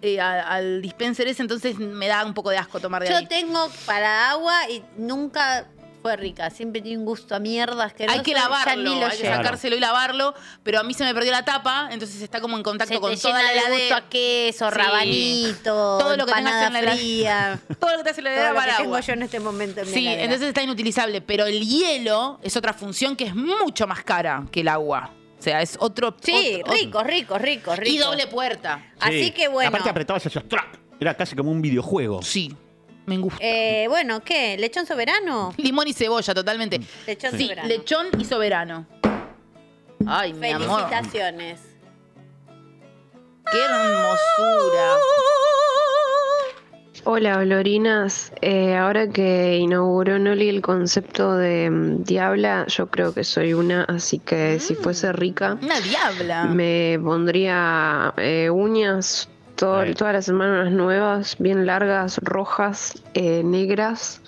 Speaker 2: eh, a- al dispenser ese, entonces me da un poco de asco tomar de
Speaker 3: Yo
Speaker 2: ahí.
Speaker 3: tengo para agua y nunca fue rica. Siempre tiene un gusto a mierdas que
Speaker 2: Hay que lavarlo, hay que sacárselo y lavarlo, pero a mí se me perdió la tapa, entonces está como en contacto
Speaker 3: Se
Speaker 2: con
Speaker 3: te
Speaker 2: toda
Speaker 3: llena
Speaker 2: la
Speaker 3: de gusto
Speaker 2: heladera.
Speaker 3: a queso, rabanito,
Speaker 2: todo lo que tengas en la
Speaker 3: empanada
Speaker 2: heladera.
Speaker 3: fría.
Speaker 2: *laughs* Todo lo que te hace la heladera
Speaker 3: Todo lo
Speaker 2: para
Speaker 3: que tengo
Speaker 2: agua.
Speaker 3: yo en este momento en mi
Speaker 2: Sí,
Speaker 3: heladera.
Speaker 2: entonces está inutilizable, pero el hielo es otra función que es mucho más cara que el agua. O sea, es otro
Speaker 3: Sí,
Speaker 2: otro-
Speaker 3: rico, rico, rico, rico.
Speaker 2: Y doble puerta.
Speaker 3: Así
Speaker 4: Sí.
Speaker 3: que bueno.
Speaker 4: Aparte apretabas y hacías ¡trac! Era casi como un videojuego.
Speaker 2: Sí. Me gusta.
Speaker 3: Eh, bueno, ¿qué? ¿Lechón soberano?
Speaker 2: Limón y cebolla, totalmente.
Speaker 3: Lechón
Speaker 2: Sí,
Speaker 3: soberano.
Speaker 2: lechón y soberano. Ay, mi amor.
Speaker 3: Felicitaciones.
Speaker 2: Qué hermosura.
Speaker 19: Hola, olorinas. Eh, ahora que inauguró Noli el concepto de mm, diabla, yo creo que soy una, así que si fuese rica,
Speaker 2: Una diabla.
Speaker 19: me pondría eh, uñas todo, toda la semana unas nuevas, bien largas, rojas, eh, negras.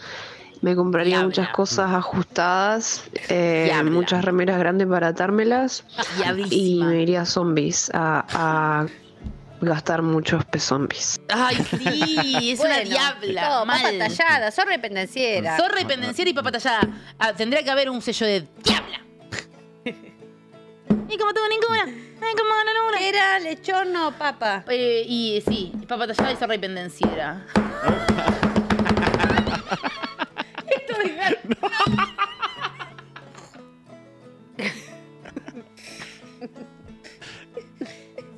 Speaker 19: Me compraría muchas cosas ajustadas, eh, muchas remeras grandes para atármelas y me iría a zombies a, a gastar muchos pezombis.
Speaker 2: Ay, sí, es una
Speaker 3: Bueno,
Speaker 2: diabla.
Speaker 3: todo,
Speaker 2: mal.
Speaker 3: papa tallada, zorra y pendenciera.
Speaker 2: Zorra y pendenciera y papa tallada. Ah, tendría que haber un sello de diabla. *laughs* Ni como tuvo ninguna. Ni como ganó una.
Speaker 3: Era lechón o papa.
Speaker 2: Eh, y sí, papa tallada y zorra y pendenciera. Esto es divertido.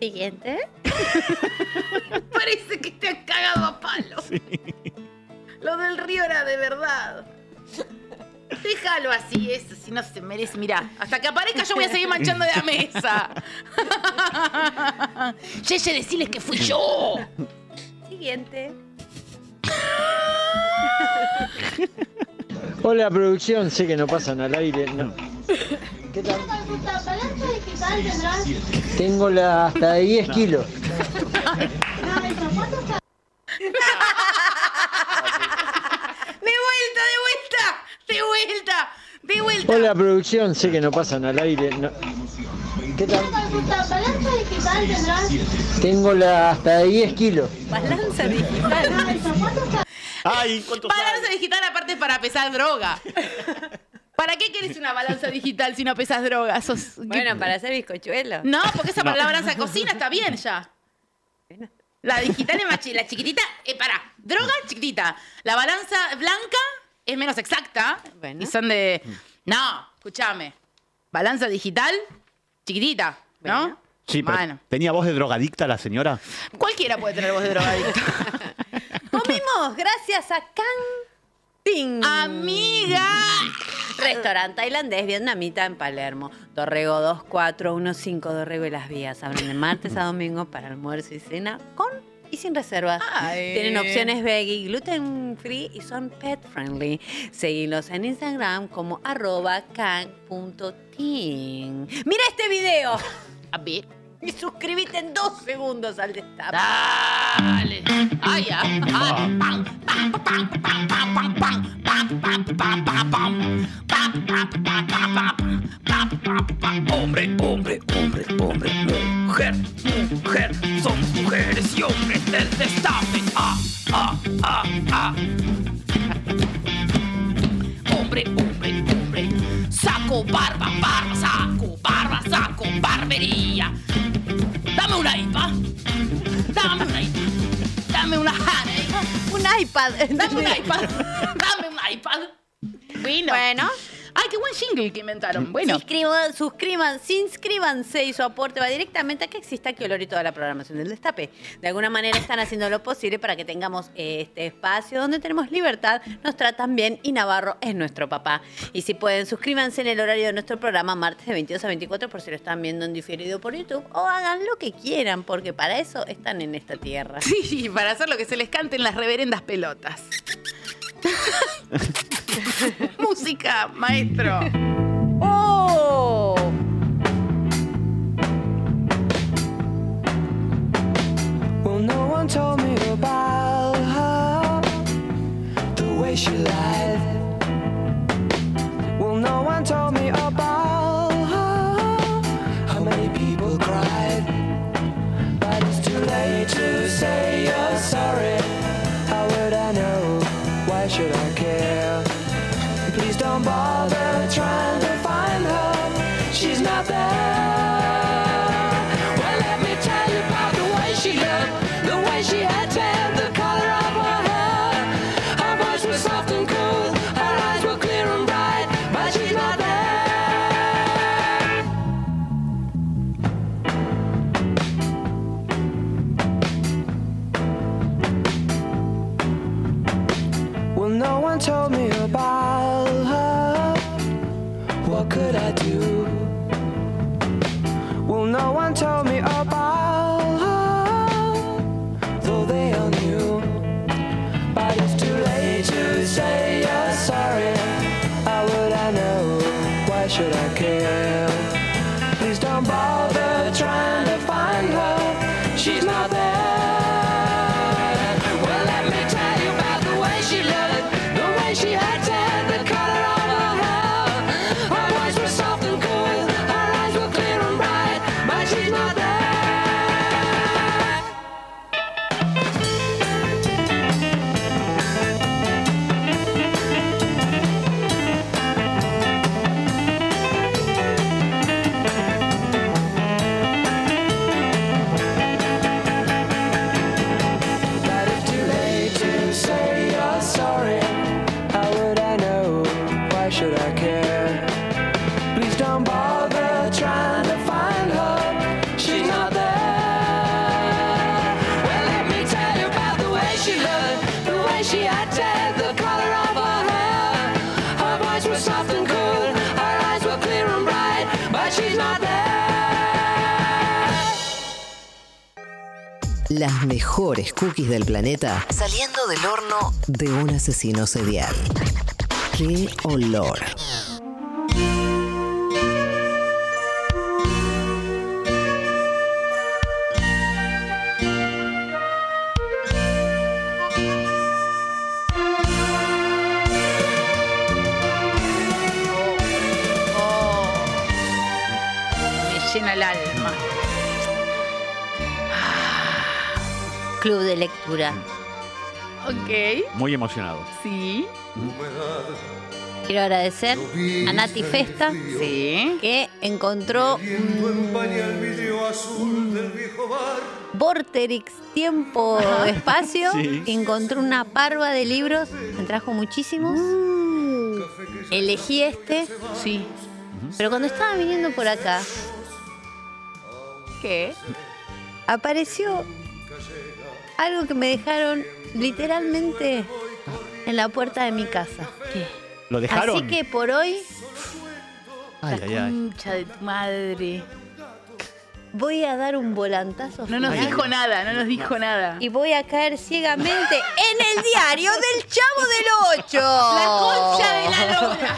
Speaker 3: Siguiente.
Speaker 2: *laughs* Parece que te han cagado a palo. Lo del río era de verdad. Déjalo así, eso, si no se merece. Mira, hasta que aparezca yo voy a seguir manchando de la mesa. Yeye, deciles que fui yo.
Speaker 3: Siguiente.
Speaker 9: Hola producción, sé que no pasan al aire. No. Tengo la, hasta 10 kilos.
Speaker 2: ¡De vuelta, de vuelta! ¡De vuelta! ¡De vuelta!
Speaker 9: Hola producción, sé que no pasan al aire. No. Tengo la, hasta 10 kilos.
Speaker 3: Balanza digital.
Speaker 4: Ay, ¿cuánto
Speaker 2: Balanza digital aparte es para pesar droga. ¿Para qué querés una balanza digital si no pesas droga? Sos-
Speaker 3: Bueno, para hacer bizcochuelo.
Speaker 2: No, porque esa
Speaker 3: No.
Speaker 2: para la balanza cocina está bien ya. La digital es más chi- la chiquitita, eh, para, droga chiquitita. La balanza blanca es menos exacta. Y son de. No, escúchame. Balanza digital, chiquitita, ¿no?
Speaker 4: Sí, pero
Speaker 2: Bueno.
Speaker 4: ¿tenía voz de drogadicta la señora?
Speaker 2: Cualquiera puede tener voz de *laughs* drogadicto.
Speaker 3: Comimos gracias a Cantin.
Speaker 2: Amiga.
Speaker 3: Restaurante tailandés vietnamita en Palermo. Dorrego 2415 Dorrego y las Vías. Abren de martes
Speaker 2: Mm.
Speaker 3: a domingo para almuerzo y cena con y sin reservas.
Speaker 20: Ay.
Speaker 3: Tienen opciones veggie, gluten free y son pet friendly. Seguilos en Instagram como arroba can.ting. Mira este video.
Speaker 2: A ver.
Speaker 3: Y suscríbete en dos segundos al destape.
Speaker 2: Dale. Ay, ah, ah, pam, pam, pam, pam, pam, pam, pam, pam, pam, pam, pam, pam. Pam, pam, pam, pam, pam, pam, pam, pam, pam.
Speaker 21: Hombre, hombre, hombre, hombre, mujer, mujer, somos mujeres y hombres del destape. Ah, ah, ah, ah. Hombre, hombre, hombre, saco barba, barba, saco barba, saco barbería. Dame una IPA, dame una IPA, dame una Harley,
Speaker 2: *laughs*
Speaker 3: Un iPad.
Speaker 2: Dame
Speaker 3: *laughs*
Speaker 2: un iPad. Dame un iPad. Bueno. Mm. Ay, qué buen jingle que inventaron. Bueno.
Speaker 3: Suscriban, suscriban, se inscríbanse y su aporte va directamente a que exista aquí olor y toda la programación del Destape. De alguna manera están haciendo lo posible para que tengamos este espacio donde tenemos libertad, nos tratan bien y Navarro es nuestro papá. Y si pueden, suscríbanse en el horario de nuestro programa martes de 22 a 24 por si lo están viendo en diferido por YouTube o hagan lo que quieran porque para eso están en esta tierra.
Speaker 2: Sí, para hacer lo que *laughs* se les cante en las reverendas pelotas. *laughs* Música, maestro.
Speaker 3: ¡Oh!
Speaker 7: Well, no one told me about her, the way she lied. Well, no one told me about her, how many people cried. But it's too late to say you're sorry. How would I know? Why should I care? Please don't bother trying to find her. She's not there. Well, let me tell you about the way she looked, the way she had hair, the color of her hair. Her voice was soft and cool, her eyes were clear and bright, but she's not there. Well, no one told me about her. What could I do? Well, no one told me about her, though they all knew. But it's too late to say you're sorry. How would I know? Why should I care? Please don't bother trying to find her. She's not there. Well, let me tell you about the way she looked, the way she had hair, the color of her hair. Her voice was soft and cool, her eyes were clear and bright, but she's not there.
Speaker 6: Las mejores cookies del planeta
Speaker 8: Saliendo del horno.
Speaker 6: de un asesino serial. ¡Qué olor!
Speaker 2: Me llena el alma.
Speaker 3: Club de lectura.
Speaker 2: Ok.
Speaker 4: Muy emocionado.
Speaker 2: Sí.
Speaker 3: Quiero agradecer a Nati Festa que encontró Vorterix Tiempo
Speaker 7: Ajá.
Speaker 3: Espacio.
Speaker 7: Sí.
Speaker 3: Encontró una parva de libros. Me trajo muchísimos. Elegí este.
Speaker 2: Sí.
Speaker 3: Pero cuando estaba viniendo por acá,
Speaker 2: ¿Qué?
Speaker 3: apareció algo que me dejaron literalmente en la puerta de mi casa.
Speaker 4: ¿Lo dejaron?
Speaker 3: Así que por hoy
Speaker 4: Ay, ay, ay.
Speaker 2: Concha de tu madre.
Speaker 3: voy a dar un volantazo.
Speaker 2: No nos
Speaker 3: final.
Speaker 2: dijo nada, no nos dijo nada.
Speaker 3: Y voy a caer ciegamente en el diario del Chavo del Ocho.
Speaker 2: La concha de la lora.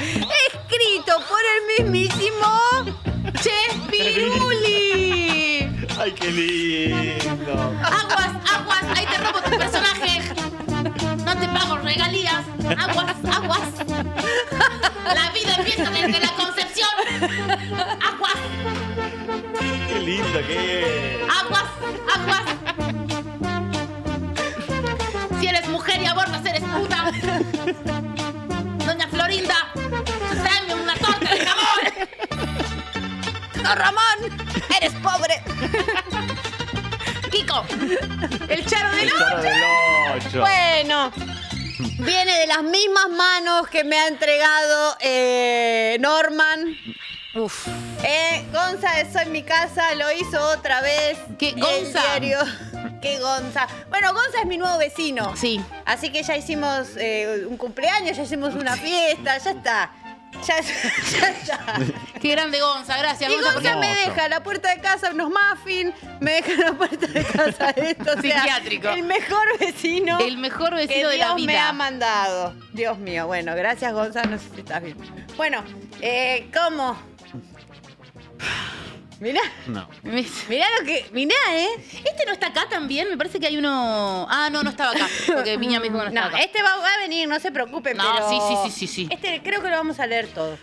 Speaker 3: Escrito por el mismísimo Chespiruli.
Speaker 4: ¡Ay, qué lindo!
Speaker 1: Aguas, aguas, ahí te robo tu personaje. No te pago regalías. Aguas, aguas. La vida empieza desde la concepción. Aguas,
Speaker 4: ¡Qué lindo que es!
Speaker 1: aguas, aguas. Si eres mujer y abortas, eres puta. Doña Florinda, tráeme una torta de jamón.
Speaker 3: ¡No, Ramón! ¡Eres pobre!
Speaker 2: Kiko, el Charo del
Speaker 4: El Charo
Speaker 2: Ocho.
Speaker 4: del Ocho.
Speaker 3: Bueno, viene de las mismas manos que me ha entregado eh, Norman. Uf. Eh, Gonza eso en mi casa, lo hizo otra vez. ¿Qué
Speaker 2: Gonza?
Speaker 3: *laughs* ¿Qué Gonza? Bueno, Gonza es mi nuevo vecino.
Speaker 2: Sí.
Speaker 3: Así que ya hicimos eh, un cumpleaños, ya hicimos una fiesta, ya está. Ya, *laughs* ya está.
Speaker 2: Qué grande Gonza, gracias.
Speaker 3: Y
Speaker 2: Gonza,
Speaker 3: Gonza
Speaker 2: por-
Speaker 3: me deja a la puerta de casa unos muffins, me deja a la puerta de casa esto. o sea,
Speaker 2: Psiquiátrico.
Speaker 3: el mejor vecino.
Speaker 2: El mejor vecino
Speaker 3: que
Speaker 2: de la
Speaker 3: Dios me
Speaker 2: vida.
Speaker 3: ha mandado. Dios mío, bueno, gracias Gonza, no sé si estás bien. Bueno, eh, ¿cómo? Mirá,
Speaker 4: No.
Speaker 3: mirá lo que. Mirá, ¿eh?
Speaker 2: Este no está acá también, me parece que hay uno. Ah, no, no estaba acá. Porque Viña me dijo que no estaba
Speaker 3: No,
Speaker 2: acá.
Speaker 3: este va, va a venir, no se preocupen,
Speaker 2: No,
Speaker 3: pero...
Speaker 2: sí, sí, sí, sí, sí.
Speaker 3: Este creo que lo vamos a leer todo.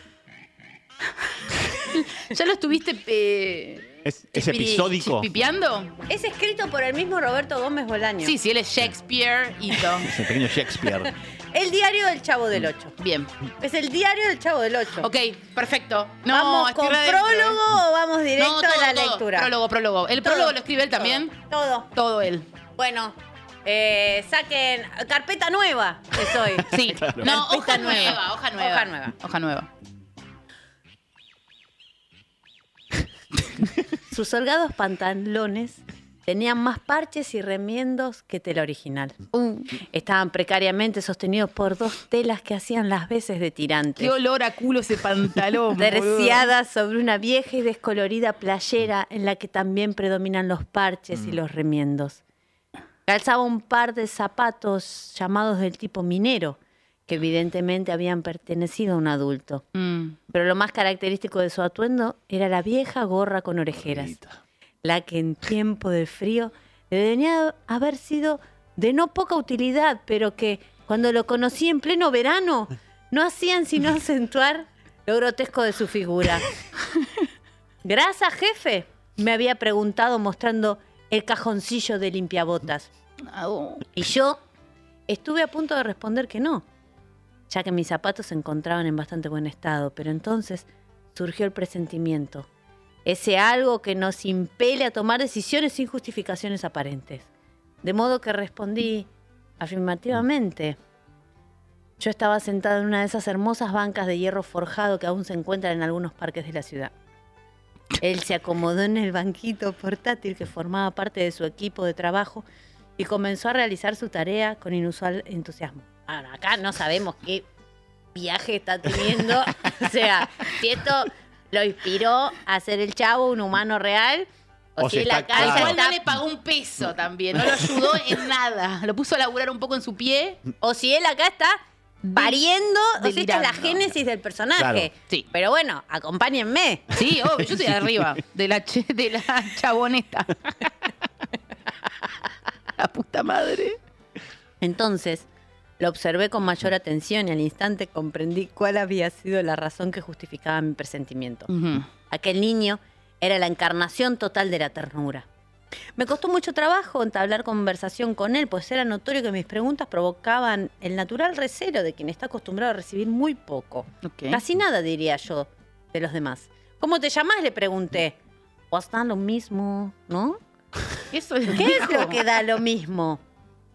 Speaker 2: ¿Ya lo estuviste eh,
Speaker 4: ¿Es, es episódico?
Speaker 2: pipiando?
Speaker 3: Es escrito por el mismo Roberto Gómez Bolaño.
Speaker 2: Sí, sí, él es Shakespeare y todo.
Speaker 4: Es el pequeño
Speaker 3: *laughs*
Speaker 4: Shakespeare.
Speaker 3: El diario del Chavo del Ocho.
Speaker 2: Bien.
Speaker 3: Es el diario del Chavo del Ocho.
Speaker 2: Ok, perfecto. No,
Speaker 3: ¿Vamos con
Speaker 2: estoy re adentro,
Speaker 3: prólogo
Speaker 2: ¿eh?
Speaker 3: o vamos directo
Speaker 2: No,
Speaker 3: a
Speaker 2: todo,
Speaker 3: la
Speaker 2: todo.
Speaker 3: lectura?
Speaker 2: Prólogo, prólogo. El
Speaker 3: Todo,
Speaker 2: prólogo lo escribe él también.
Speaker 3: Todo.
Speaker 2: Todo él.
Speaker 3: Bueno, eh, saquen carpeta nueva que soy.
Speaker 2: *laughs* Sí.
Speaker 3: Claro.
Speaker 2: No,
Speaker 3: Carpeta
Speaker 2: hoja
Speaker 3: nueva.
Speaker 2: nueva, hoja nueva.
Speaker 3: Hoja nueva.
Speaker 2: Hoja nueva.
Speaker 3: Sus holgados pantalones tenían más parches y remiendos que tela original.
Speaker 2: Uh.
Speaker 3: Estaban precariamente sostenidos por dos telas que hacían las veces de tirantes.
Speaker 2: Qué olor a culo ese *laughs* pantalón. boludo.
Speaker 3: Terciada sobre una vieja y descolorida playera en la que también predominan los parches
Speaker 2: Mm.
Speaker 3: y los remiendos. Calzaba un par de zapatos llamados del tipo minero, que evidentemente habían pertenecido a un adulto.
Speaker 2: Mm.
Speaker 3: Pero lo más característico de su atuendo era la vieja gorra con orejeras, la que en tiempo de frío debería haber sido de no poca utilidad, pero que cuando lo conocí en pleno verano no hacían sino acentuar lo grotesco de su figura. Gracias, jefe, me había preguntado mostrando el cajoncillo de limpiabotas. Y yo estuve a punto de responder que no, ya que mis zapatos se encontraban en bastante buen estado, pero entonces surgió el presentimiento, ese algo que nos impele a tomar decisiones sin justificaciones aparentes. De modo que respondí afirmativamente. Yo estaba sentada en una de esas hermosas bancas de hierro forjado que aún se encuentran en algunos parques de la ciudad. Él se acomodó en el banquito portátil que formaba parte de su equipo de trabajo y comenzó a realizar su tarea con inusual entusiasmo. Ahora, acá no sabemos qué viaje está teniendo. o sea, si esto lo inspiró a ser el chavo, un humano real,
Speaker 2: O,
Speaker 4: O
Speaker 2: si
Speaker 4: si
Speaker 2: la
Speaker 4: está
Speaker 2: cara
Speaker 4: claro.
Speaker 2: igual no le pagó un peso también, no lo ayudó en nada. *laughs* Lo puso a laburar un poco en su pie.
Speaker 3: O si él acá está pariendo, o sea, esta es la génesis del personaje.
Speaker 2: Claro.
Speaker 3: Sí. Pero bueno, acompáñenme.
Speaker 2: Sí, obvio, yo estoy *laughs* arriba de la, che- de la *laughs* chaboneta. la puta madre.
Speaker 3: Entonces, lo observé con mayor atención y al instante comprendí cuál había sido la razón que justificaba mi presentimiento.
Speaker 2: Ujú.
Speaker 3: Aquel niño era la encarnación total de la ternura. Me costó mucho trabajo entablar conversación con él, pues era notorio que mis preguntas provocaban el natural recelo de quien está acostumbrado a recibir muy poco. Casi nada, diría yo, de los demás. ¿Cómo te llamás? Le pregunté. Pues da lo mismo, ¿no?
Speaker 2: Eso es
Speaker 3: ¿Qué es lo que da lo mismo?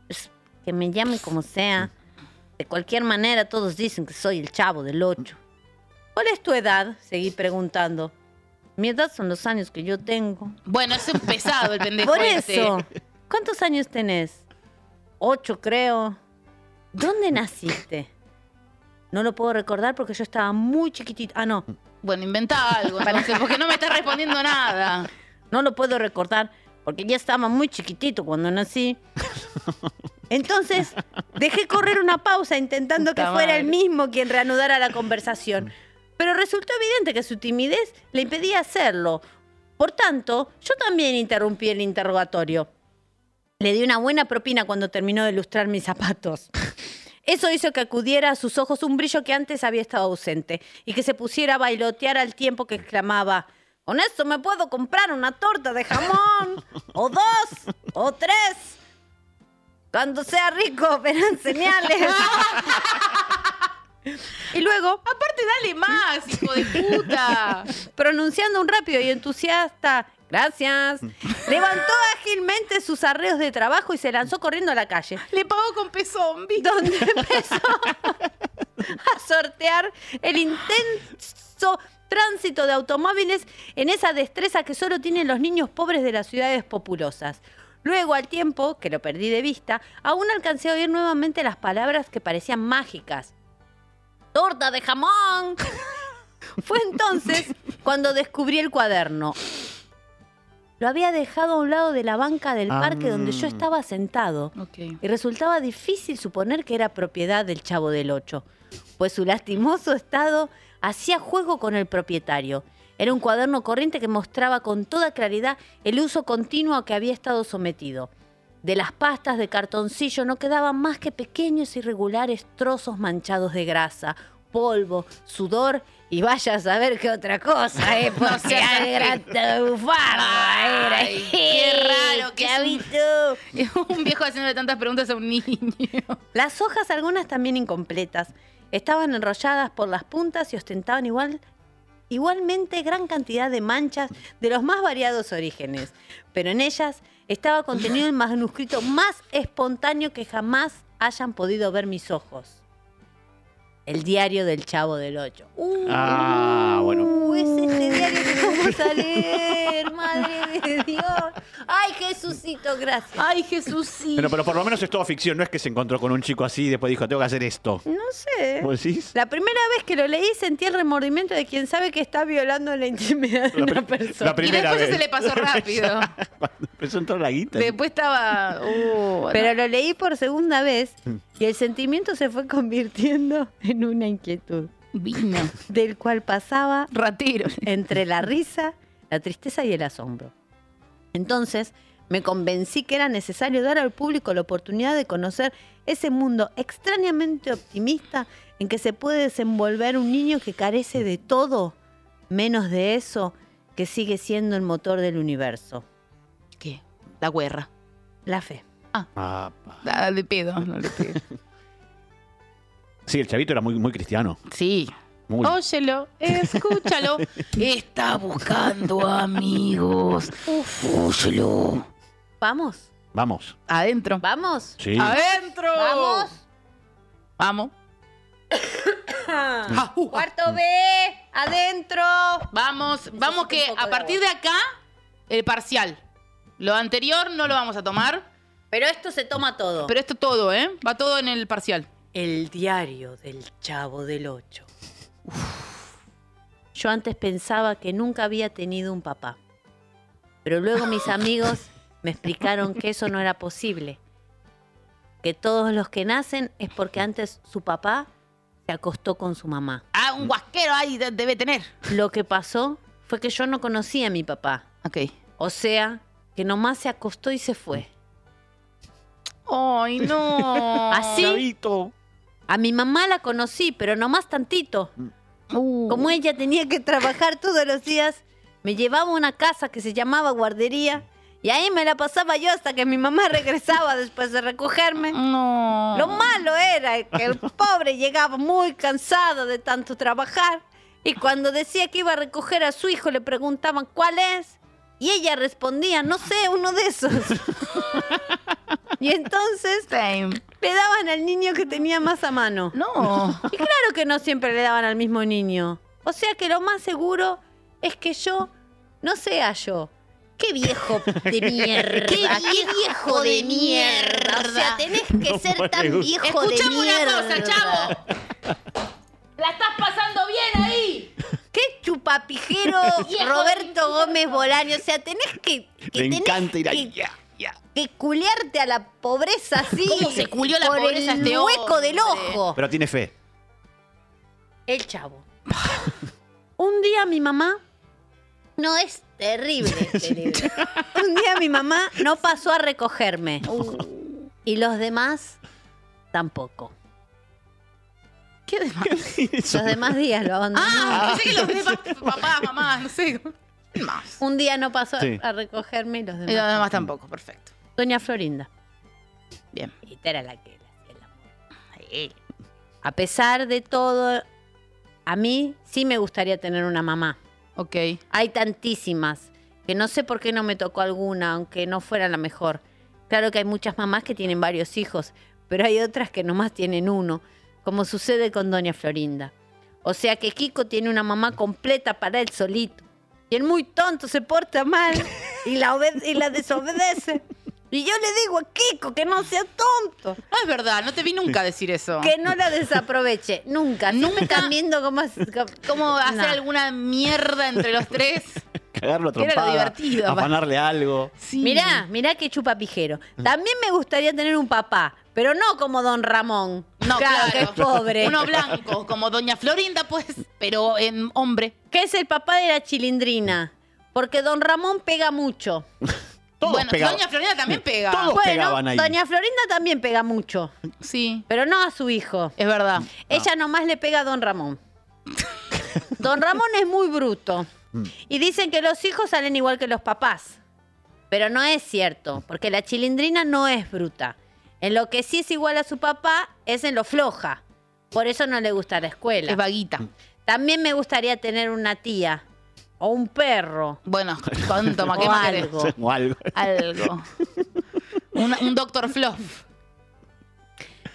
Speaker 3: Es que me llame como sea. De cualquier manera, todos dicen que soy el chavo del 8. ¿Cuál es tu edad? Seguí preguntando. Mi edad son los años que yo tengo.
Speaker 2: Bueno, es un pesado el pendejo
Speaker 3: Por
Speaker 2: este.
Speaker 3: eso. ¿Cuántos años tenés? Ocho, creo. ¿Dónde naciste? No lo puedo recordar porque yo estaba muy chiquitita. Ah, no.
Speaker 2: Bueno, inventá algo, entonces, porque no me estás respondiendo nada.
Speaker 3: No lo puedo recordar porque ya estaba muy chiquitito
Speaker 2: *laughs*
Speaker 3: cuando nací. Entonces, dejé correr una pausa intentando que
Speaker 2: Puta
Speaker 3: fuera el
Speaker 2: madre. Mm.
Speaker 3: mismo quien reanudara la conversación. Pero resultó evidente que su timidez le impedía hacerlo. Por tanto, yo también interrumpí el interrogatorio. Le di una buena propina cuando terminó de lustrar mis zapatos. Eso hizo que acudiera a sus ojos un brillo que antes había estado ausente y que se pusiera a bailotear al tiempo que exclamaba, con esto me puedo comprar una torta de jamón, o dos, o tres. Cuando sea rico, *laughs* verán señales. Y luego. Aparte, dale más, hijo de puta. *laughs* Pronunciando un rápido y entusiasta. Gracias. Levantó ágilmente sus arreos de trabajo y se lanzó corriendo a la calle.
Speaker 2: Le pagó con peso zombie.
Speaker 3: *laughs* Donde empezó a sortear el intenso tránsito de automóviles en esa destreza que solo tienen los niños pobres de las ciudades populosas. Luego, al tiempo, que lo perdí de vista, aún alcancé a oír nuevamente las palabras que parecían mágicas torta de jamón. *laughs* Fue entonces cuando descubrí el cuaderno. Lo había dejado a un lado de la banca del
Speaker 2: Ah.
Speaker 3: parque donde yo estaba sentado. Y resultaba difícil suponer que era propiedad del Chavo del Ocho, pues su lastimoso estado hacía juego con el propietario. Era un cuaderno corriente que mostraba con toda claridad el uso continuo a que había estado sometido. De las pastas de cartoncillo no quedaban más que pequeños irregulares trozos manchados de grasa, polvo, sudor y vaya a saber qué
Speaker 2: *laughs*
Speaker 3: otra cosa, ¿eh?
Speaker 7: No
Speaker 3: Porque
Speaker 7: seas
Speaker 3: hay grata bufarda, era.
Speaker 2: Ay, qué
Speaker 3: *laughs*
Speaker 2: raro que es un-
Speaker 3: es un viejo haciéndole tantas preguntas a un niño.
Speaker 2: *laughs*
Speaker 3: Las hojas, algunas también incompletas, estaban enrolladas por las puntas y ostentaban igual igualmente gran cantidad de manchas de los más variados orígenes, pero en ellas estaba contenido el manuscrito más espontáneo que jamás hayan podido ver mis ojos. El diario del Chavo del Ocho.
Speaker 4: Ah, bueno.
Speaker 3: Uy, es este diario que vamos a leer, madre de Dios. Ay, Jesucito, gracias.
Speaker 2: Ay, Jesucito.
Speaker 4: Pero, pero por lo menos es todo ficción, no es que se encontró con un chico así y después dijo, tengo que hacer esto.
Speaker 3: No sé.
Speaker 4: ¿Vos decís?
Speaker 3: La primera vez que lo leí sentí el remordimiento de quien sabe que está violando la intimidad de una persona.
Speaker 4: La primera vez.
Speaker 2: rápido.
Speaker 4: Cuando empezó a entrar la guita.
Speaker 2: Después estaba. uh,
Speaker 3: Pero lo leí por segunda vez y el sentimiento se fue convirtiendo en una inquietud.
Speaker 2: Vino.
Speaker 3: Del cual pasaba.
Speaker 2: Ratero.
Speaker 3: Entre la risa, la tristeza y el asombro. Entonces me convencí que era necesario dar al público la oportunidad de conocer ese mundo extrañamente optimista en que se puede desenvolver un niño que carece de todo, menos de eso que sigue siendo el motor del universo.
Speaker 2: ¿Qué? La guerra.
Speaker 3: La fe.
Speaker 4: Ah,
Speaker 2: Ah, de pedo. no le pedo.
Speaker 4: sí, el chavito era muy, muy cristiano.
Speaker 2: Sí.
Speaker 4: Muy.
Speaker 3: Oh.
Speaker 2: Óyelo, escúchalo. *laughs* Está buscando amigos.
Speaker 4: Óyelo.
Speaker 3: Vamos.
Speaker 4: Vamos.
Speaker 2: Adentro.
Speaker 3: Vamos.
Speaker 4: Sí.
Speaker 2: Adentro.
Speaker 22: Vamos.
Speaker 2: Vamos. *coughs* Ah, uh,
Speaker 22: Cuarto B, adentro.
Speaker 2: Vamos, vamos que a partir de acá, el parcial. Lo anterior no lo vamos a tomar.
Speaker 3: Pero esto se toma todo.
Speaker 2: Pero esto todo, ¿eh? Va todo en el parcial.
Speaker 3: El diario del Chavo del Ocho. Yo antes pensaba que nunca había tenido un papá. Pero luego *laughs* mis amigos me explicaron que eso no era posible. Que todos los que nacen es porque antes su papá se acostó con su mamá.
Speaker 2: Ah, un guasquero ahí de- debe tener.
Speaker 3: Lo que pasó fue que yo no conocía a mi papá.
Speaker 2: Ok.
Speaker 3: O sea, que nomás se acostó y se fue.
Speaker 2: Ay, *laughs* no.
Speaker 3: Así. A mi mamá la conocí, pero nomás tantito.
Speaker 2: Uh,
Speaker 3: Como ella tenía que trabajar todos los días, me llevaba a una casa que se llamaba guardería. Y ahí me la pasaba yo hasta que mi mamá *laughs* regresaba después de recogerme.
Speaker 2: No.
Speaker 3: Lo malo era que el pobre llegaba muy cansado de tanto trabajar. Y cuando decía que iba a recoger a su hijo, le preguntaban cuál es. Y ella respondía, no sé, uno de esos. Y entonces le daban al niño que tenía más a mano.
Speaker 2: *laughs* No.
Speaker 3: Y claro que no siempre le daban al mismo niño. O sea que lo más seguro es que yo no sea yo. ¡Qué viejo de mierda!
Speaker 14: Qué
Speaker 3: viejo de mierda! O sea, tenés que ser
Speaker 14: tan me gusta. viejo de
Speaker 3: Escuchame una cosa,
Speaker 14: mierda.
Speaker 3: chavo. La estás pasando bien ahí. ¡Qué chupapijero
Speaker 14: Viejo
Speaker 3: Roberto Gómez Bolaño! O sea, tenés que... que
Speaker 4: Me
Speaker 3: tenés
Speaker 4: encanta ir
Speaker 3: que-
Speaker 4: ahí. Ya, ya.
Speaker 3: que culearte a la pobreza así.
Speaker 2: ¿Cómo se culió la
Speaker 3: por
Speaker 2: pobreza
Speaker 3: el
Speaker 2: este
Speaker 3: hueco
Speaker 2: hombre?
Speaker 3: del ojo.
Speaker 4: Pero tiene fe.
Speaker 3: El chavo. Un día mi mamá. No es
Speaker 2: *laughs*
Speaker 3: terrible. este libro. Un día mi mamá no pasó a recogerme.
Speaker 2: Uh.
Speaker 3: Y los demás tampoco.
Speaker 2: ¿Qué demás?
Speaker 4: *laughs*
Speaker 3: Los demás días lo
Speaker 2: *laughs*
Speaker 3: abandonaron.
Speaker 2: Ah, pensé que los de pa- papá, mamá, no sé. Más.
Speaker 3: Un día no pasó
Speaker 2: Sí.
Speaker 3: a recogerme y los demás.
Speaker 2: Y los Eh, demás tampoco, perfecto.
Speaker 3: Doña Florinda.
Speaker 2: Bien.
Speaker 3: Y era la que le hacía el amor. Ahí. A pesar de todo, a mí sí me gustaría tener una mamá.
Speaker 2: Ok.
Speaker 3: Hay tantísimas que no sé por qué no me tocó alguna, aunque no fuera la mejor. Claro que hay muchas mamás que tienen varios hijos, pero hay otras que nomás tienen uno, como sucede con Doña Florinda. O sea que Kiko tiene una mamá completa para él solito. Y el muy tonto se porta mal y la, obe- y la desobedece. Y yo le digo a Kiko que no sea tonto.
Speaker 2: No es verdad, no te vi nunca decir eso.
Speaker 3: Que no la desaproveche, nunca. Nunca están viendo cómo,
Speaker 2: ¿Cómo hacer alguna mierda entre los tres? *laughs*
Speaker 4: Cagarlo a
Speaker 3: Era lo
Speaker 4: trompada.
Speaker 3: divertido, aparte.
Speaker 4: Afanarle algo.
Speaker 3: Mirá, mirá que chupa pijero. También me gustaría tener un papá, pero no como Don Ramón.
Speaker 2: No, claro.
Speaker 3: que es pobre.
Speaker 2: Uno blanco, como Doña Florinda, pues, pero en hombre.
Speaker 3: Que es el papá de la chilindrina. Porque Don Ramón pega mucho.
Speaker 2: Todos
Speaker 4: *laughs*
Speaker 2: bueno, Doña Florinda también pega.
Speaker 3: bueno, Doña Florinda también pega mucho.
Speaker 2: Sí.
Speaker 3: Pero no a su hijo.
Speaker 2: Es verdad.
Speaker 3: Ella nomás le pega a Don Ramón. *laughs* Don Ramón es muy bruto. Y dicen que los hijos salen igual que los papás. Pero no es cierto, porque la chilindrina no es bruta. En lo que sí es igual a su papá es en lo floja. Por eso no le gusta la escuela.
Speaker 2: Es vaguita.
Speaker 3: También me gustaría tener una tía o un perro.
Speaker 2: Bueno, ¿cuánto más
Speaker 3: *laughs* O
Speaker 2: que más querés?
Speaker 3: algo.
Speaker 4: O algo.
Speaker 2: Algo. Una- un doctor Fluff.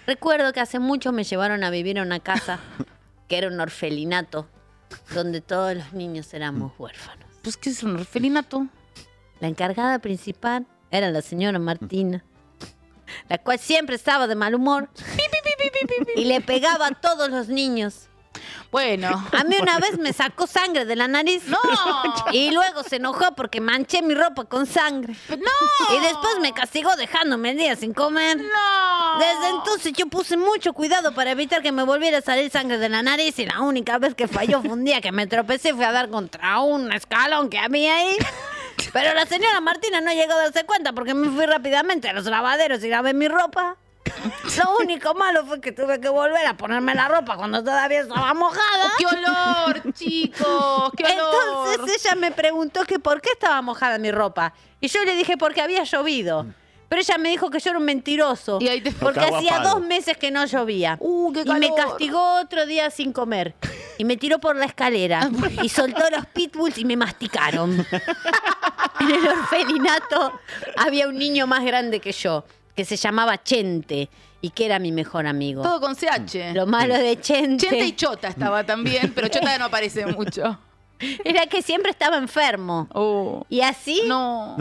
Speaker 3: Recuerdo que hace mucho me llevaron a vivir a una casa que era un orfelinato, donde todos los niños éramos huérfanos.
Speaker 2: Pues, ¿qué es un orfelinato?
Speaker 3: La encargada principal era la señora Martina, la cual siempre estaba de mal humor y le pegaba a todos los niños.
Speaker 2: Bueno.
Speaker 3: *laughs* A mí una vez me sacó sangre de la nariz. ¡No! Y luego se enojó porque manché mi ropa con sangre. ¡No! Y después me castigó dejándome el día sin comer.
Speaker 2: ¡No!
Speaker 3: Desde entonces yo puse mucho cuidado para evitar que me volviera a salir sangre de la nariz y la única vez que falló fue un día que me tropecé y fui a dar contra un escalón que había ahí. Pero la señora Martina no llegó a darse cuenta porque me fui rápidamente a los lavaderos y lavé mi ropa. Lo único malo fue que tuve que volver a ponerme la ropa cuando todavía estaba mojada.
Speaker 2: ¡Qué olor, chicos! Oh, ¡Qué olor!
Speaker 3: Entonces ella me preguntó que por qué estaba mojada mi ropa. Y yo le dije porque había llovido. Pero ella me dijo que yo era un mentiroso. Porque
Speaker 2: Porque
Speaker 3: hacía
Speaker 2: aguapado.
Speaker 3: dos meses que no llovía. y me
Speaker 2: calor.
Speaker 3: castigó otro día sin comer. Y me tiró por la
Speaker 2: Ah,
Speaker 3: escalera. y soltó los pitbulls y
Speaker 2: *laughs*
Speaker 3: me masticaron. en el orfelinato había un niño más grande que yo, que se llamaba Chente y que era mi mejor amigo.
Speaker 2: Todo con CH.
Speaker 3: Lo malo de Chente.
Speaker 2: Chente y Chota estaba también, pero Chota no aparece mucho.
Speaker 3: Era que siempre estaba enfermo. Y así.
Speaker 2: No.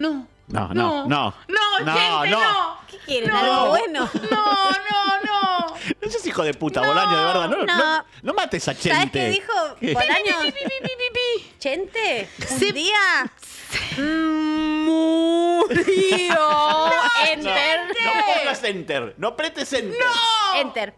Speaker 2: No.
Speaker 3: Ah,
Speaker 4: No, no, no.
Speaker 2: No, gente, no.
Speaker 3: ¿Qué quieren?
Speaker 2: No.
Speaker 3: ¿Algo bueno?
Speaker 2: No, no, no.
Speaker 4: No seas hijo de puta, Bolaño, de verdad. No, no.
Speaker 3: no.
Speaker 4: no mates a Chente.
Speaker 2: *laughs*
Speaker 3: ¿Sabes qué dijo Bolaños? ¿Chente? Un día Murió.
Speaker 4: Enter. No, no pongas enter. No apretes enter.
Speaker 3: Enter.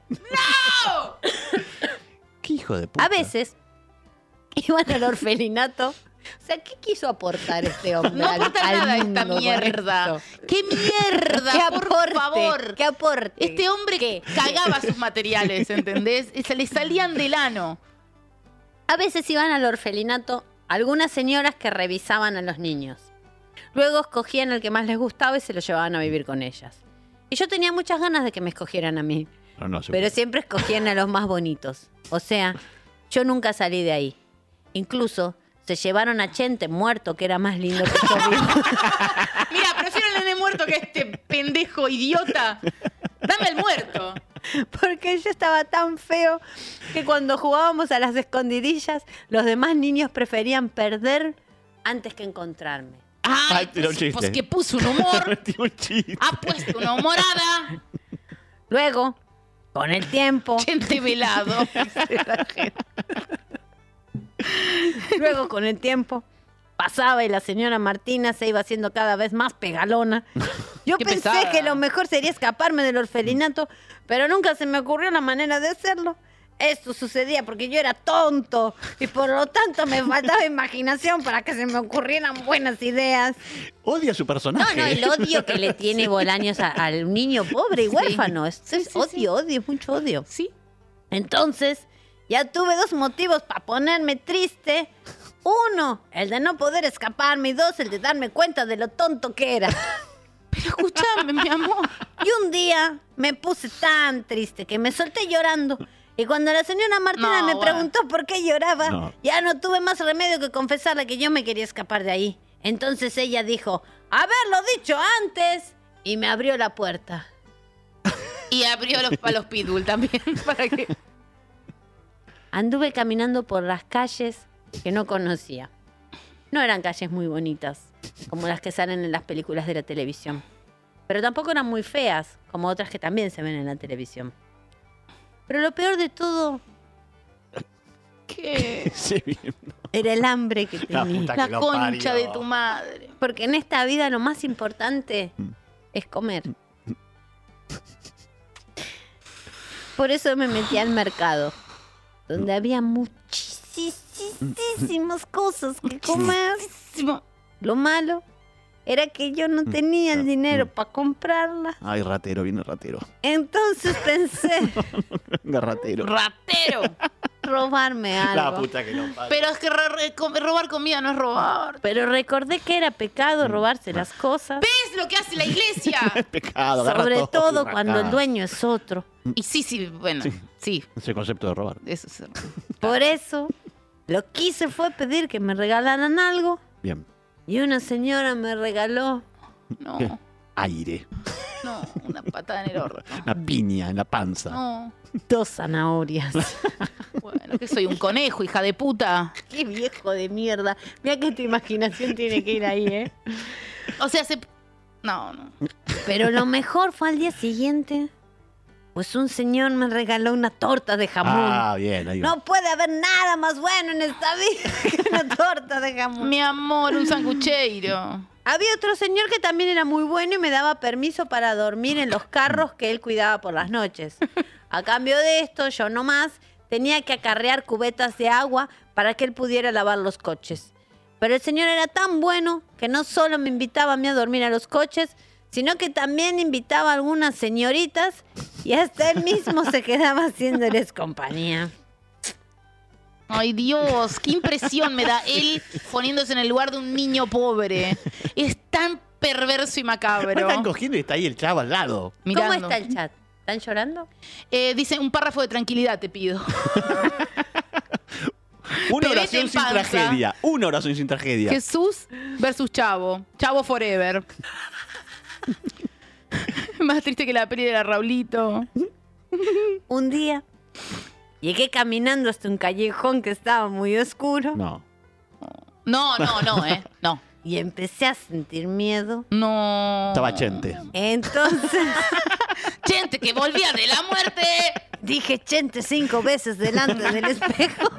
Speaker 4: ¿Qué hijo de puta?
Speaker 3: A veces *laughs* iban al orfelinato. O sea, ¿qué quiso aportar este hombre?
Speaker 2: No
Speaker 3: al-
Speaker 2: aporta
Speaker 3: al
Speaker 2: nada
Speaker 3: mundo
Speaker 2: esta
Speaker 3: con
Speaker 2: mierda.
Speaker 3: esto?
Speaker 2: ¡Qué mierda!
Speaker 3: ¿Qué
Speaker 2: por
Speaker 3: aporte?
Speaker 2: favor.
Speaker 3: ¿Qué aporte?
Speaker 2: Este hombre cagaba sus materiales, ¿entendés? Y Se le salían del ano.
Speaker 3: A veces iban al orfelinato algunas señoras que revisaban a los niños. Luego escogían el que más les gustaba y se lo llevaban a vivir con ellas. Y yo tenía muchas ganas de que me escogieran a mí,
Speaker 4: No, no, se
Speaker 3: pero
Speaker 4: puede.
Speaker 3: siempre escogían a los más bonitos. O sea, yo nunca salí de ahí. Incluso se llevaron a Chente muerto, que era más lindo que yo vivo.
Speaker 2: Mira, prefiero el nene muerto que este pendejo idiota. Dame el muerto.
Speaker 3: *laughs* Porque yo estaba tan feo que cuando jugábamos a las escondidillas, los demás niños preferían perder antes que encontrarme.
Speaker 4: Ay, tiró un chiste.
Speaker 3: pues que puso
Speaker 4: *laughs*
Speaker 3: un humor.
Speaker 4: Tiró un chiste.
Speaker 3: Ha puesto una humorada. Luego, con el
Speaker 2: *laughs*
Speaker 3: tiempo.
Speaker 2: Gente velado.
Speaker 3: Luego, con el tiempo, pasaba y la señora Martina se iba haciendo cada vez más pegalona. Yo
Speaker 2: Qué
Speaker 3: pensé
Speaker 2: pesada.
Speaker 3: que lo mejor sería escaparme del orfelinato, pero nunca se me ocurrió la manera de hacerlo. Esto sucedía porque yo era tonto y por lo tanto me faltaba imaginación para que se me ocurrieran buenas ideas.
Speaker 4: Odia a su
Speaker 3: No,
Speaker 4: personaje.
Speaker 3: no, el odio
Speaker 4: *laughs*
Speaker 3: que le tiene Bolaños a- al niño pobre y huérfano. Es, es odio, odio, es mucho odio. Sí. Entonces, ya tuve dos motivos para ponerme triste. Uno, el de no poder escaparme. Y dos, el de darme cuenta de lo tonto que era. Pero escúchame, mi amor. Y un día me puse tan triste que me solté llorando. Y cuando la señora Martina
Speaker 2: No,
Speaker 3: me
Speaker 2: bueno.
Speaker 3: preguntó por qué lloraba,
Speaker 2: No.
Speaker 3: ya no tuve más remedio que confesarle que yo me quería escapar de ahí. Entonces ella dijo, haberlo dicho antes. Y me abrió la puerta.
Speaker 2: Y abrió los palos pitbull también. *laughs* ¿Para que
Speaker 3: Anduve caminando por las calles que no conocía. No eran calles muy bonitas, como las que salen en las películas de la televisión. Pero tampoco eran muy feas, como otras que también se ven en la televisión. Pero lo peor de todo
Speaker 2: ¿Qué?
Speaker 4: Sí, bien.
Speaker 3: era el hambre que tenía.
Speaker 4: La puta que lo parió.
Speaker 2: madre.
Speaker 3: Porque en esta vida lo más importante
Speaker 4: Mm.
Speaker 3: es comer. Por eso me metí al mercado,
Speaker 4: Mm.
Speaker 3: donde había muchísimas cosas que comer. Lo malo era que yo
Speaker 4: Mm.
Speaker 3: no tenía
Speaker 4: Ah.
Speaker 3: el dinero para comprarla.
Speaker 4: Ay, ratero, viene ratero.
Speaker 3: Entonces
Speaker 4: *laughs*
Speaker 3: pensé,
Speaker 4: Venga, ratero.
Speaker 2: Ratero.
Speaker 3: robarme
Speaker 4: La
Speaker 3: algo.
Speaker 4: puta que lo parió.
Speaker 2: Pero es que ro- re- com- robar comida no es robar.
Speaker 3: Pero recordé que era
Speaker 4: Mm.
Speaker 3: pecado robarse las cosas.
Speaker 2: ¿Ves lo que hace la iglesia?
Speaker 4: Pecado, agarra
Speaker 3: Sobre todo
Speaker 4: y
Speaker 3: cuando el
Speaker 4: rasca.
Speaker 3: dueño es otro.
Speaker 2: Y sí, sí, bueno, sí.
Speaker 4: Ese concepto de robar.
Speaker 2: Eso es-
Speaker 3: Por eso, lo que hice fue pedir que me regalaran algo
Speaker 4: Bien.
Speaker 3: y una señora me regaló
Speaker 2: No,
Speaker 4: Aire.
Speaker 2: no, una patada en el horno.
Speaker 4: Una piña en la panza.
Speaker 2: No.
Speaker 3: dos zanahorias.
Speaker 2: Bueno, que soy un conejo, hija de puta.
Speaker 3: Qué viejo de mierda. Mira que tu imaginación tiene que ir ahí, ¿eh?
Speaker 2: O sea, se... No, no.
Speaker 3: Pero lo mejor fue al día siguiente. Pues un señor me regaló una torta de jamón.
Speaker 4: Ah, bien, ahí va.
Speaker 3: no puede haber nada más bueno en esta vida que una torta de jamón.
Speaker 2: Mi amor, un sangucheiro.
Speaker 3: Había otro señor que también era muy bueno y me daba permiso para dormir en los carros que él cuidaba por las noches. A cambio de esto, yo nomás tenía que acarrear cubetas de agua para que él pudiera lavar los coches. Pero el señor era tan bueno que no solo me invitaba a mí a dormir a los coches, sino que también invitaba a algunas señoritas y hasta él mismo se quedaba haciéndoles compañía.
Speaker 2: Ay, Dios, qué impresión me da él poniéndose en el lugar de un niño pobre. Es tan perverso y
Speaker 4: Me
Speaker 2: macabro.
Speaker 4: están cogiendo y está ahí el chavo al lado.
Speaker 2: Mirando.
Speaker 3: ¿Cómo está el chat? ¿Están llorando?
Speaker 2: Eh, dice un párrafo de tranquilidad, te pido.
Speaker 4: Una
Speaker 2: Pebete en
Speaker 4: oración sin
Speaker 2: panza.
Speaker 4: tragedia. Una oración sin tragedia.
Speaker 2: Jesús versus Chavo. Chavo Forever. *laughs* Más triste que la peli de la Raulito.
Speaker 3: Un día llegué caminando hasta un callejón que estaba muy oscuro.
Speaker 4: No.
Speaker 2: No, no, no, ¿eh? No.
Speaker 3: Y empecé a sentir miedo.
Speaker 2: No.
Speaker 4: Estaba chente.
Speaker 3: Entonces.
Speaker 2: Chente, que volvía de la muerte.
Speaker 3: Dije chente cinco veces delante del espejo.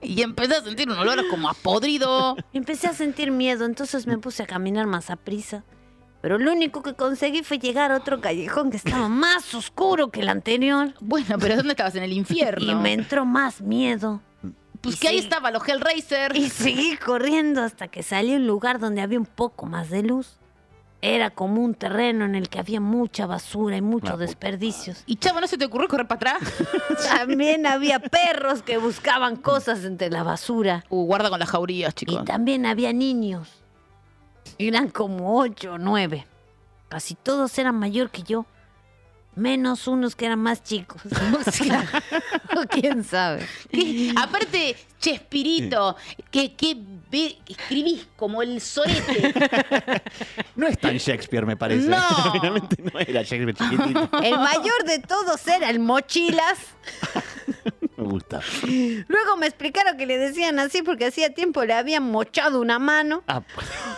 Speaker 2: Y empecé a sentir un olor como a podrido.
Speaker 3: Empecé a sentir miedo, entonces me puse a caminar más a prisa. Pero lo único que conseguí fue llegar a otro callejón que estaba más oscuro que el anterior.
Speaker 2: Bueno, pero ¿dónde estabas? En el infierno.
Speaker 3: *laughs* Y me entró más miedo.
Speaker 2: Pues que ahí estaba los Hellraiser.
Speaker 3: *laughs* Y seguí corriendo hasta que salí a un lugar donde había un poco más de luz. Era como un terreno en el que había mucha basura y muchos desperdicios.
Speaker 2: Y chavo, ¿no se te ocurrió correr para atrás?
Speaker 3: *laughs* También había perros que buscaban cosas entre la basura.
Speaker 2: Uh, guarda con las jaurías, chicos.
Speaker 3: Y también había niños. Eran como ocho o nueve. Casi todos eran mayor que yo. Menos unos que eran más chicos. *laughs* O sea, o quién sabe.
Speaker 2: ¿Qué? Aparte, Chespirito, que, que ve- que escribís como el sorete.
Speaker 3: *laughs*
Speaker 4: No es tan Shakespeare, me parece.
Speaker 2: No.
Speaker 4: *laughs* Finalmente no era Shakespeare chiquitito.
Speaker 3: El mayor de todos era el mochilas.
Speaker 4: Me gusta.
Speaker 3: Luego me explicaron que le decían así porque hacía tiempo le habían mochado una mano.
Speaker 4: Ah,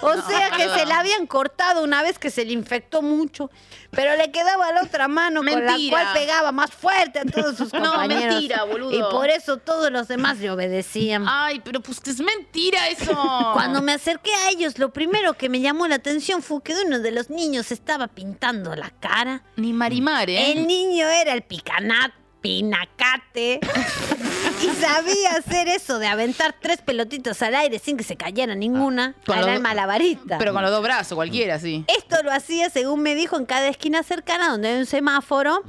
Speaker 3: O sea que se la habían cortado una vez que se le infectó mucho, pero le quedaba la otra mano con la
Speaker 2: Mentira.
Speaker 3: cual pegaba más fuerte a todos
Speaker 2: *laughs*
Speaker 3: sus
Speaker 2: No,
Speaker 3: compañeros.
Speaker 2: mentira, boludo.
Speaker 3: Y por eso todos los demás le obedecían.
Speaker 2: Ay, pero pues que es mentira eso.
Speaker 3: Cuando me acerqué a ellos, lo primero que me llamó la atención fue que uno de los niños estaba pintando la cara.
Speaker 2: Ni marimar, ¿eh?
Speaker 3: El niño era el picanat, pinacate. y sabía hacer eso de aventar tres pelotitas al aire sin que se cayera ninguna.
Speaker 2: Ah, Con
Speaker 3: Era
Speaker 2: los
Speaker 3: el
Speaker 2: do-
Speaker 3: malabarista.
Speaker 2: Pero con los dos brazos, cualquiera, sí.
Speaker 3: Esto lo hacía, según me dijo, en cada esquina cercana donde hay un semáforo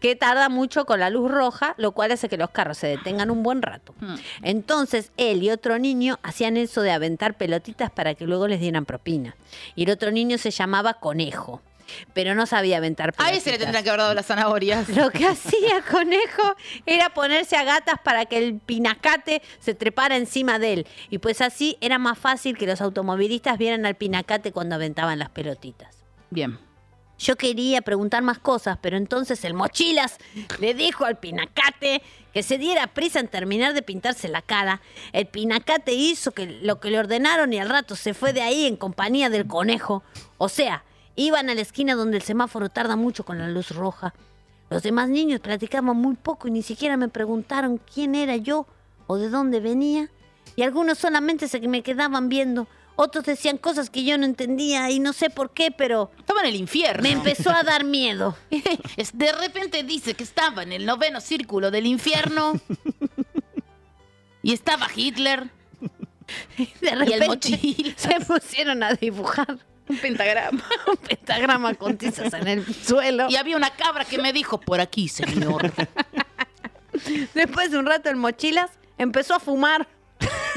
Speaker 3: que tarda mucho con la luz roja, lo cual hace que los carros se detengan un buen rato.
Speaker 2: Mm.
Speaker 3: Entonces él y otro niño hacían eso de aventar pelotitas para que luego les dieran propina. Y el otro niño se llamaba Conejo, pero no sabía aventar
Speaker 2: A
Speaker 3: pelotitas.
Speaker 2: ese le tendrán que haber dado las zanahorias.
Speaker 3: Lo que hacía *laughs* Conejo era ponerse a gatas para que el pinacate se trepara encima de él. Y pues así era más fácil que los automovilistas vieran al pinacate cuando aventaban las pelotitas.
Speaker 2: Bien.
Speaker 3: Yo quería preguntar más cosas, pero entonces el mochilas le dijo al pinacate que se diera prisa en terminar de pintarse la cara. El pinacate hizo que lo que le ordenaron y al rato se fue de ahí en compañía del conejo. O sea, iban a la esquina donde el semáforo tarda mucho con la luz roja. Los demás niños platicaban muy poco y ni siquiera me preguntaron quién era yo o de dónde venía. Y algunos solamente se me quedaban viendo. Otros decían cosas que yo no entendía y no sé por qué, pero...
Speaker 2: Estaba en el infierno.
Speaker 3: Me empezó a dar miedo.
Speaker 2: *laughs*
Speaker 3: *laughs*
Speaker 2: Es- De repente dice que estaba en el noveno círculo del
Speaker 3: *laughs*
Speaker 2: infierno. y estaba Hitler.
Speaker 3: De
Speaker 2: Y el *laughs*
Speaker 3: repente
Speaker 2: mochila.
Speaker 3: *laughs* se pusieron a dibujar
Speaker 2: Un pentagrama.
Speaker 3: un pentagrama con tizas en el suelo.
Speaker 2: *laughs* Y había una cabra que me dijo, por aquí, *laughs* señor.
Speaker 3: Después de un rato el mochilas empezó a fumar.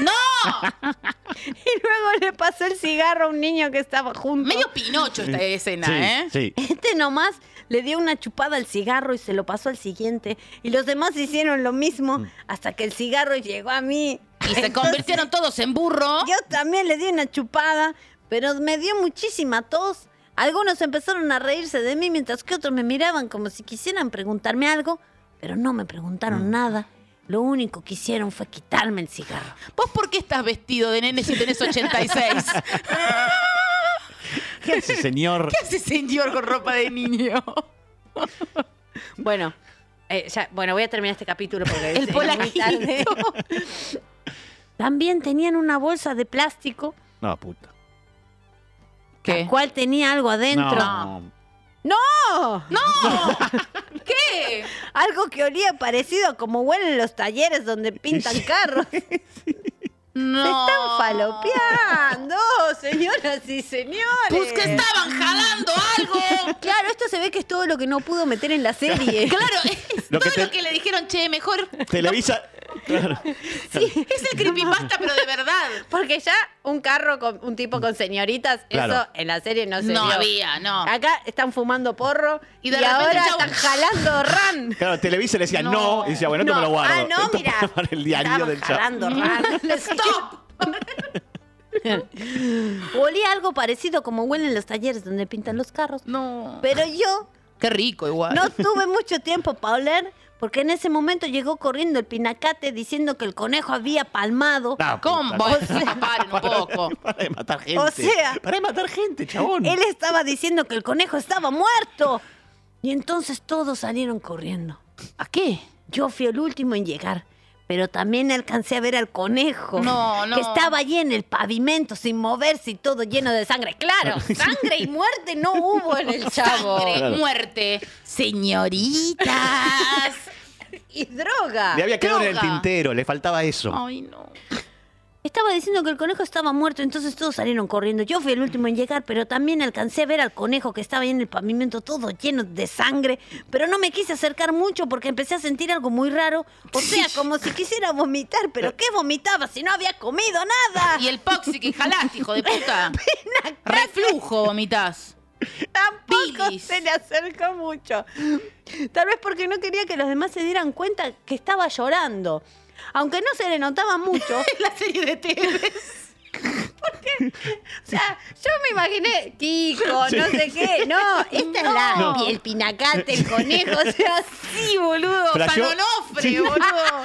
Speaker 2: ¡No!
Speaker 3: *laughs* Y luego le pasó el cigarro a un niño que estaba junto.
Speaker 2: Medio Pinocho esta escena, ¿eh?
Speaker 4: Sí, sí.
Speaker 3: Este nomás le dio una chupada al cigarro y se lo pasó al siguiente. Y los demás hicieron lo mismo hasta que el cigarro llegó a mí.
Speaker 2: Y se convirtieron todos en burro.
Speaker 3: Yo también le di una chupada, pero me dio muchísima tos. Algunos empezaron a reírse de mí mientras que otros me miraban como si quisieran preguntarme algo, pero no me preguntaron nada. Lo único que hicieron fue quitarme el cigarro.
Speaker 2: ¿Vos por qué estás vestido de nene si tenés *laughs* 86?
Speaker 4: ¿Qué hace, señor?
Speaker 2: ¿Qué hace señor con ropa de niño?
Speaker 3: Bueno, eh, ya- bueno, voy a terminar este capítulo *laughs* porque
Speaker 2: El
Speaker 3: es- es muy
Speaker 2: polaquito.
Speaker 3: tarde. *laughs* También tenían una bolsa de plástico,
Speaker 4: No, puta.
Speaker 3: la cual tenía algo adentro.
Speaker 4: No.
Speaker 3: ¡No!
Speaker 2: *laughs* ¿Qué?
Speaker 3: Algo que olía parecido a como huelen los talleres donde pintan carros. Se
Speaker 2: No.
Speaker 3: están falopeando, *laughs* señoras y señores. Eh,
Speaker 2: Pues que estaban jalando algo.
Speaker 3: Claro, esto se ve que es todo lo que no pudo meter en la serie.
Speaker 2: Claro,
Speaker 4: *laughs*
Speaker 2: es
Speaker 4: Lo que
Speaker 2: todo
Speaker 4: te-
Speaker 2: lo que le dijeron, che, mejor.
Speaker 4: Televisa. Claro.
Speaker 2: Es el creepypasta, pero de verdad.
Speaker 3: *laughs* Porque ya un carro con un tipo con señoritas,
Speaker 4: Claro.
Speaker 3: eso en la serie no se
Speaker 2: No
Speaker 3: vio.
Speaker 2: había, no.
Speaker 3: Acá están fumando porro y,
Speaker 2: Y de repente
Speaker 3: ahora
Speaker 2: ya-
Speaker 3: están jalando ran.
Speaker 4: Claro, Televisa le decía no. y decía, bueno, esto
Speaker 3: No.
Speaker 4: me lo guardo.
Speaker 3: Ah, no,
Speaker 4: Esto
Speaker 3: mira.
Speaker 4: para- Para el diario
Speaker 3: Estaban
Speaker 4: del chat.
Speaker 2: *laughs*
Speaker 3: jalando ran.
Speaker 2: ¡Stop!
Speaker 3: Olía algo parecido como huelen los talleres donde pintan los carros.
Speaker 2: No.
Speaker 3: Pero yo
Speaker 2: Qué rico igual.
Speaker 3: no tuve mucho tiempo para oler porque en ese momento llegó corriendo el pinacate diciendo que el conejo había palmado.
Speaker 4: No, puta,
Speaker 2: ¿Cómo?
Speaker 4: *laughs* no.
Speaker 2: Bueno, paren un poco.
Speaker 4: Para de matar gente.
Speaker 3: O sea-
Speaker 4: Para de matar gente, chabón.
Speaker 3: Él estaba diciendo que el conejo estaba muerto. Y entonces todos salieron corriendo.
Speaker 2: ¿A qué?
Speaker 3: Yo fui el último en llegar, Pero también alcancé a ver al conejo.
Speaker 2: No, no.
Speaker 3: Que estaba allí en el pavimento sin moverse y todo lleno de sangre.
Speaker 4: *laughs*
Speaker 3: Claro, sangre y muerte no hubo en el chavo.
Speaker 2: *laughs* Sangre, muerte,
Speaker 3: señoritas. y droga.
Speaker 4: Le había quedado en el
Speaker 3: droga.
Speaker 4: tintero, le faltaba eso.
Speaker 2: Ay, no.
Speaker 3: Estaba diciendo que el conejo estaba muerto, entonces todos salieron corriendo. Yo fui el último en llegar, pero también alcancé a ver al conejo que estaba ahí en el pavimento todo lleno de sangre. Pero no me quise acercar mucho porque empecé a sentir algo muy raro. O sea, como si quisiera vomitar, pero ¿qué vomitaba si no había comido nada?
Speaker 2: Y el poxi que jalaste, hijo de *laughs* puta. Reflujo, vomitas.
Speaker 3: Tampoco se le acercó mucho. Tal vez porque no quería que los demás se dieran cuenta que estaba llorando. Aunque no se le notaba mucho.
Speaker 2: *laughs* La serie de
Speaker 3: *laughs*
Speaker 2: TV.
Speaker 3: O sea, yo me imaginé, Kiko, no sé qué. No, esta es la.
Speaker 2: No.
Speaker 3: El pinacate, el conejo, o sea, sí, boludo.
Speaker 2: Flasheó.
Speaker 3: San Onofre,
Speaker 2: Sí.
Speaker 3: boludo.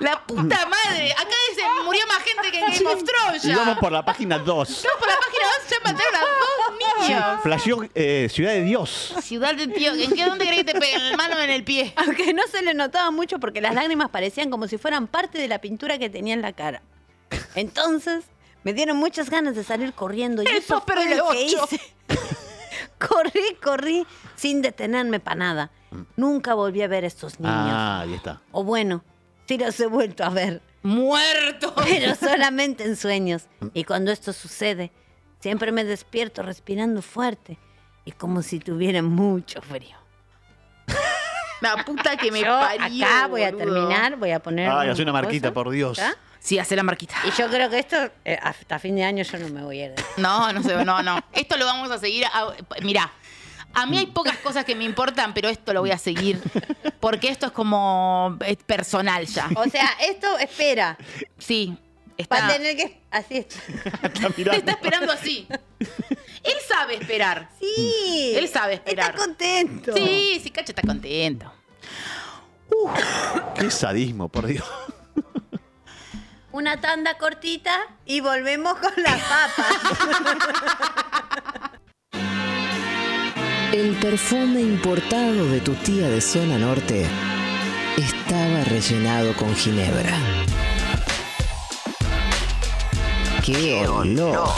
Speaker 2: La puta madre. Acá se murió más gente que en Game of Thrones
Speaker 4: Y
Speaker 2: ya.
Speaker 4: vamos por la página 2.
Speaker 2: Estamos por la página 2 ya mataron a dos niños.
Speaker 4: Flasheó eh, Ciudad de Dios.
Speaker 2: Ciudad de tío, ¿en qué dónde crees que te peguen? ¿El mano en el pie?
Speaker 3: *laughs* Aunque no se le notaba mucho porque las lágrimas parecían como si fueran parte de la pintura que tenía en la cara. Entonces, me dieron muchas ganas de salir corriendo. Y eso
Speaker 2: popper
Speaker 3: fue
Speaker 2: del
Speaker 3: lo que
Speaker 2: ocho.
Speaker 3: hice. *laughs* Corrí, corrí, sin detenerme para nada. Nunca volví a ver a estos niños.
Speaker 4: Ah, ahí está.
Speaker 3: O bueno, sí los he vuelto a ver.
Speaker 2: ¡Muerto!
Speaker 3: Pero solamente en sueños. Y cuando esto sucede, siempre me despierto respirando fuerte y como si tuviera mucho frío.
Speaker 2: La puta que me
Speaker 3: Yo
Speaker 2: parió.
Speaker 3: acá voy a
Speaker 2: boludo.
Speaker 3: terminar, voy a poner.
Speaker 4: Ay, hace una marquita, por Dios.
Speaker 2: Sí, hace la marquita.
Speaker 3: Y yo creo que esto, eh, hasta fin de año, yo no me voy a ir. de-
Speaker 2: No, no sé, no, no. Esto lo vamos a seguir. a- mirá, a mí hay pocas cosas que me importan, pero esto lo voy a seguir. Porque esto es como es personal ya.
Speaker 3: O sea, esto espera.
Speaker 2: Sí.
Speaker 3: Va a
Speaker 2: Está,
Speaker 3: tener que. Así es.
Speaker 2: *laughs* está esperando así. Él sabe esperar.
Speaker 3: *laughs* Sí.
Speaker 2: Él sabe esperar.
Speaker 3: Está contento.
Speaker 2: Sí, sí, Cacho está contento.
Speaker 4: Qué sadismo, por Dios.
Speaker 3: Una tanda cortita y volvemos con las papas.
Speaker 6: El perfume importado de tu tía de zona norte estaba rellenado con ginebra. ¡Qué olor!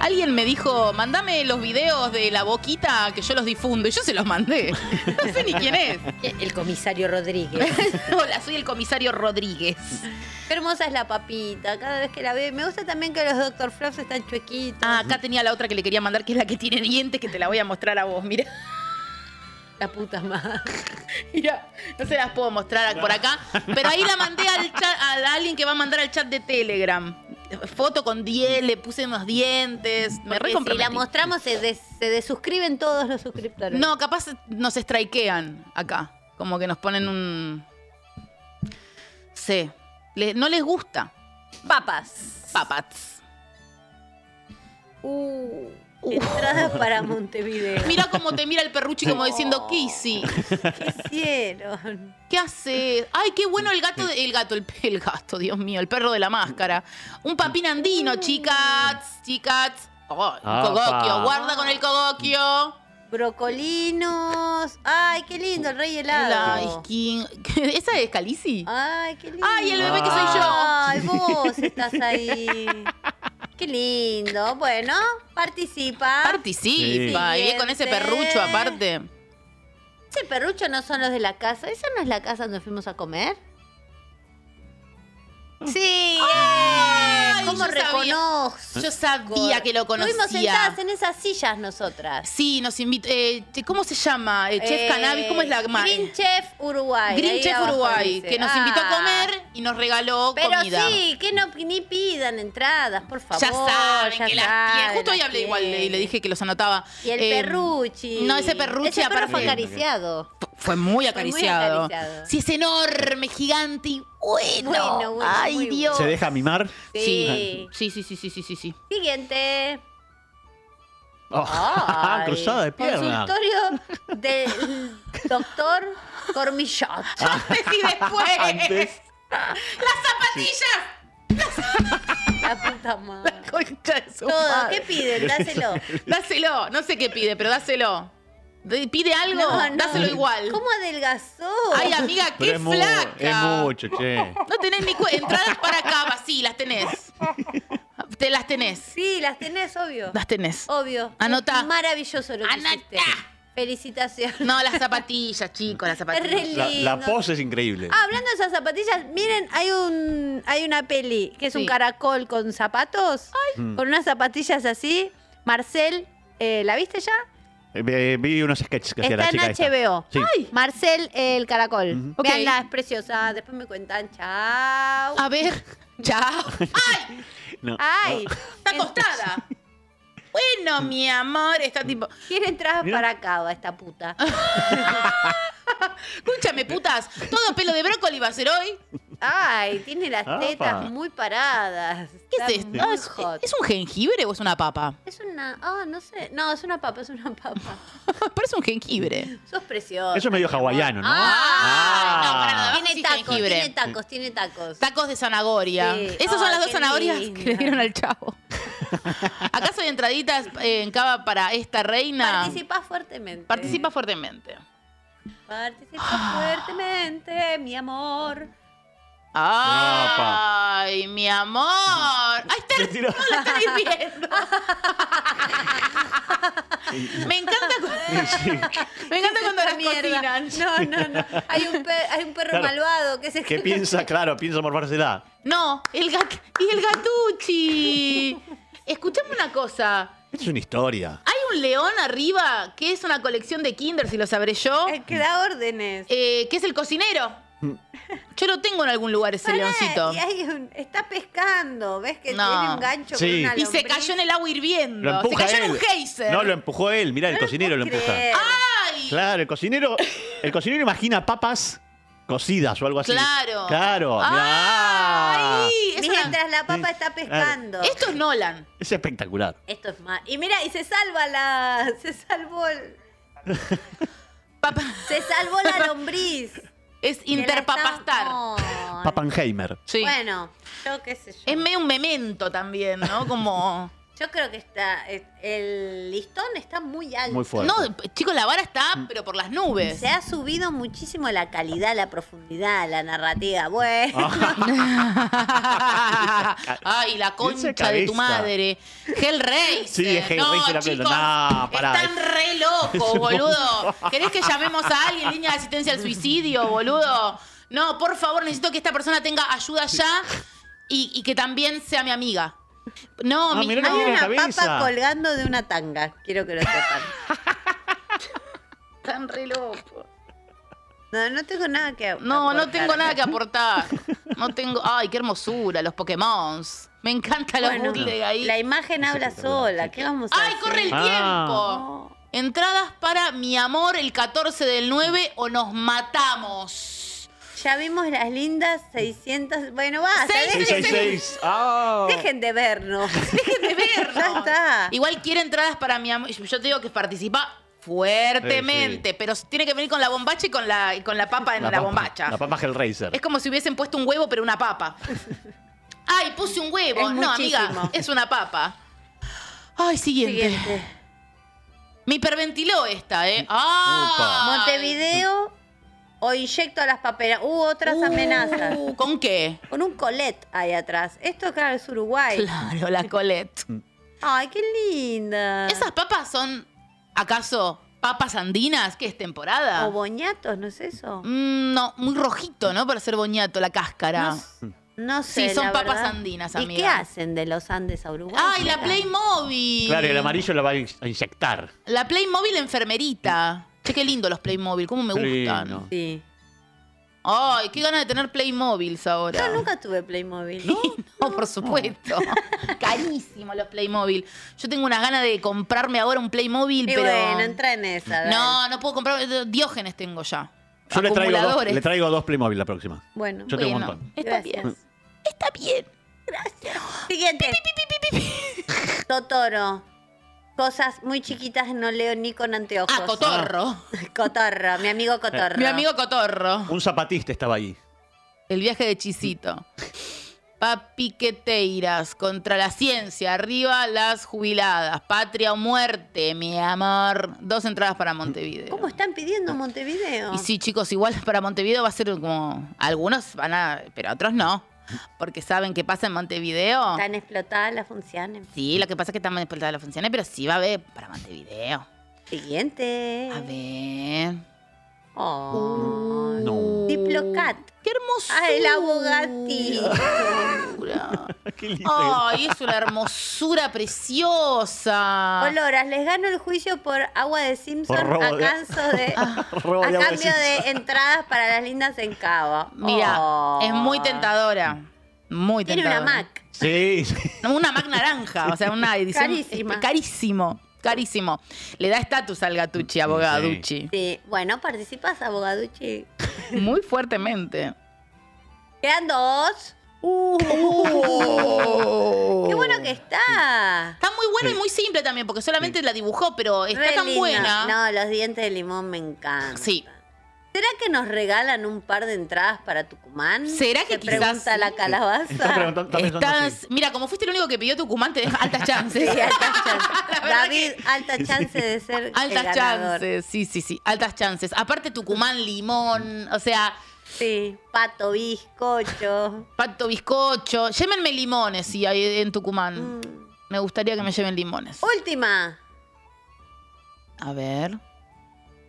Speaker 2: Alguien me dijo, mandame los videos de la boquita que yo los difundo. Y yo se los mandé. No sé ni quién es.
Speaker 3: *laughs* El comisario Rodríguez.
Speaker 2: Hola, soy el comisario Rodríguez.
Speaker 3: Qué hermosa es la papita, cada vez que la ve. Me gusta también que los Dr. Flops están chuequitos.
Speaker 2: Ah, acá tenía la otra que le quería mandar, que es la que tiene dientes, que te la voy a mostrar a vos. Mira.
Speaker 3: La puta madre.
Speaker 2: *laughs* Mira, no se las puedo mostrar por acá, pero ahí la mandé al chat, a alguien que va a mandar al chat de Telegram. Foto con 10, le puse unos dientes, me
Speaker 3: Porque si
Speaker 2: recomprometí.
Speaker 3: la mostramos, se, des- se desuscriben todos los suscriptores.
Speaker 2: No, capaz nos strikean acá, como que nos ponen un... Sí, Le- no les gusta.
Speaker 3: Papas.
Speaker 2: Papats.
Speaker 3: Uh, entradas
Speaker 2: Uh.
Speaker 3: para Montevideo.
Speaker 2: Mira cómo te mira el perruchi como diciendo, ¿qué hici?
Speaker 3: Hicieron.
Speaker 2: ¿Qué hace? Ay, qué bueno el gato, de- el gato, el, *laughs* el gato, Dios mío, el perro de la máscara. Un papín andino, chicas, chicas. Oh, un
Speaker 14: Apa.
Speaker 2: cogoquio, guarda con el cogoquio.
Speaker 3: Brocolinos. Ay, qué lindo, el rey
Speaker 2: La
Speaker 3: helado.
Speaker 2: skin. *laughs* ¿Esa es Calici?
Speaker 3: Ay, qué lindo.
Speaker 2: Ay, el bebé que soy yo.
Speaker 3: Ay, vos estás ahí. Qué lindo. Bueno, participa.
Speaker 2: Participa, y es con ese
Speaker 3: Siguiente.
Speaker 2: perrucho aparte.
Speaker 3: Ese perrucho no son los de la casa. ¿Esa no es la casa donde fuimos a comer? Sí.
Speaker 2: Mm. Ay,
Speaker 3: ¿Cómo
Speaker 2: yo sabía-
Speaker 3: reconozco?
Speaker 2: Yo sabía que lo
Speaker 3: Estuvimos
Speaker 2: conocía.
Speaker 3: sentadas en esas sillas nosotras.
Speaker 2: Sí, nos invitó. eh, ¿Cómo se llama? Eh, Chef Cannabis, ¿cómo es la ma-
Speaker 3: Green Chef Uruguay.
Speaker 2: Green
Speaker 3: ahí
Speaker 2: Chef
Speaker 3: abajo
Speaker 2: Uruguay,
Speaker 3: dice.
Speaker 2: que nos invitó a
Speaker 3: Ah,
Speaker 2: comer y nos regaló
Speaker 3: Pero
Speaker 2: comida.
Speaker 3: sí, que no, ni pidan entradas, por favor.
Speaker 2: Ya saben
Speaker 3: ya
Speaker 2: que las tienen.
Speaker 3: saben,
Speaker 2: Justo hoy
Speaker 3: las
Speaker 2: hablé igual de- y le
Speaker 3: tienen.
Speaker 2: dije que los anotaba.
Speaker 3: Y el
Speaker 2: Eh,
Speaker 3: perruchi.
Speaker 2: No, ese perruchi
Speaker 3: Ese perro fue
Speaker 2: aparte-
Speaker 3: acariciado.
Speaker 2: Fue muy
Speaker 3: Fue muy
Speaker 2: acariciado.
Speaker 3: acariciado.
Speaker 2: Sí, es enorme, gigante y bueno.
Speaker 3: Bueno, bueno,
Speaker 2: Ay,
Speaker 3: muy
Speaker 2: Dios.
Speaker 4: ¿Se deja mimar?
Speaker 2: Sí. Sí, sí, sí, sí, sí, sí, sí.
Speaker 3: Siguiente.
Speaker 4: Oh,
Speaker 3: Ay.
Speaker 4: *laughs* cruzada de pierna.
Speaker 3: Consultorio del doctor Cormillot.
Speaker 2: *laughs* Antes y después.
Speaker 4: Antes.
Speaker 3: La puta madre.
Speaker 2: Concha de su
Speaker 3: Todo,
Speaker 2: madre.
Speaker 3: ¿qué piden?
Speaker 2: *laughs*
Speaker 3: Dáselo.
Speaker 2: dáselo. No sé qué pide, pero dáselo. De- Pide algo,
Speaker 3: No, no.
Speaker 2: dáselo igual.
Speaker 3: ¿Cómo adelgazó?
Speaker 2: Ay, amiga, qué
Speaker 4: Pero es, mu-
Speaker 2: flaca.
Speaker 4: es mucho, che.
Speaker 2: No tenés ni cu- entradas para cava, sí, las tenés. Te las tenés.
Speaker 3: Sí, las tenés, obvio.
Speaker 2: Las tenés.
Speaker 3: Obvio.
Speaker 2: Anota.
Speaker 3: Maravilloso lo que hiciste. Felicitaciones.
Speaker 2: No, las zapatillas, chicos, las
Speaker 3: Es re
Speaker 2: zapatillas.
Speaker 4: La, la
Speaker 3: lindo.
Speaker 4: pose es increíble.
Speaker 3: Ah, hablando de esas zapatillas, miren, hay un hay una peli que es un caracol con zapatos,
Speaker 4: Mm.
Speaker 3: con unas zapatillas así. Marcel, eh, ¿la viste ya?
Speaker 4: Eh, Vi unos sketches que hacía
Speaker 3: Está
Speaker 4: la
Speaker 3: en
Speaker 4: chica. esta.
Speaker 3: HBO.
Speaker 4: Sí.
Speaker 3: Marcel, eh, el caracol.
Speaker 4: Ok.
Speaker 3: Veanla, es preciosa. Después me cuentan. Chao.
Speaker 2: A ver. Chao. Ah,
Speaker 4: No,
Speaker 3: Ay.
Speaker 2: Está
Speaker 3: *laughs*
Speaker 2: acostada. Bueno, mi amor, está tipo.
Speaker 3: ¿Quién entraba
Speaker 2: Mira.
Speaker 3: para acá, va esta puta?
Speaker 2: Ah. Escúchame, putas. Todo pelo de brócoli va a ser hoy.
Speaker 3: Ay, tiene las
Speaker 2: Apa.
Speaker 3: tetas muy paradas.
Speaker 2: ¿Qué es
Speaker 3: Está
Speaker 2: esto?
Speaker 3: muy
Speaker 2: Ah, ¿Es,
Speaker 3: hot.
Speaker 2: es un jengibre o es una papa? *laughs*
Speaker 3: Es una. Ah, no sé. No, es una papa, es una *laughs* papa.
Speaker 2: Parece un jengibre.
Speaker 3: Sos preciosa.
Speaker 4: Eso es medio hawaiano, ¿no? *laughs*
Speaker 2: Ah.
Speaker 3: Tiene
Speaker 2: Sí,
Speaker 3: tacos,
Speaker 2: jengibre.
Speaker 3: tiene tacos, tiene tacos.
Speaker 2: Tacos de zanahoria.
Speaker 3: Sí.
Speaker 2: Esas son
Speaker 3: Ay,
Speaker 2: las dos
Speaker 3: qué
Speaker 2: zanahorias que le
Speaker 3: lindo.
Speaker 2: dieron al chavo. ¿Acaso hay entraditas eh, en cava para esta reina?
Speaker 3: Participa fuertemente.
Speaker 2: Participa fuertemente.
Speaker 3: Participa fuertemente, mi amor.
Speaker 2: ¡Ay, mi amor! ¡Ay, está!
Speaker 4: Le tiró-
Speaker 2: ¡No la estoy viendo! Me encanta, cu- me encanta cuando las cocinan.
Speaker 3: No, no, no. Hay un, pe- hay un perro
Speaker 4: Claro.
Speaker 3: malvado que se
Speaker 4: ¿Qué piensa? Claro, piensa morfársela.
Speaker 2: No, el gat y el gatuchi. Escuchame una cosa.
Speaker 4: Es una historia.
Speaker 2: Hay un león arriba que es una colección de Kinder, si lo sabré yo. El
Speaker 3: *laughs* que da órdenes.
Speaker 2: que es el cocinero.
Speaker 4: Mm.
Speaker 2: Yo lo tengo en algún lugar ese leoncito.
Speaker 3: Y hay un- está pescando, ¿ves que
Speaker 2: No.
Speaker 3: tiene un gancho
Speaker 4: Sí.
Speaker 3: con una
Speaker 2: Y se
Speaker 3: lombriz?
Speaker 2: cayó en el agua
Speaker 4: Lo
Speaker 2: hirviendo. se
Speaker 4: empuja
Speaker 2: cayó
Speaker 4: él.
Speaker 2: en un geyser.
Speaker 4: No, lo empujó él. Mirá, el cocinero lo empuja.
Speaker 2: creer. ¡Ay!
Speaker 4: Claro, el cocinero, el cocinero imagina papas cocidas o algo así.
Speaker 2: Claro.
Speaker 4: Claro. mirá.
Speaker 3: Mientras la papa está pescando.
Speaker 2: Esto es Nolan.
Speaker 4: Es espectacular.
Speaker 3: Esto es más. Y mira, y se salva la. *laughs* Se salvó el. Se salvó
Speaker 2: *laughs*
Speaker 3: la lombriz.
Speaker 2: Es
Speaker 3: Que la
Speaker 2: interpapastar.
Speaker 3: estamos-
Speaker 4: Pappenheimer.
Speaker 3: Bueno, yo qué sé yo.
Speaker 2: Es medio un memento también,
Speaker 4: *laughs*
Speaker 2: ¿no? Como.
Speaker 3: Yo creo que está. eh, El listón está muy alto.
Speaker 4: Muy fuerte. *laughs*
Speaker 2: No, chicos, la vara
Speaker 4: Mm.
Speaker 2: está, pero por las nubes.
Speaker 3: Se ha subido muchísimo la calidad, la profundidad, la narrativa. Bueno.
Speaker 4: Ah.
Speaker 2: *laughs* Ay, Ah, la concha de tu
Speaker 4: cabeza.
Speaker 2: madre. Hellraiser.
Speaker 4: Sí, es Hellraiser
Speaker 2: no,
Speaker 4: la
Speaker 2: chicos,
Speaker 4: pelota. No, pará.
Speaker 2: Están
Speaker 4: *laughs*
Speaker 2: re locos, boludo. ¿Querés que llamemos a alguien, línea de asistencia
Speaker 4: *laughs*
Speaker 2: al suicidio, boludo? No, por favor, necesito que esta persona tenga ayuda ya y, y que también sea mi amiga. No,
Speaker 4: Ah,
Speaker 3: No,
Speaker 2: mi,
Speaker 3: mirá lo que *laughs* Hay tiene la una papa cabeza. colgando de una tanga. Quiero que lo sepan.
Speaker 2: Están re locos.
Speaker 3: No, no tengo nada que
Speaker 2: No, no tengo nada que
Speaker 3: *laughs*
Speaker 2: aportar. No tengo. Ay, qué hermosura, los Pokémon. Me encanta los
Speaker 3: Bueno,
Speaker 2: bootleg ahí.
Speaker 3: La imagen habla sola. ¿Qué vamos a
Speaker 2: ¡Ay,
Speaker 3: hacer?
Speaker 2: corre el
Speaker 4: Ah.
Speaker 2: tiempo! Entradas para mi amor el 14 del 9 o nos matamos.
Speaker 3: Ya vimos las lindas 600. Bueno, basta.
Speaker 2: Seis,
Speaker 3: dejen-
Speaker 2: seis, seis.
Speaker 4: Ah,
Speaker 3: Dejen
Speaker 2: *laughs*
Speaker 3: de vernos.
Speaker 2: Ya está. Igual quiere entradas para mi amor. Yo te digo que participa fuertemente, pero tiene que venir con la bombacha y con la, y con la papa en la,
Speaker 4: papa-
Speaker 2: bombacha.
Speaker 4: La papa Hellraiser.
Speaker 2: Es como si hubiesen puesto un huevo, pero una
Speaker 4: *laughs*
Speaker 2: papa. Ay, puse un huevo.
Speaker 3: Es
Speaker 2: no, amiga,
Speaker 3: muchísimo.
Speaker 2: es una papa. Ay, siguiente. Me hiperventiló esta, ¿eh? ¡Ah!
Speaker 3: Montevideo o inyecto a las paperas. Hubo otras
Speaker 2: Uh.
Speaker 3: amenazas.
Speaker 2: ¿Con qué?
Speaker 3: Con un colet ahí atrás. Esto, claro, es Uruguay.
Speaker 2: Claro, la Colette.
Speaker 3: Ay, qué linda.
Speaker 2: ¿Esas papas son, acaso, papas andinas? ¿Qué es temporada?
Speaker 3: O boñatos, ¿no es eso?
Speaker 2: Mm, no, muy rojito, ¿no? Para ser boñato, la cáscara.
Speaker 3: No No
Speaker 2: Sí,
Speaker 3: sé.
Speaker 2: son
Speaker 3: la
Speaker 2: papas
Speaker 3: verdad.
Speaker 2: andinas,
Speaker 3: ¿Y qué
Speaker 2: amiga.
Speaker 3: hacen de los Andes a Uruguay?
Speaker 2: ¡Ay, la Playmobil!
Speaker 4: Claro, el amarillo la va a in- a inyectar.
Speaker 2: La Playmobil enfermerita. Che, qué lindo los Playmobil, cómo me gustan.
Speaker 4: Lindo.
Speaker 3: Sí.
Speaker 2: Ay, qué ganas de tener Playmobils ahora.
Speaker 3: Yo nunca tuve Playmobil.
Speaker 2: *laughs* No, por
Speaker 3: *laughs*
Speaker 2: supuesto. Carísimo los Playmobil. Yo tengo unas ganas de comprarme ahora un Playmobil,
Speaker 3: Y
Speaker 2: pero.
Speaker 3: bueno, entra en esa. dale.
Speaker 2: no, no puedo comprar. Diógenes tengo ya.
Speaker 4: Yo le traigo, dos,
Speaker 2: Acumuladores.
Speaker 4: le traigo dos Playmobil la próxima.
Speaker 3: Bueno,
Speaker 4: Yo tengo un montón.
Speaker 3: Está bien.
Speaker 2: Está bien.
Speaker 3: Siguiente. Totoro. Cosas muy chiquitas no leo ni con anteojos. Ah,
Speaker 2: Cotorro.
Speaker 3: Cotorro, mi amigo Cotorro.
Speaker 2: Mi amigo Cotorro.
Speaker 4: Un zapatista estaba ahí.
Speaker 2: El viaje de Chisito. Papiqueteiras contra la ciencia. Arriba las jubiladas. Patria o muerte, mi amor. Dos entradas para Montevideo.
Speaker 3: ¿Cómo están pidiendo Montevideo?
Speaker 2: Y sí, chicos, igual para Montevideo va a ser como. Algunos van a. Pero otros no. Porque saben qué pasa en Montevideo.
Speaker 3: Están explotadas las funciones.
Speaker 2: Sí, lo que pasa es que están explotadas las funciones, pero sí va a haber para Montevideo.
Speaker 3: Siguiente.
Speaker 2: A ver. Uh.
Speaker 3: Oh.
Speaker 4: No.
Speaker 3: Diplocat.
Speaker 2: ¡Qué hermoso!
Speaker 3: Ah, el abogatito.
Speaker 4: *laughs* Qué lindo.
Speaker 2: ¡Ay, es una hermosura preciosa!
Speaker 3: Oloras, les gano el juicio por agua de Simpson
Speaker 2: Por robo
Speaker 3: a,
Speaker 2: de-
Speaker 3: canso
Speaker 2: *laughs*
Speaker 3: de- a
Speaker 2: robo de agua de
Speaker 3: cambio de
Speaker 2: Simpson.
Speaker 3: entradas para las lindas en Cava.
Speaker 2: Mira,
Speaker 3: Oh.
Speaker 2: es muy ¿eh? tentadora. Muy
Speaker 3: Tiene
Speaker 2: tentadora.
Speaker 3: una Mac.
Speaker 4: Sí.
Speaker 2: No, Una Mac naranja, o sea, una edición. este,
Speaker 3: Carísima.
Speaker 2: Carísimo, carísimo. Le da estatus al Gatucci, abogaducci.
Speaker 3: Sí, bueno, participas, abogaduchi.
Speaker 2: Muy fuertemente.
Speaker 3: Quedan dos. ¡Qué bueno que
Speaker 2: Oh,
Speaker 3: está!
Speaker 2: Está muy bueno y muy simple también, porque solamente la dibujó, pero está
Speaker 3: Re
Speaker 2: tan
Speaker 3: lindo.
Speaker 2: buena.
Speaker 3: No, los dientes de limón me encantan.
Speaker 2: Sí.
Speaker 3: ¿Será que nos regalan un par de entradas para Tucumán?
Speaker 2: ¿Será que
Speaker 3: Se
Speaker 2: quizás-
Speaker 3: pregunta la calabaza?
Speaker 4: Están preguntando- están pensando
Speaker 2: Estás, mira, como fuiste el único que pidió Tucumán, te deja altas chances.
Speaker 3: *laughs* Sí, altas
Speaker 2: *laughs*
Speaker 3: chances. David, alta chance de ser el
Speaker 2: Altas
Speaker 3: ganador.
Speaker 2: chances, sí, sí, sí, altas chances. Aparte Tucumán, limón, o sea...
Speaker 3: Sí, pato bizcocho.
Speaker 2: Pato bizcocho. Llévenme limones, sí, ahí en Tucumán.
Speaker 3: Mm.
Speaker 2: Me gustaría que me lleven limones.
Speaker 3: Última.
Speaker 2: A ver.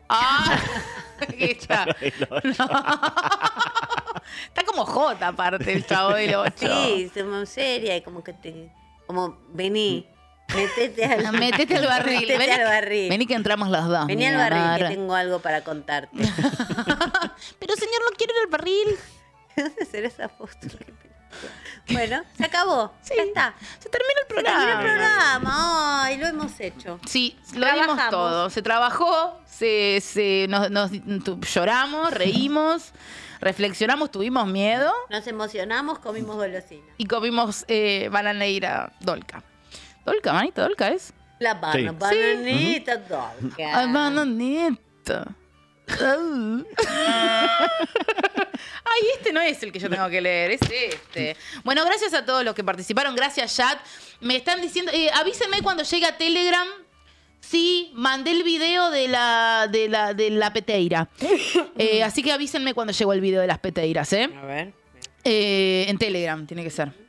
Speaker 2: ¡Ah! *laughs* Está. *laughs* Está como J aparte el chavo del 8.
Speaker 3: Sí, somos seria y como que te. Como vení, metete
Speaker 2: *laughs*
Speaker 3: al,
Speaker 2: Metete al barril.
Speaker 3: *laughs* Metete
Speaker 2: vení,
Speaker 3: al barril.
Speaker 2: Vení que entramos las dos.
Speaker 3: Vení
Speaker 2: mi
Speaker 3: al barril,
Speaker 2: amor.
Speaker 3: que tengo algo para contarte. *laughs*
Speaker 2: Pero señor, no quiero ir al barril.
Speaker 3: No sé hacer esa foto. qué pelotuda. Bueno, se acabó. Ya está.
Speaker 2: Se termina el
Speaker 3: programa. Se termina el programa. Ay, lo hemos hecho.
Speaker 2: Sí, lo dimos
Speaker 3: Trabajamos.
Speaker 2: todo. Se trabajó, se, se- nos, nos- tu- lloramos, reímos, reflexionamos, tuvimos miedo
Speaker 3: Nos emocionamos, comimos golosina.
Speaker 2: y comimos eh, bananeira dolca. ¿Dolca, manito? ¿Dolca es?
Speaker 3: La bana,
Speaker 2: Sí.
Speaker 3: bananita dolca.
Speaker 2: Ay, bananita. Ay, *laughs* Ay, este no es el que yo tengo que leer, es este. Bueno, gracias a todos los que participaron, gracias chat. Me están diciendo, eh, avísenme cuando llegue a Telegram. Sí, mandé el video de la de la, de la peteira. Eh, así que avísenme cuando llegó el video de las peteiras, ¿eh?
Speaker 3: A ver.
Speaker 2: en Telegram tiene que ser.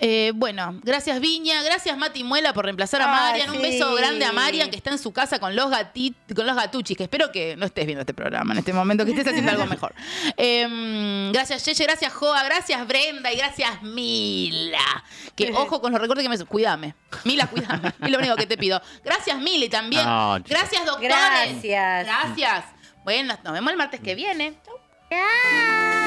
Speaker 2: Eh, bueno, gracias Viña, gracias Mati Muela por reemplazar a
Speaker 3: Ay,
Speaker 2: Marian. Un
Speaker 3: Ah, sí.
Speaker 2: beso grande a Marian que está en su casa con los gati- con los gatuchis, que espero que no estés viendo este programa en este momento, que estés haciendo algo
Speaker 3: *laughs*
Speaker 2: mejor. Eh, gracias Yeye, gracias Joa, gracias Brenda y gracias Mila.
Speaker 3: *laughs*
Speaker 2: Que ojo con los recortes que me cuidame. Mila, cuidame. Es lo único que te pido. Gracias Mila y también.
Speaker 4: No, chicos.
Speaker 2: gracias doctores.
Speaker 3: Gracias.
Speaker 2: Gracias. Bueno, nos vemos el martes que viene. Chau.
Speaker 15: Oh, este Oh,